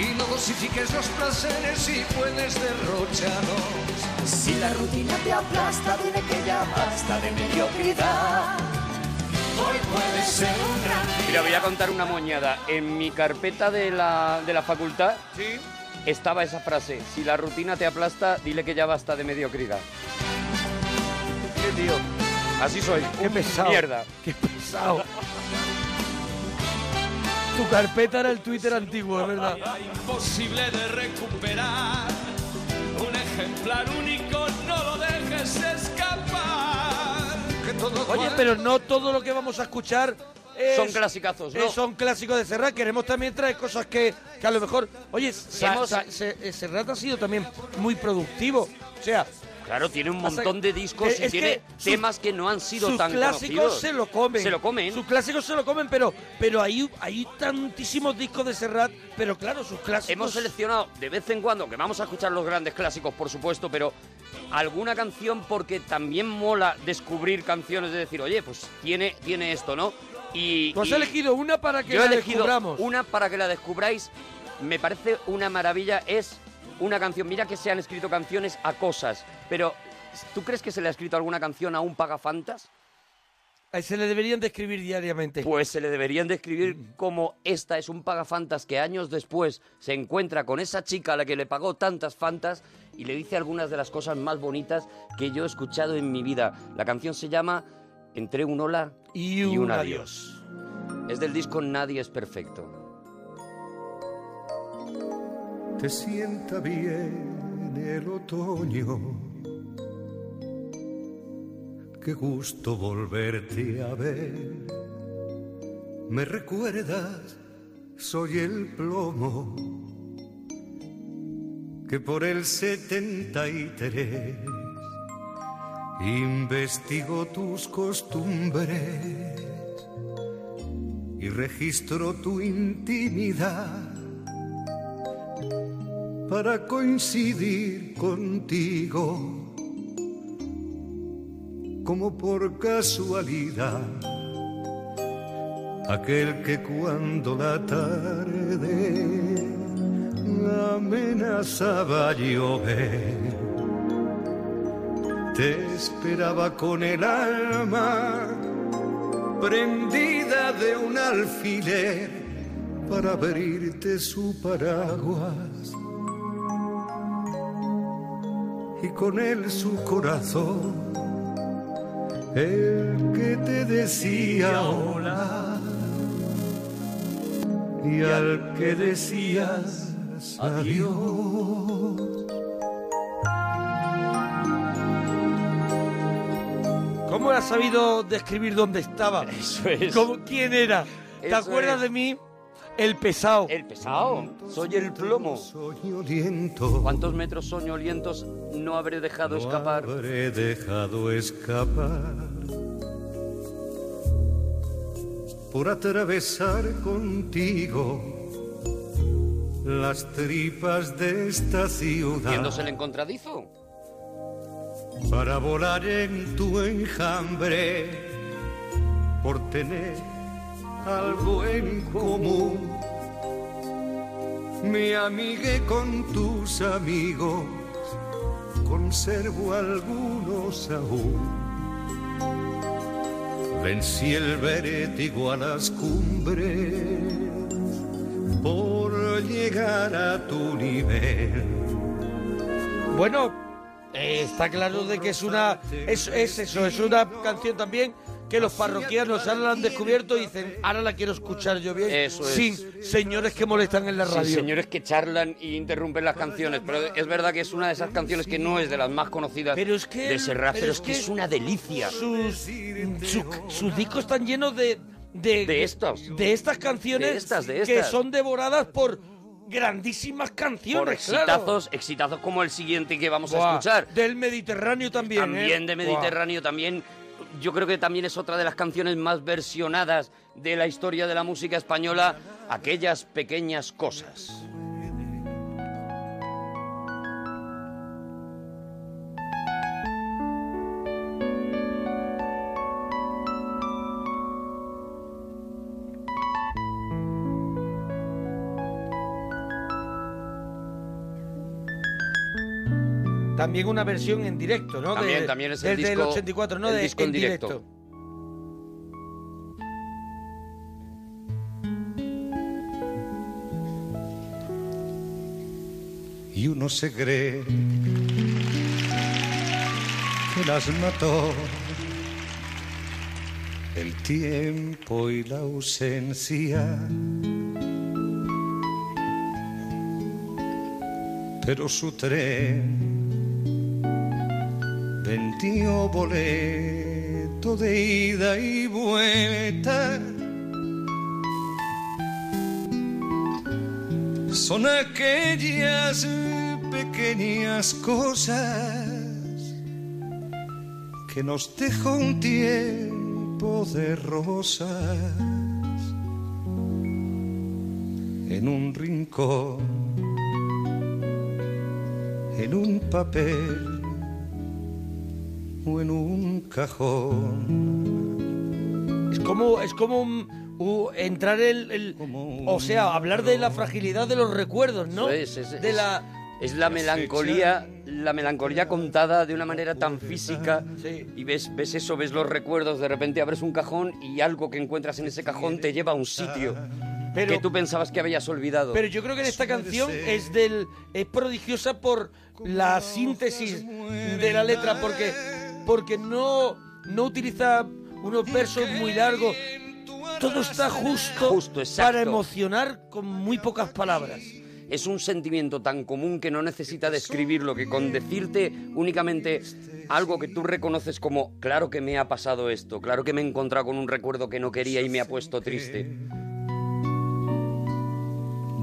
H: Y no dosifiques los placeres y puedes derrocharlos. Si la rutina te aplasta, dime que ya basta de mediocridad. Hoy puede ser un gran
A: Mira, voy a contar una moñada. En mi carpeta de la, de la facultad estaba esa frase, si la rutina te aplasta, dile que ya basta de mediocridad.
C: ¿Qué tío?
A: Así soy.
C: Qué
A: un
C: pesado.
A: Mierda.
C: Qué pesado. Tu carpeta era el Twitter antiguo, es verdad.
H: Imposible de recuperar. Un ejemplar único, no lo dejes escapar. Que todo
C: Oye, pero no todo lo que vamos a escuchar es-
A: Son clasicazos, ¿no?
C: eh, son clásicos de Serrat. Queremos también traer cosas que, que a lo mejor. Oye, Sa-
A: Hemos-
C: Sa- Se- eh, Serrat ha sido también muy productivo. O sea.
A: Claro, tiene un
C: pasa-
A: montón de discos
C: Eh,
A: y
C: es
A: tiene
C: que sus-
A: temas que no han sido
C: sus
A: tan
C: clásicos
A: conocidos.
C: se lo comen.
A: Se lo comen.
C: Sus clásicos se lo comen, pero, pero hay, hay tantísimos discos de Serrat, pero claro, sus clásicos.
A: Hemos seleccionado de vez en cuando, que vamos a escuchar los grandes clásicos, por supuesto, pero alguna canción porque también mola descubrir canciones de decir, oye, pues tiene, tiene esto, ¿no? Y,
C: Tú Pues has
A: y
C: elegido una para que
A: yo he
C: la
A: elegido
C: descubramos.
A: una para que la descubráis. Me parece una maravilla. Es una canción. Mira que se han escrito canciones a cosas, pero ¿tú crees que se le ha escrito alguna canción a un pagafantas?
C: Eh, Se le deberían de escribir diariamente.
A: Pues se le deberían describir como esta es un pagafantas que años después se encuentra con esa chica a la que le pagó tantas fantas y le dice algunas de las cosas más bonitas que yo he escuchado en mi vida. La canción se llama Entre un hola y,
C: un
A: un adiós. Es del disco Nadie es perfecto.
I: Te sienta bien el otoño. Qué gusto volverte a ver. Me recuerdas, soy el plomo que por el 73 investigo tus costumbres y registro tu intimidad. para coincidir contigo, como por casualidad, aquel que cuando la tarde amenazaba llover, eh. te esperaba con el alma prendida de un alfiler para abrirte su paraguas y con él su corazón, el que te decía hola y al que decías adiós.
C: ¿Cómo has sabido describir dónde estaba? Eso
A: es.
C: ¿Cómo, ¿Quién era? ¿Te
A: Eso
C: acuerdas
A: es.
C: de mí? El pesado.
A: El pesado. Soy el plomo. ¿Cuántos metros soñolientos no habré dejado escapar?
I: Habré dejado escapar por atravesar contigo las tripas de esta ciudad
A: Haciéndose el encontradizo.
I: para volar en tu enjambre por tener algo en común. Me amigué con tus amigos, conservo algunos aún. Vencí el vértigo a las cumbres por llegar a tu nivel.
C: Bueno, eh, está claro de que es una. Es, es eso, es una canción también que los parroquianos ahora la han descubierto y dicen, ahora la quiero escuchar yo bien.
A: Eso es.
C: Sin señores que molestan en la
A: Sí,
C: radio.
A: señores que charlan y interrumpen las canciones. Pero es verdad que es una de esas canciones que no es de las más conocidas de Serrat, pero, es que es una delicia.
C: Sus, su- sus discos están llenos de. De,
A: estas.
C: De estas canciones
A: De estas, de
C: que
A: estas.
C: son devoradas por grandísimas canciones.
A: Por
C: claro.
A: exitazos, exitazos como el siguiente que vamos
C: Buah,
A: a escuchar.
C: Del Mediterráneo también.
A: También
C: ¿eh?
A: de
C: Buah.
A: Mediterráneo, también. Yo creo que también es otra de las canciones más versionadas de la historia de la música española, aquellas pequeñas cosas.
C: También una versión en directo, ¿no?
A: También,
C: De-
A: también es el
C: del- del
A: disco-
C: 84, ¿no?
A: el
C: De-
A: disco en directo.
I: y uno se cree que las mató el tiempo y la ausencia. Pero su tren vendió boleto de ida y vuelta. son aquellas eh, pequeñas cosas que nos dejó un tiempo de rosas en un rincón, en un papel o en un cajón.
C: Es como, es como un- u- entrar el, el- O sea, hablar de la fragilidad de los recuerdos, ¿no?
A: Eso es, es-
C: de
A: es-
C: la...
A: Es la melancolía, la melancolía contada de una manera tan física. Y ves, ves eso, ves los recuerdos, de repente abres un cajón y algo que encuentras en ese cajón te lleva a un sitio
C: Ah. Pero-
A: que tú pensabas que habías olvidado.
C: Pero yo creo que en esta canción es del es prodigiosa por la síntesis de la letra, porque, porque no, no utiliza unos versos muy largos. Todo está justo, para emocionar con muy pocas palabras.
A: Es un sentimiento tan común que no necesita describirlo, que con decirte únicamente algo que tú reconoces como, claro que me ha pasado esto, claro que me he encontrado con un recuerdo que no quería y me ha puesto triste.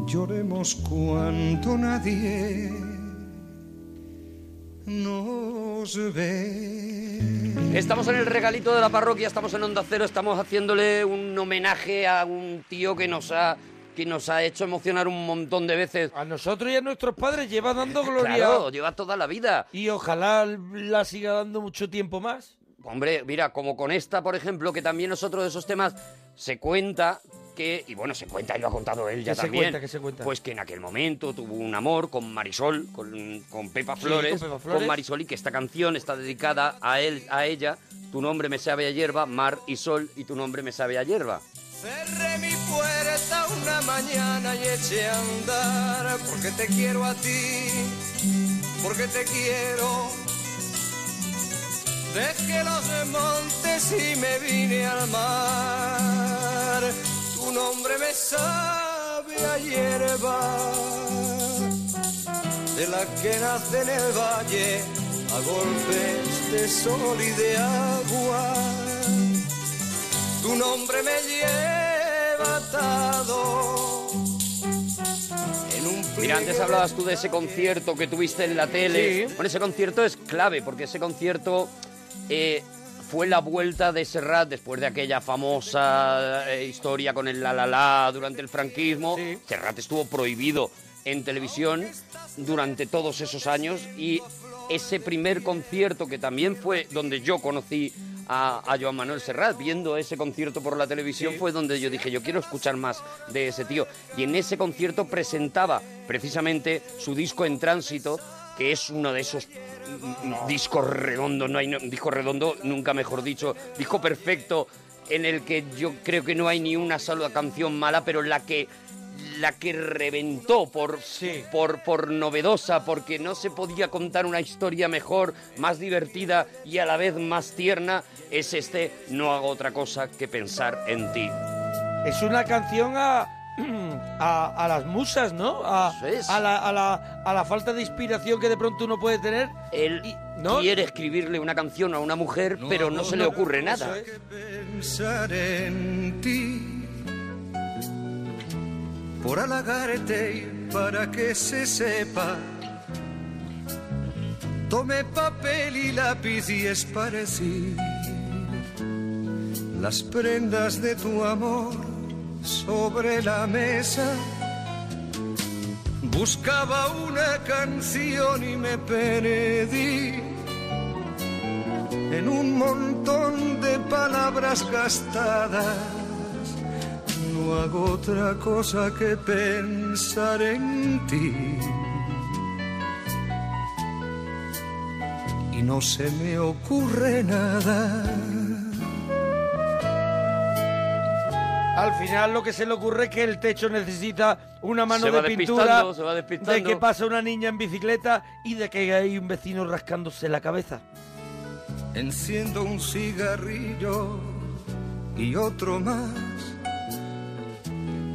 I: Lloremos cuando nadie nos ve.
A: Estamos en el regalito de la parroquia, estamos en Onda Cero, estamos haciéndole un homenaje a un tío que nos ha que nos ha hecho emocionar un montón de veces.
C: A nosotros y a nuestros padres lleva dando gloria.
A: Claro, lleva toda la vida.
C: Y ojalá la siga dando mucho tiempo más.
A: Hombre, mira, como con esta, por ejemplo, que también es otro de esos temas, se cuenta que, y bueno, se cuenta y lo ha contado él ya
C: ¿Qué se
A: también,
C: cuenta, qué se cuenta?
A: pues que en aquel momento tuvo un amor con Marisol, con, con Pepa
C: Sí,
A: Flores,
C: con Pepa Flores.
A: con Marisol y que esta canción está dedicada a él, a ella, tu nombre me sabe a hierba, mar y sol y tu nombre me sabe a hierba.
E: Cerré mi puerta una mañana y eché a andar porque te quiero a ti, porque te quiero. Dejé los montes y me vine al mar. Tu nombre me sabe a hierba de la que nace en el valle a golpes de sol y de agua. Tu nombre me lleva atado en un
A: Mira, antes hablabas tú de ese concierto que tuviste en la tele.
E: Sí.
A: Bueno, ese concierto es clave, porque ese concierto eh, fue la vuelta de Serrat después de aquella famosa eh, historia con el la la la durante el franquismo. Serrat estuvo prohibido en televisión durante todos esos años y ese primer concierto que también fue donde yo conocí a, a Joan Manuel Serrat, viendo ese concierto por la televisión, fue donde yo dije, yo quiero escuchar más de ese tío. Y en ese concierto presentaba precisamente su disco En Tránsito, que es uno de esos mm, discos redondos, no hay no- disco redondo, nunca mejor dicho, disco perfecto, en el que yo creo que no hay ni una sola canción mala, pero la que la que reventó por, por, por novedosa, porque no se podía contar una historia mejor, más divertida y a la vez más tierna, es este No hago otra cosa que pensar en ti.
C: Es una canción a, a, a las musas, ¿no? A, a la, a la- a la falta de inspiración que de pronto uno puede tener.
A: Él quiere escribirle una canción a una mujer, pero no se le ocurre nada.
I: Pensar en ti por halagarte y para que se sepa. Tome papel y lápiz y esparcí las prendas de tu amor sobre la mesa. Buscaba una canción y me perdí en un montón de palabras gastadas. No hago otra cosa que pensar en ti. Y no se me ocurre nada.
C: Al final lo que se le ocurre es que el techo necesita una mano
A: Se
C: de
A: va
C: pintura,
A: despistando, se va despistando.
C: de que pasa una niña en bicicleta y de que hay un vecino rascándose la cabeza.
I: Enciendo un cigarrillo y otro más.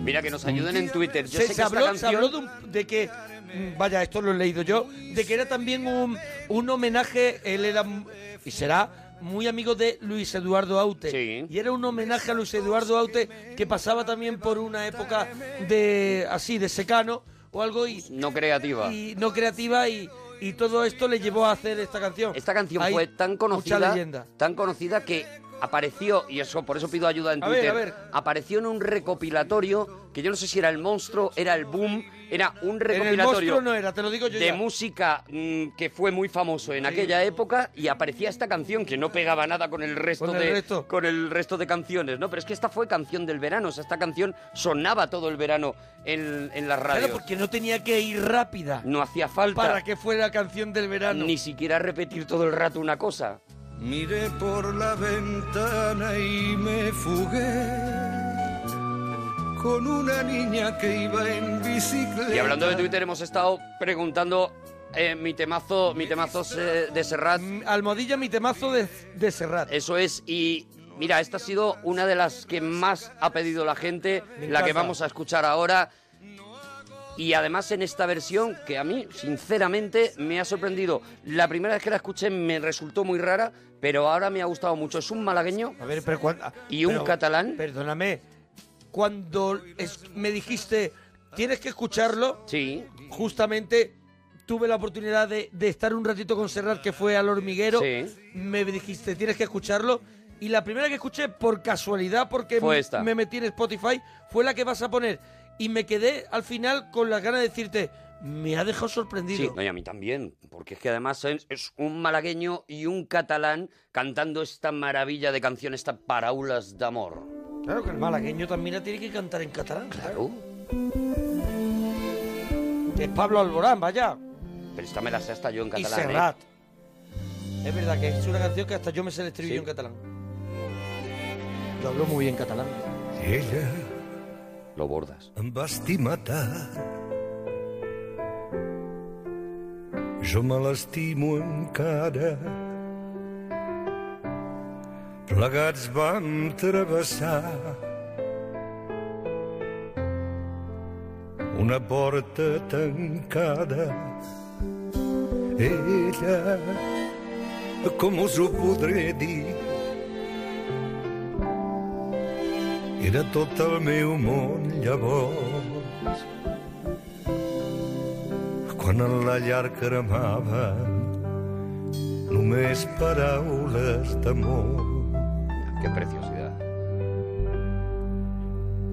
A: Mira, que nos ayuden en Twitter. Yo
C: se,
A: sé
C: se
A: que esta
C: habló, se
A: canción-
C: habló de, un- de que, mm, vaya, esto lo he leído yo, de que era también un, un homenaje, él era, m- y será, muy amigo de Luis Eduardo Aute. Y era un homenaje a Luis Eduardo Aute que pasaba también por una época de, así, de secano o algo y,
A: no creativa.
C: y no creativa y, y todo esto le llevó a hacer esta canción.
A: Esta canción
C: Hay
A: fue tan
C: Mucha
A: conocida,
C: leyenda.
A: tan conocida que apareció y eso por eso pido ayuda en
C: A ver,
A: Twitter.
C: a ver.
A: Apareció en un recopilatorio que yo no sé si era el monstruo, era el boom, era un
C: En el
A: recopilatorio
C: monstruo no era, te lo digo yo
A: de
C: ya.
A: música mm, que fue muy famoso en aquella época y aparecía esta canción que no pegaba nada con el resto
C: Con el
A: de
C: resto.
A: con el resto de canciones, ¿no? Pero es que esta fue canción del verano, o sea, esta canción sonaba todo el verano en, en las radios.
C: Claro, porque no tenía que ir rápida
A: no hacía falta
C: para que fuera canción del verano.
A: ni siquiera repetir todo el rato una cosa.
I: Miré por la ventana y me fugué con una niña que iba en bicicleta.
A: Y hablando de Twitter, hemos estado preguntando eh, mi temazo, mi temazo se- de Serrat.
C: Mm, Almohadilla, mi temazo de, de Serrat.
A: Eso es, y mira, esta ha sido una de las que más ha pedido la gente,
C: Me
A: la que
C: encanta.
A: vamos a escuchar ahora. Y además en esta versión que a mí, sinceramente, me ha sorprendido. La primera vez que la escuché me resultó muy rara, pero ahora me ha gustado mucho. Es un malagueño
C: A ver, pero cuando...
A: y un
C: pero,
A: catalán.
C: Perdóname, cuando es- me dijiste, tienes que escucharlo,
A: sí.
C: justamente tuve la oportunidad de, de estar un ratito con Serrat, que fue al hormiguero,
A: Sí.
C: me dijiste, tienes que escucharlo, y la primera que escuché por casualidad, porque
A: Fue
C: m-
A: esta.
C: me metí en Spotify, fue la que vas a poner. y me quedé al final con las ganas de decirte, me ha dejado sorprendido.
A: Sí, no, y a mí también, porque es que además es, es un malagueño y un catalán cantando esta maravilla de canción, esta Paraulas de Amor.
C: Claro que el malagueño también la tiene que cantar en catalán. Claro. Es Pablo Alborán, vaya.
A: Pero esta me la sé hasta yo en
C: Y
A: catalán. ¿eh?
C: Serrat. Es verdad que es una canción que hasta yo me sé el estribillo en catalán. Yo hablo muy bien catalán.
I: Ella
A: Lo bordas.
I: em va estimar tant. Jo me l'estimo encara. Plegats vam travessar una porta tancada. Ella, com us ho podré dir, era tot el meu món llavors. Quan en la llar cremava només paraules d'amor.
A: Que preciositat.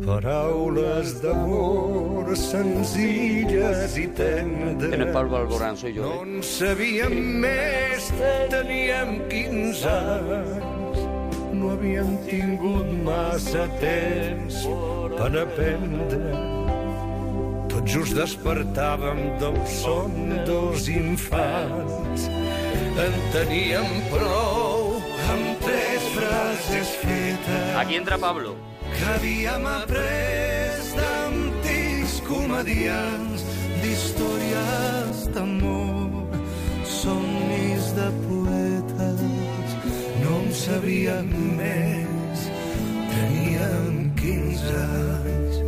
I: Paraules d'amor senzilles i tendres.
A: En el Pablo Alborán soy yo. ¿eh?
I: En sabíem més, teníem 15 anys. No havíem tingut massa temps per aprendre. Tot just despertàvem del son dels infants. En teníem prou amb tres frases fetes
A: Aquí entra Pablo.
I: que havíem après d'antics comedians d'històries d'amor, somnis de poetes. No en sabíem més, teníem 15 anys.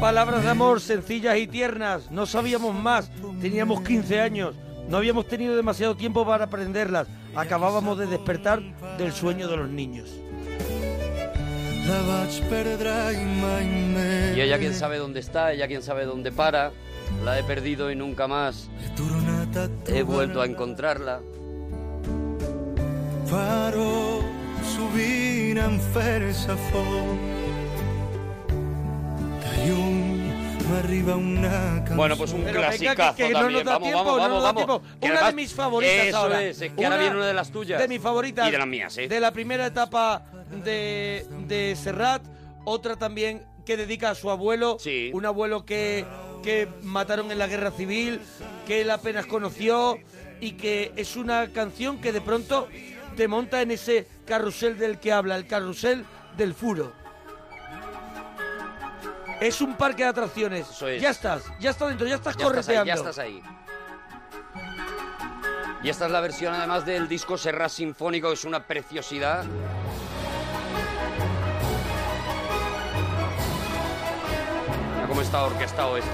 C: Palabras de amor sencillas y tiernas, no sabíamos más, teníamos 15 años, no habíamos tenido demasiado tiempo para aprenderlas, acabábamos de despertar del sueño de los niños.
I: La vaig perdre i mai més.
A: Y ella quién sabe dónde está, ella quién sabe dónde para. La he perdido y nunca más. He vuelto a encontrarla.
I: però sovint en fer-se foc. De llum m'arriba una cançó.
A: Bueno, pues un
C: Pero venga, que-
A: clasicazo
C: que no
A: también.
C: nos da
A: vamos,
C: tiempo,
A: vamos,
C: no
A: vamos,
C: nos da
A: vamos.
C: tiempo.
A: Que
C: Una
A: además-
C: de mis favoritas
A: Eso
C: ahora.
A: es, es que ahora viene una de las tuyas.
C: De mis favoritas.
A: Y de las mías, ¿eh?
C: De la primera etapa de, de Serrat, otra también que dedica a su abuelo, un abuelo que, que mataron en la guerra civil, que él apenas conoció y que es una canción que de pronto te monta en ese carrusel del que habla, el carrusel del furo. Es un parque de atracciones.
A: es.
C: Ya estás, ya estás dentro, ya estás
A: Ya estás ahí,
C: correteando.
A: ya estás ahí. Y esta es la versión además del disco Serrat Sinfónico, que es una preciosidad. Mira cómo está orquestado esto.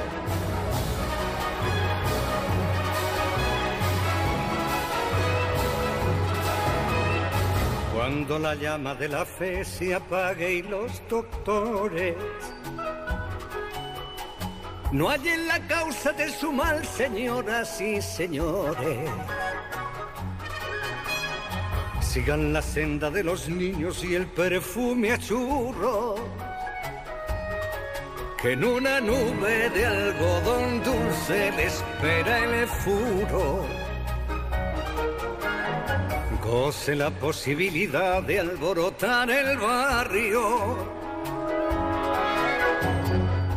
I: Cuando la llama de la fe se apague y los doctores no hallen la causa de su mal, señoras y señores. Sigan la senda de los niños y el perfume a churro. Que en una nube de algodón dulce le espera el furo. Goce la posibilidad de alborotar el barrio.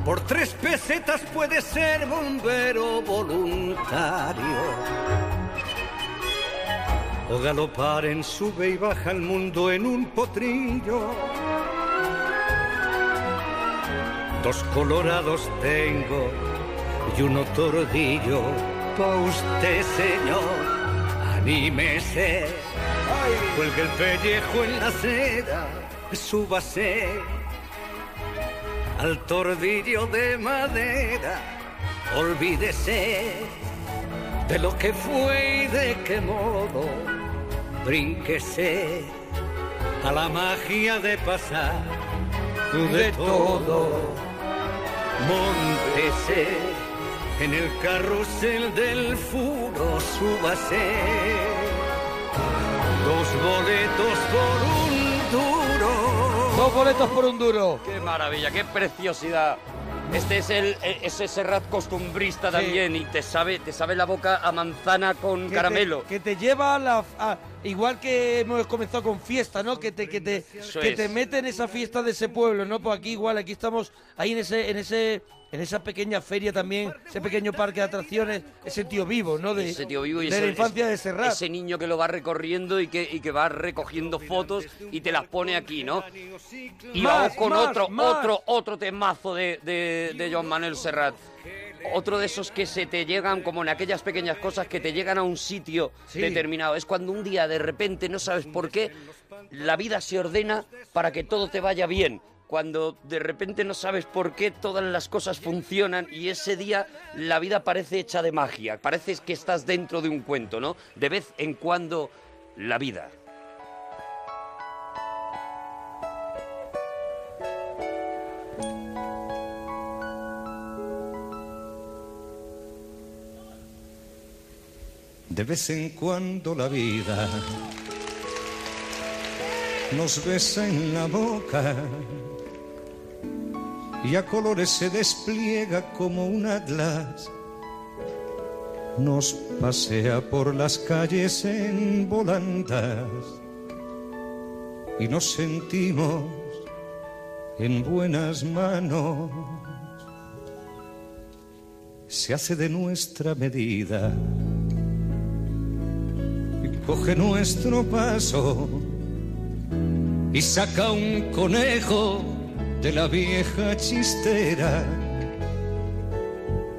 I: Por tres pesetas puede ser bombero voluntario. O galopar en sube y baja el mundo en un potrillo. Dos colorados tengo y uno tordillo pa' usted, señor. Anímese, cuelgue el pellejo en la seda, súbase al tordillo de madera, olvídese de lo que fue y de qué modo, brínquese a la magia de pasar de todo, montese en el carrusel del furo súbase. Dos boletos por un duro.
C: Dos boletos por un duro.
A: Qué maravilla, qué preciosidad. Este es el e- ese Serrat costumbrista también y te sabe te sabe la boca a manzana con
C: Que
A: caramelo.
C: te- que te lleva a la. a- igual que hemos comenzado con fiesta, ¿no? Que te, que te,
A: Eso
C: que
A: es.
C: te mete en esa fiesta de ese pueblo, ¿no? Pues aquí igual, aquí estamos ahí en ese, en ese, en esa pequeña feria también, ese pequeño parque de atracciones, ese tío vivo, ¿no? De,
A: Ese tío vivo y
C: de
A: ese-
C: la infancia de Serrat.
A: Ese niño que lo va recorriendo y que, y que va recogiendo fotos
C: este
A: y te las pone aquí, ¿no? Y
C: Más,
A: vamos con
C: más,
A: otro,
C: más.
A: otro, otro temazo de, de, de Joan Manuel Serrat. Otro de esos que se te llegan, como en aquellas pequeñas cosas que te llegan a un sitio
C: Sí.
A: determinado. Es cuando un día de repente no sabes por qué la vida se ordena para que todo te vaya bien. Cuando de repente no sabes por qué todas las cosas funcionan y ese día la vida parece hecha de magia, parece que estás dentro de un cuento, ¿no? De vez en cuando la vida.
F: De vez en cuando la vida
I: nos besa en la boca y a colores se despliega como un atlas. Nos pasea por las calles en volandas y nos sentimos en buenas manos. Se hace de nuestra medida y coge nuestro paso y saca un conejo de la vieja chistera.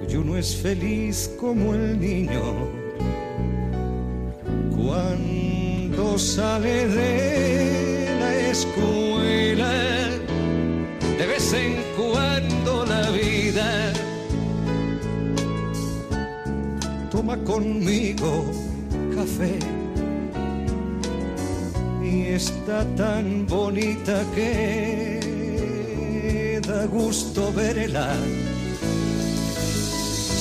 I: Y uno es feliz como el niño cuando sale de la escuela. De vez en cuando la vida toma conmigo café y está tan bonita que da gusto verla.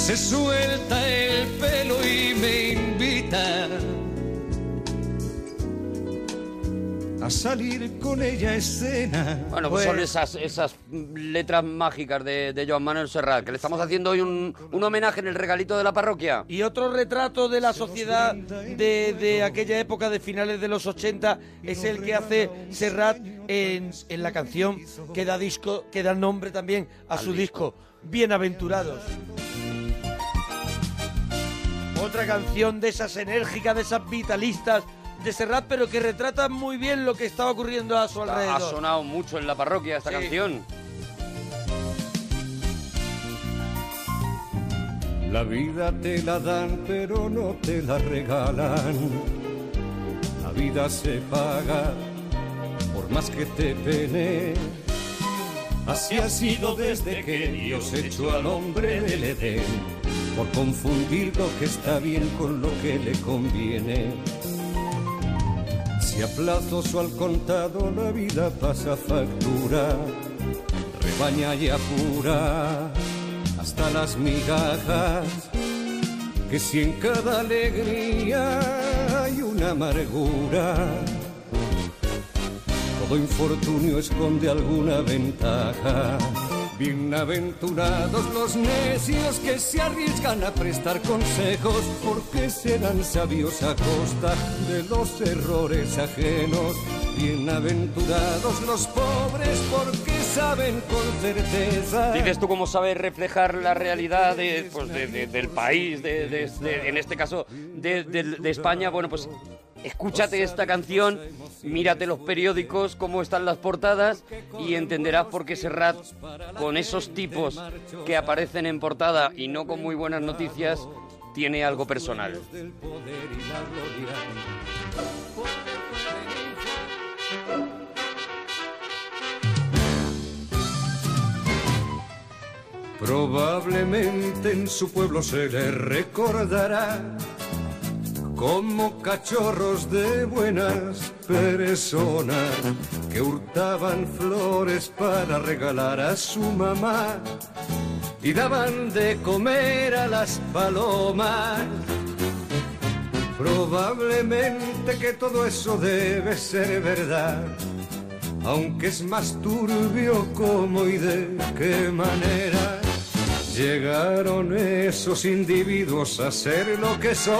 I: Se suelta el pelo y me invita a salir con ella a escena.
A: Bueno, pues son esas, esas letras mágicas de, de Joan Manuel Serrat, que le estamos haciendo hoy un, un homenaje en el regalito de la parroquia.
C: Y otro retrato de la sociedad de, de aquella época de finales de los 80 es el que hace Serrat en, en la canción que da disco, que da nombre también a su disco, Bienaventurados. Otra canción de esas enérgicas, de esas vitalistas de Serrat, pero que retratan muy bien lo que estaba ocurriendo a su
A: Ha
C: alrededor.
A: sonado mucho en la parroquia esta
C: Sí.
A: canción.
I: La vida te la dan, pero no te la regalan. La vida se paga, por más que te pene. Así ha sido desde que Dios echó al hombre del Edén, por confundir lo que está bien con lo que le conviene. Si a plazos o al contado la vida pasa factura, rebaña y apura hasta las migajas, que si en cada alegría hay una amargura, todo infortunio esconde alguna ventaja. Bienaventurados los necios que se arriesgan a prestar consejos, porque serán sabios a costa de los errores ajenos. Bienaventurados los pobres, porque saben con certeza.
A: Dices tú cómo sabes reflejar la realidad de, pues, de- de- del país, de, de- de- en este caso de, de- de España. Bueno, pues escúchate esta canción, mírate los periódicos, cómo están las portadas y entenderás por qué Serrat, con esos tipos que aparecen en portada y no con muy buenas noticias, tiene algo personal.
I: Probablemente en su pueblo se le recordará como cachorros de buenas personas que hurtaban flores para regalar a su mamá y daban de comer a las palomas. Probablemente que todo eso debe ser verdad aunque es más turbio cómo y de qué manera llegaron esos individuos a ser lo que son.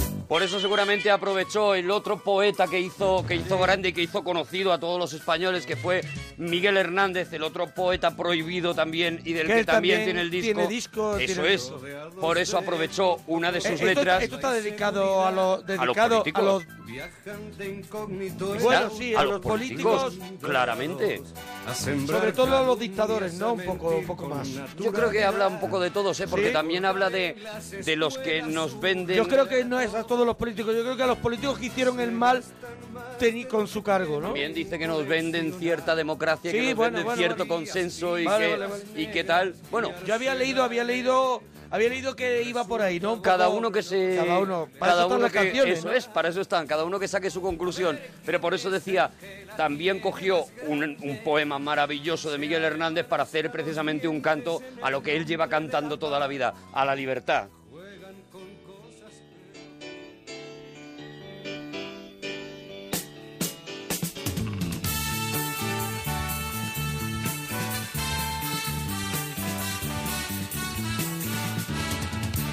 A: Por eso seguramente aprovechó el otro poeta que hizo, que hizo grande y que hizo conocido a todos los españoles, que fue Miguel Hernández, el otro poeta prohibido también y del
C: Que
A: que,
C: él
A: también,
C: también
A: tiene el disco.
C: tiene disco,
A: eso
C: tiene
A: es. Por eso aprovechó una de
C: Eh,
A: sus
C: esto-
A: letras.
C: Esto está dedicado a los, dedicado a
A: políticos.
C: los
I: Viajan de incógnito.
C: Bueno, sí, a los políticos,
A: claramente.
C: sobre todo a los dictadores, ¿no? Un poco, un poco más.
A: Yo creo que habla un poco de todos, ¿eh? porque
C: Sí.
A: también habla de, de los que nos venden.
C: Yo creo que no es a todos los políticos, yo creo que a los políticos que hicieron el mal teni- con su cargo, ¿no?
A: También dice que nos venden cierta democracia, que
C: Sí,
A: nos
C: bueno,
A: venden
C: bueno,
A: cierto consenso y,
C: Vale,
A: que,
C: vale, vale.
A: y qué tal. Bueno,
C: Yo había leído, había leído, había leído que iba por ahí, ¿no? Un
A: cada
C: poco-
A: uno que se
C: cada uno,
A: eh, cada
C: para eso están
A: uno
C: las
A: que-
C: canciones,
A: eso
C: ¿no?
A: es para eso están cada uno que saque su conclusión pero por eso decía también cogió un, un poema maravilloso de Miguel Hernández para hacer precisamente un canto a lo que él lleva cantando toda la vida a la libertad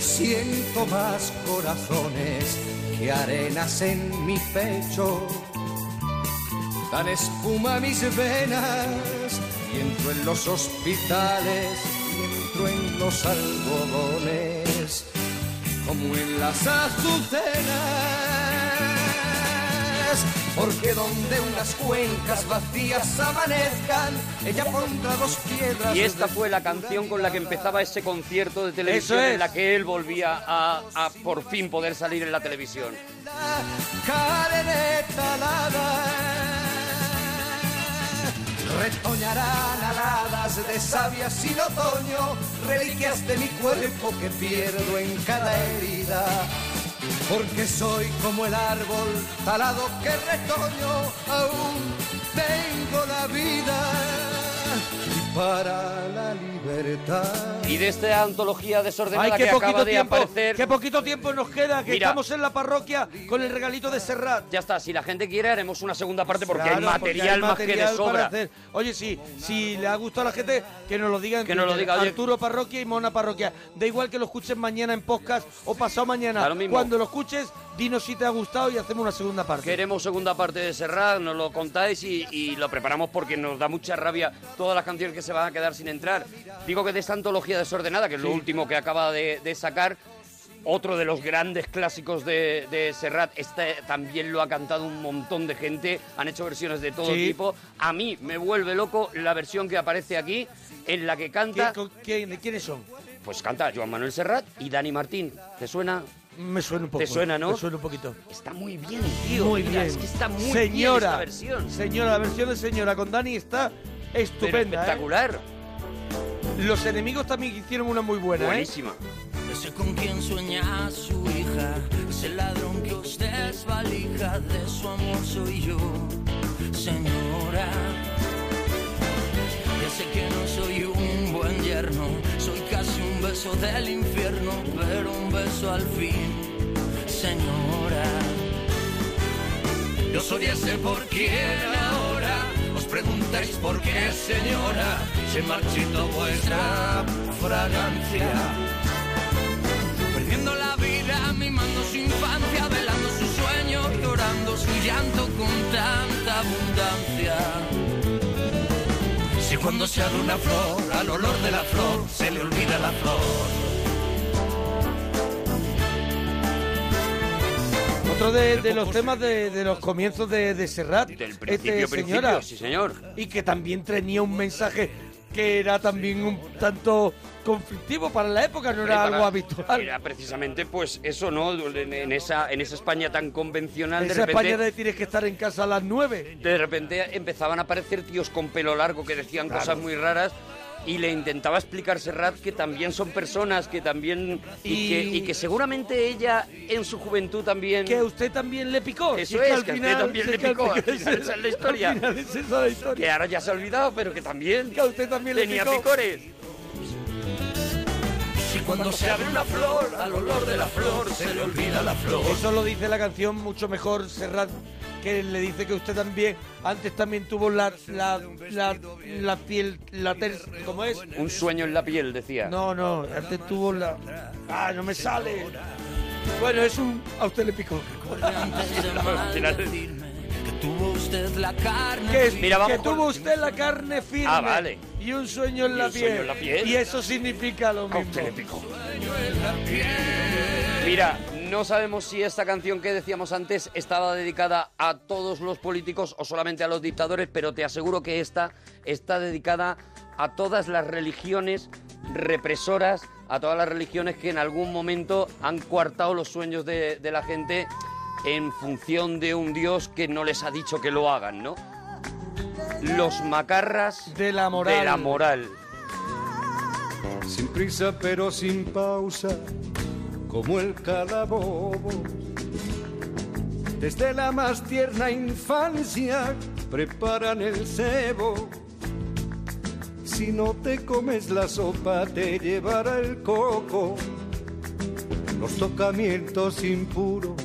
I: Siento más corazones que arenas en mi pecho. Dan espuma a mis venas y entro en los hospitales y entro en los algodones como en las azucenas. Porque donde unas cuencas vacías amanezcan, ella pondrá dos piedras.
A: y esta fue la canción con la que empezaba ese concierto de televisión
I: Eso es.
A: en la que él volvía a, a por fin poder salir en la televisión
I: Cadenet alada. Retoñarán aladas de savia sin otoño, reliquias de mi cuerpo que pierdo en cada herida. Porque soy como el árbol talado que retoño, aún tengo la vida y para la libertad.
A: y de esta antología
C: Ay,
A: desordenada
C: qué
A: que acaba
C: poquito
A: de
C: tiempo,
A: aparecer
C: qué poquito tiempo nos queda, que
A: Mira.
C: estamos en la parroquia con el regalito de Serrat.
A: ya está si la gente quiere haremos una segunda parte porque hay
C: Claro, porque hay
A: material más que de
C: material para
A: sobra
C: hacer. Oye, sí, si le ha gustado a la gente, que nos lo digan.
A: Que nos lo diga, oye.
C: Arturo Parroquia y Mona Parroquia. Da igual que lo escuchen mañana en podcast o pasado mañana. Cuando lo escuches, dinos si te ha gustado y hacemos una segunda parte.
A: Queremos segunda parte de Serrat, nos lo contáis y, y lo preparamos porque nos da mucha rabia todas las canciones que se van a quedar sin entrar. Digo que de esta antología desordenada, que es lo
C: Sí.
A: último que acaba de, de sacar, otro de los grandes clásicos de, de Serrat, este también lo ha cantado un montón de gente, han hecho versiones de todo
C: Sí.
A: tipo. A mí me vuelve loco la versión que aparece aquí, en la que canta...
C: ¿De quiénes son?
A: Pues canta Joan Manuel Serrat y Dani Martín. ¿Te suena?
C: Me suena un poco.
A: ¿Te suena, no?
C: Me suena un poquito.
A: Está muy bien, tío.
C: Muy
A: Mira,
C: bien.
A: es que está muy bien
C: señora,
A: esta versión.
C: Señora, la versión de señora con Dani está estupenda. ¿eh?
A: Pero espectacular.
C: Los enemigos también hicieron una muy buena, ¿eh?
A: Buenísima.
J: No sé con quién sueña su hija, ese ladrón que os desvalija de su amor soy yo, señora. Ya sé que no soy un buen yerno, soy casi un beso del infierno, pero un beso al fin, señora. Yo soy ese por quien ahora os preguntáis por qué, señora, se marchito vuestra fragancia. Perdiendo la vida, mimando su infancia, velando su sueño, llorando su llanto con tanta abundancia. Si cuando se abre una flor, al olor de la flor, se le olvida la flor.
C: otro de, de los temas de, de los comienzos de, de Serrat. Del
A: principio, principio,
C: señora,
A: sí, señor.
C: Y que también tenía un mensaje que era también un tanto conflictivo para la época, no era
A: Preparar-
C: algo habitual.
A: Era precisamente pues eso, ¿no? En, en esa, en esa España tan convencional, de
C: Esa
A: repente...
C: España de tienes que estar en casa a las 9.
A: De repente empezaban a aparecer tíos con pelo largo que decían
C: Claro.
A: cosas muy raras y le intentaba explicar Serrat que también son personas, que también... Y,
C: Y-
A: que, y que seguramente ella en su juventud también... Que a
C: usted también le picó.
A: Eso
C: Si es que
A: es,
C: al
A: que a usted
C: final-
A: también
C: si
A: le
C: es que al
A: picó. al
C: final
A: final
C: es-
A: esa es la historia.
C: al final es esa la historia.
A: Que ahora ya se ha olvidado, pero que también...
C: Que a usted también le
A: tenía
C: picó.
A: picores.
J: Si cuando se abre una flor, al olor de la flor se le olvida la flor.
C: Eso lo dice la canción mucho mejor Serrat, que le dice que usted también, antes también tuvo la, la, la, la piel, la ter... ¿Cómo es?
A: Un sueño en la piel, decía.
C: No, no, antes tuvo la... ¡Ah, no me sale! Bueno, es un... A usted le picó.
J: Tuvo usted la carne.
C: que,
J: Mira, vamos
C: que
J: con-
C: tuvo usted la carne firme
J: Ah, vale.
C: y un sueño en
J: Y
C: la,
J: un
C: piel,
J: sueño en la piel.
C: y eso significa lo mismo
A: Mira, no sabemos si esta canción que decíamos antes estaba dedicada a todos los políticos o solamente a los dictadores, pero te aseguro que esta está dedicada a todas las religiones represoras, a todas las religiones que en algún momento han coartado los sueños de, de la gente en función de un dios que no les ha dicho que lo hagan, ¿no? Los macarras
C: de la
A: De la
I: moral.
A: moral.
I: Sin prisa pero sin pausa, como el calabobo. Desde la más tierna infancia preparan el cebo. Si no te comes la sopa te llevará el coco. Los tocamientos impuros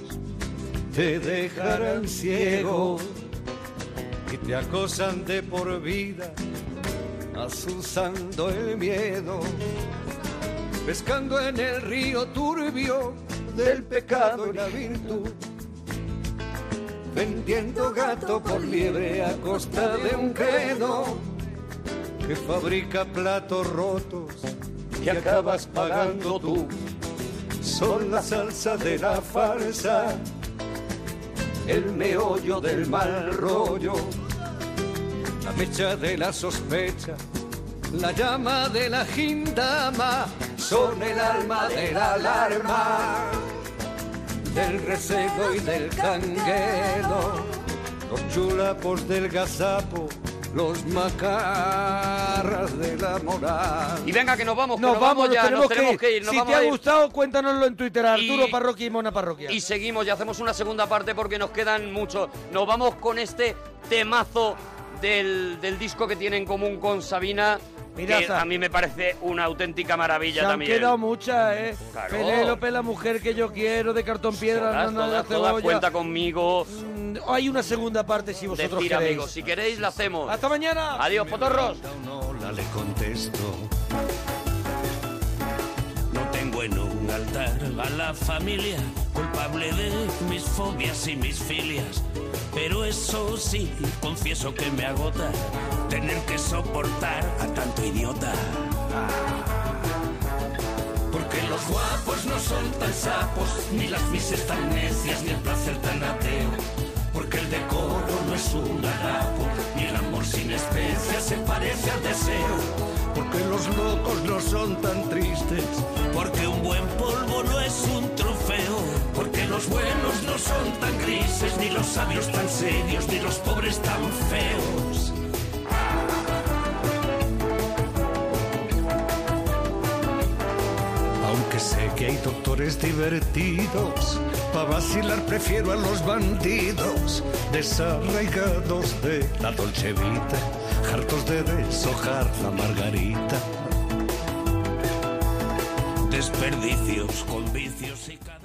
I: te dejarán ciego y te acosan de por vida, asusando el miedo, pescando en el río turbio del pecado y la virtud, vendiendo gato por liebre a costa de un credo que fabrica platos rotos que acabas pagando tú. Son la salsa de la farsa, el meollo del mal rollo, la mecha de la sospecha, la llama de la gindama, son el alma de la alarma, del recebo y del canguelo, los chulapos del gazapo, los macarras de la moral.
A: Y venga que nos vamos, que
C: Nos vamos,
A: ya,
C: nos tenemos, que ir.
A: nos
C: si
A: vamos
C: te
A: a
C: ha
A: ir.
C: gustado, cuéntanoslo en Twitter, Arturo
A: Y-
C: Parroquia y Mona Parroquia.
A: Y seguimos y hacemos una segunda parte porque nos quedan muchos. Nos vamos con este temazo del, del disco que tiene en común con Sabina.
C: Mira,
A: que
C: Sa-
A: a mí me parece una auténtica
C: Se
A: maravilla
C: han
A: también.
C: quedado muchas, ¿eh?
A: Claro.
C: Penélope, la mujer que yo quiero, de cartón piedra,
A: Todas,
C: Nana de
A: todas, todas,
C: cebolla. Mm,
A: cuenta conmigo.
C: Hay una segunda parte si vosotros
A: Decir,
C: queréis.
A: amigos, si queréis la hacemos.
C: Hasta mañana.
A: Adiós, potorros.
J: Hola, le contesto. No tengo en un altar a la familia, culpable de mis fobias y mis filias. Pero eso sí, confieso que me agota tener que soportar a tanto idiota. Porque los guapos no son tan sapos, ni las mises tan necias, ni el placer tan ateo. Porque el decoro no es un harapo, ni el amor sin especias se parece al deseo. Porque los locos no son tan tristes, porque un buen polvo no es un trofeo. Porque los buenos no son tan grises, ni los sabios tan serios, ni los pobres tan feos.
I: Aunque sé que hay doctores divertidos, para vacilar prefiero a los bandidos, desarraigados de la dolce vita, hartos de deshojar la margarita.
J: Desperdicios con vicios y... ca-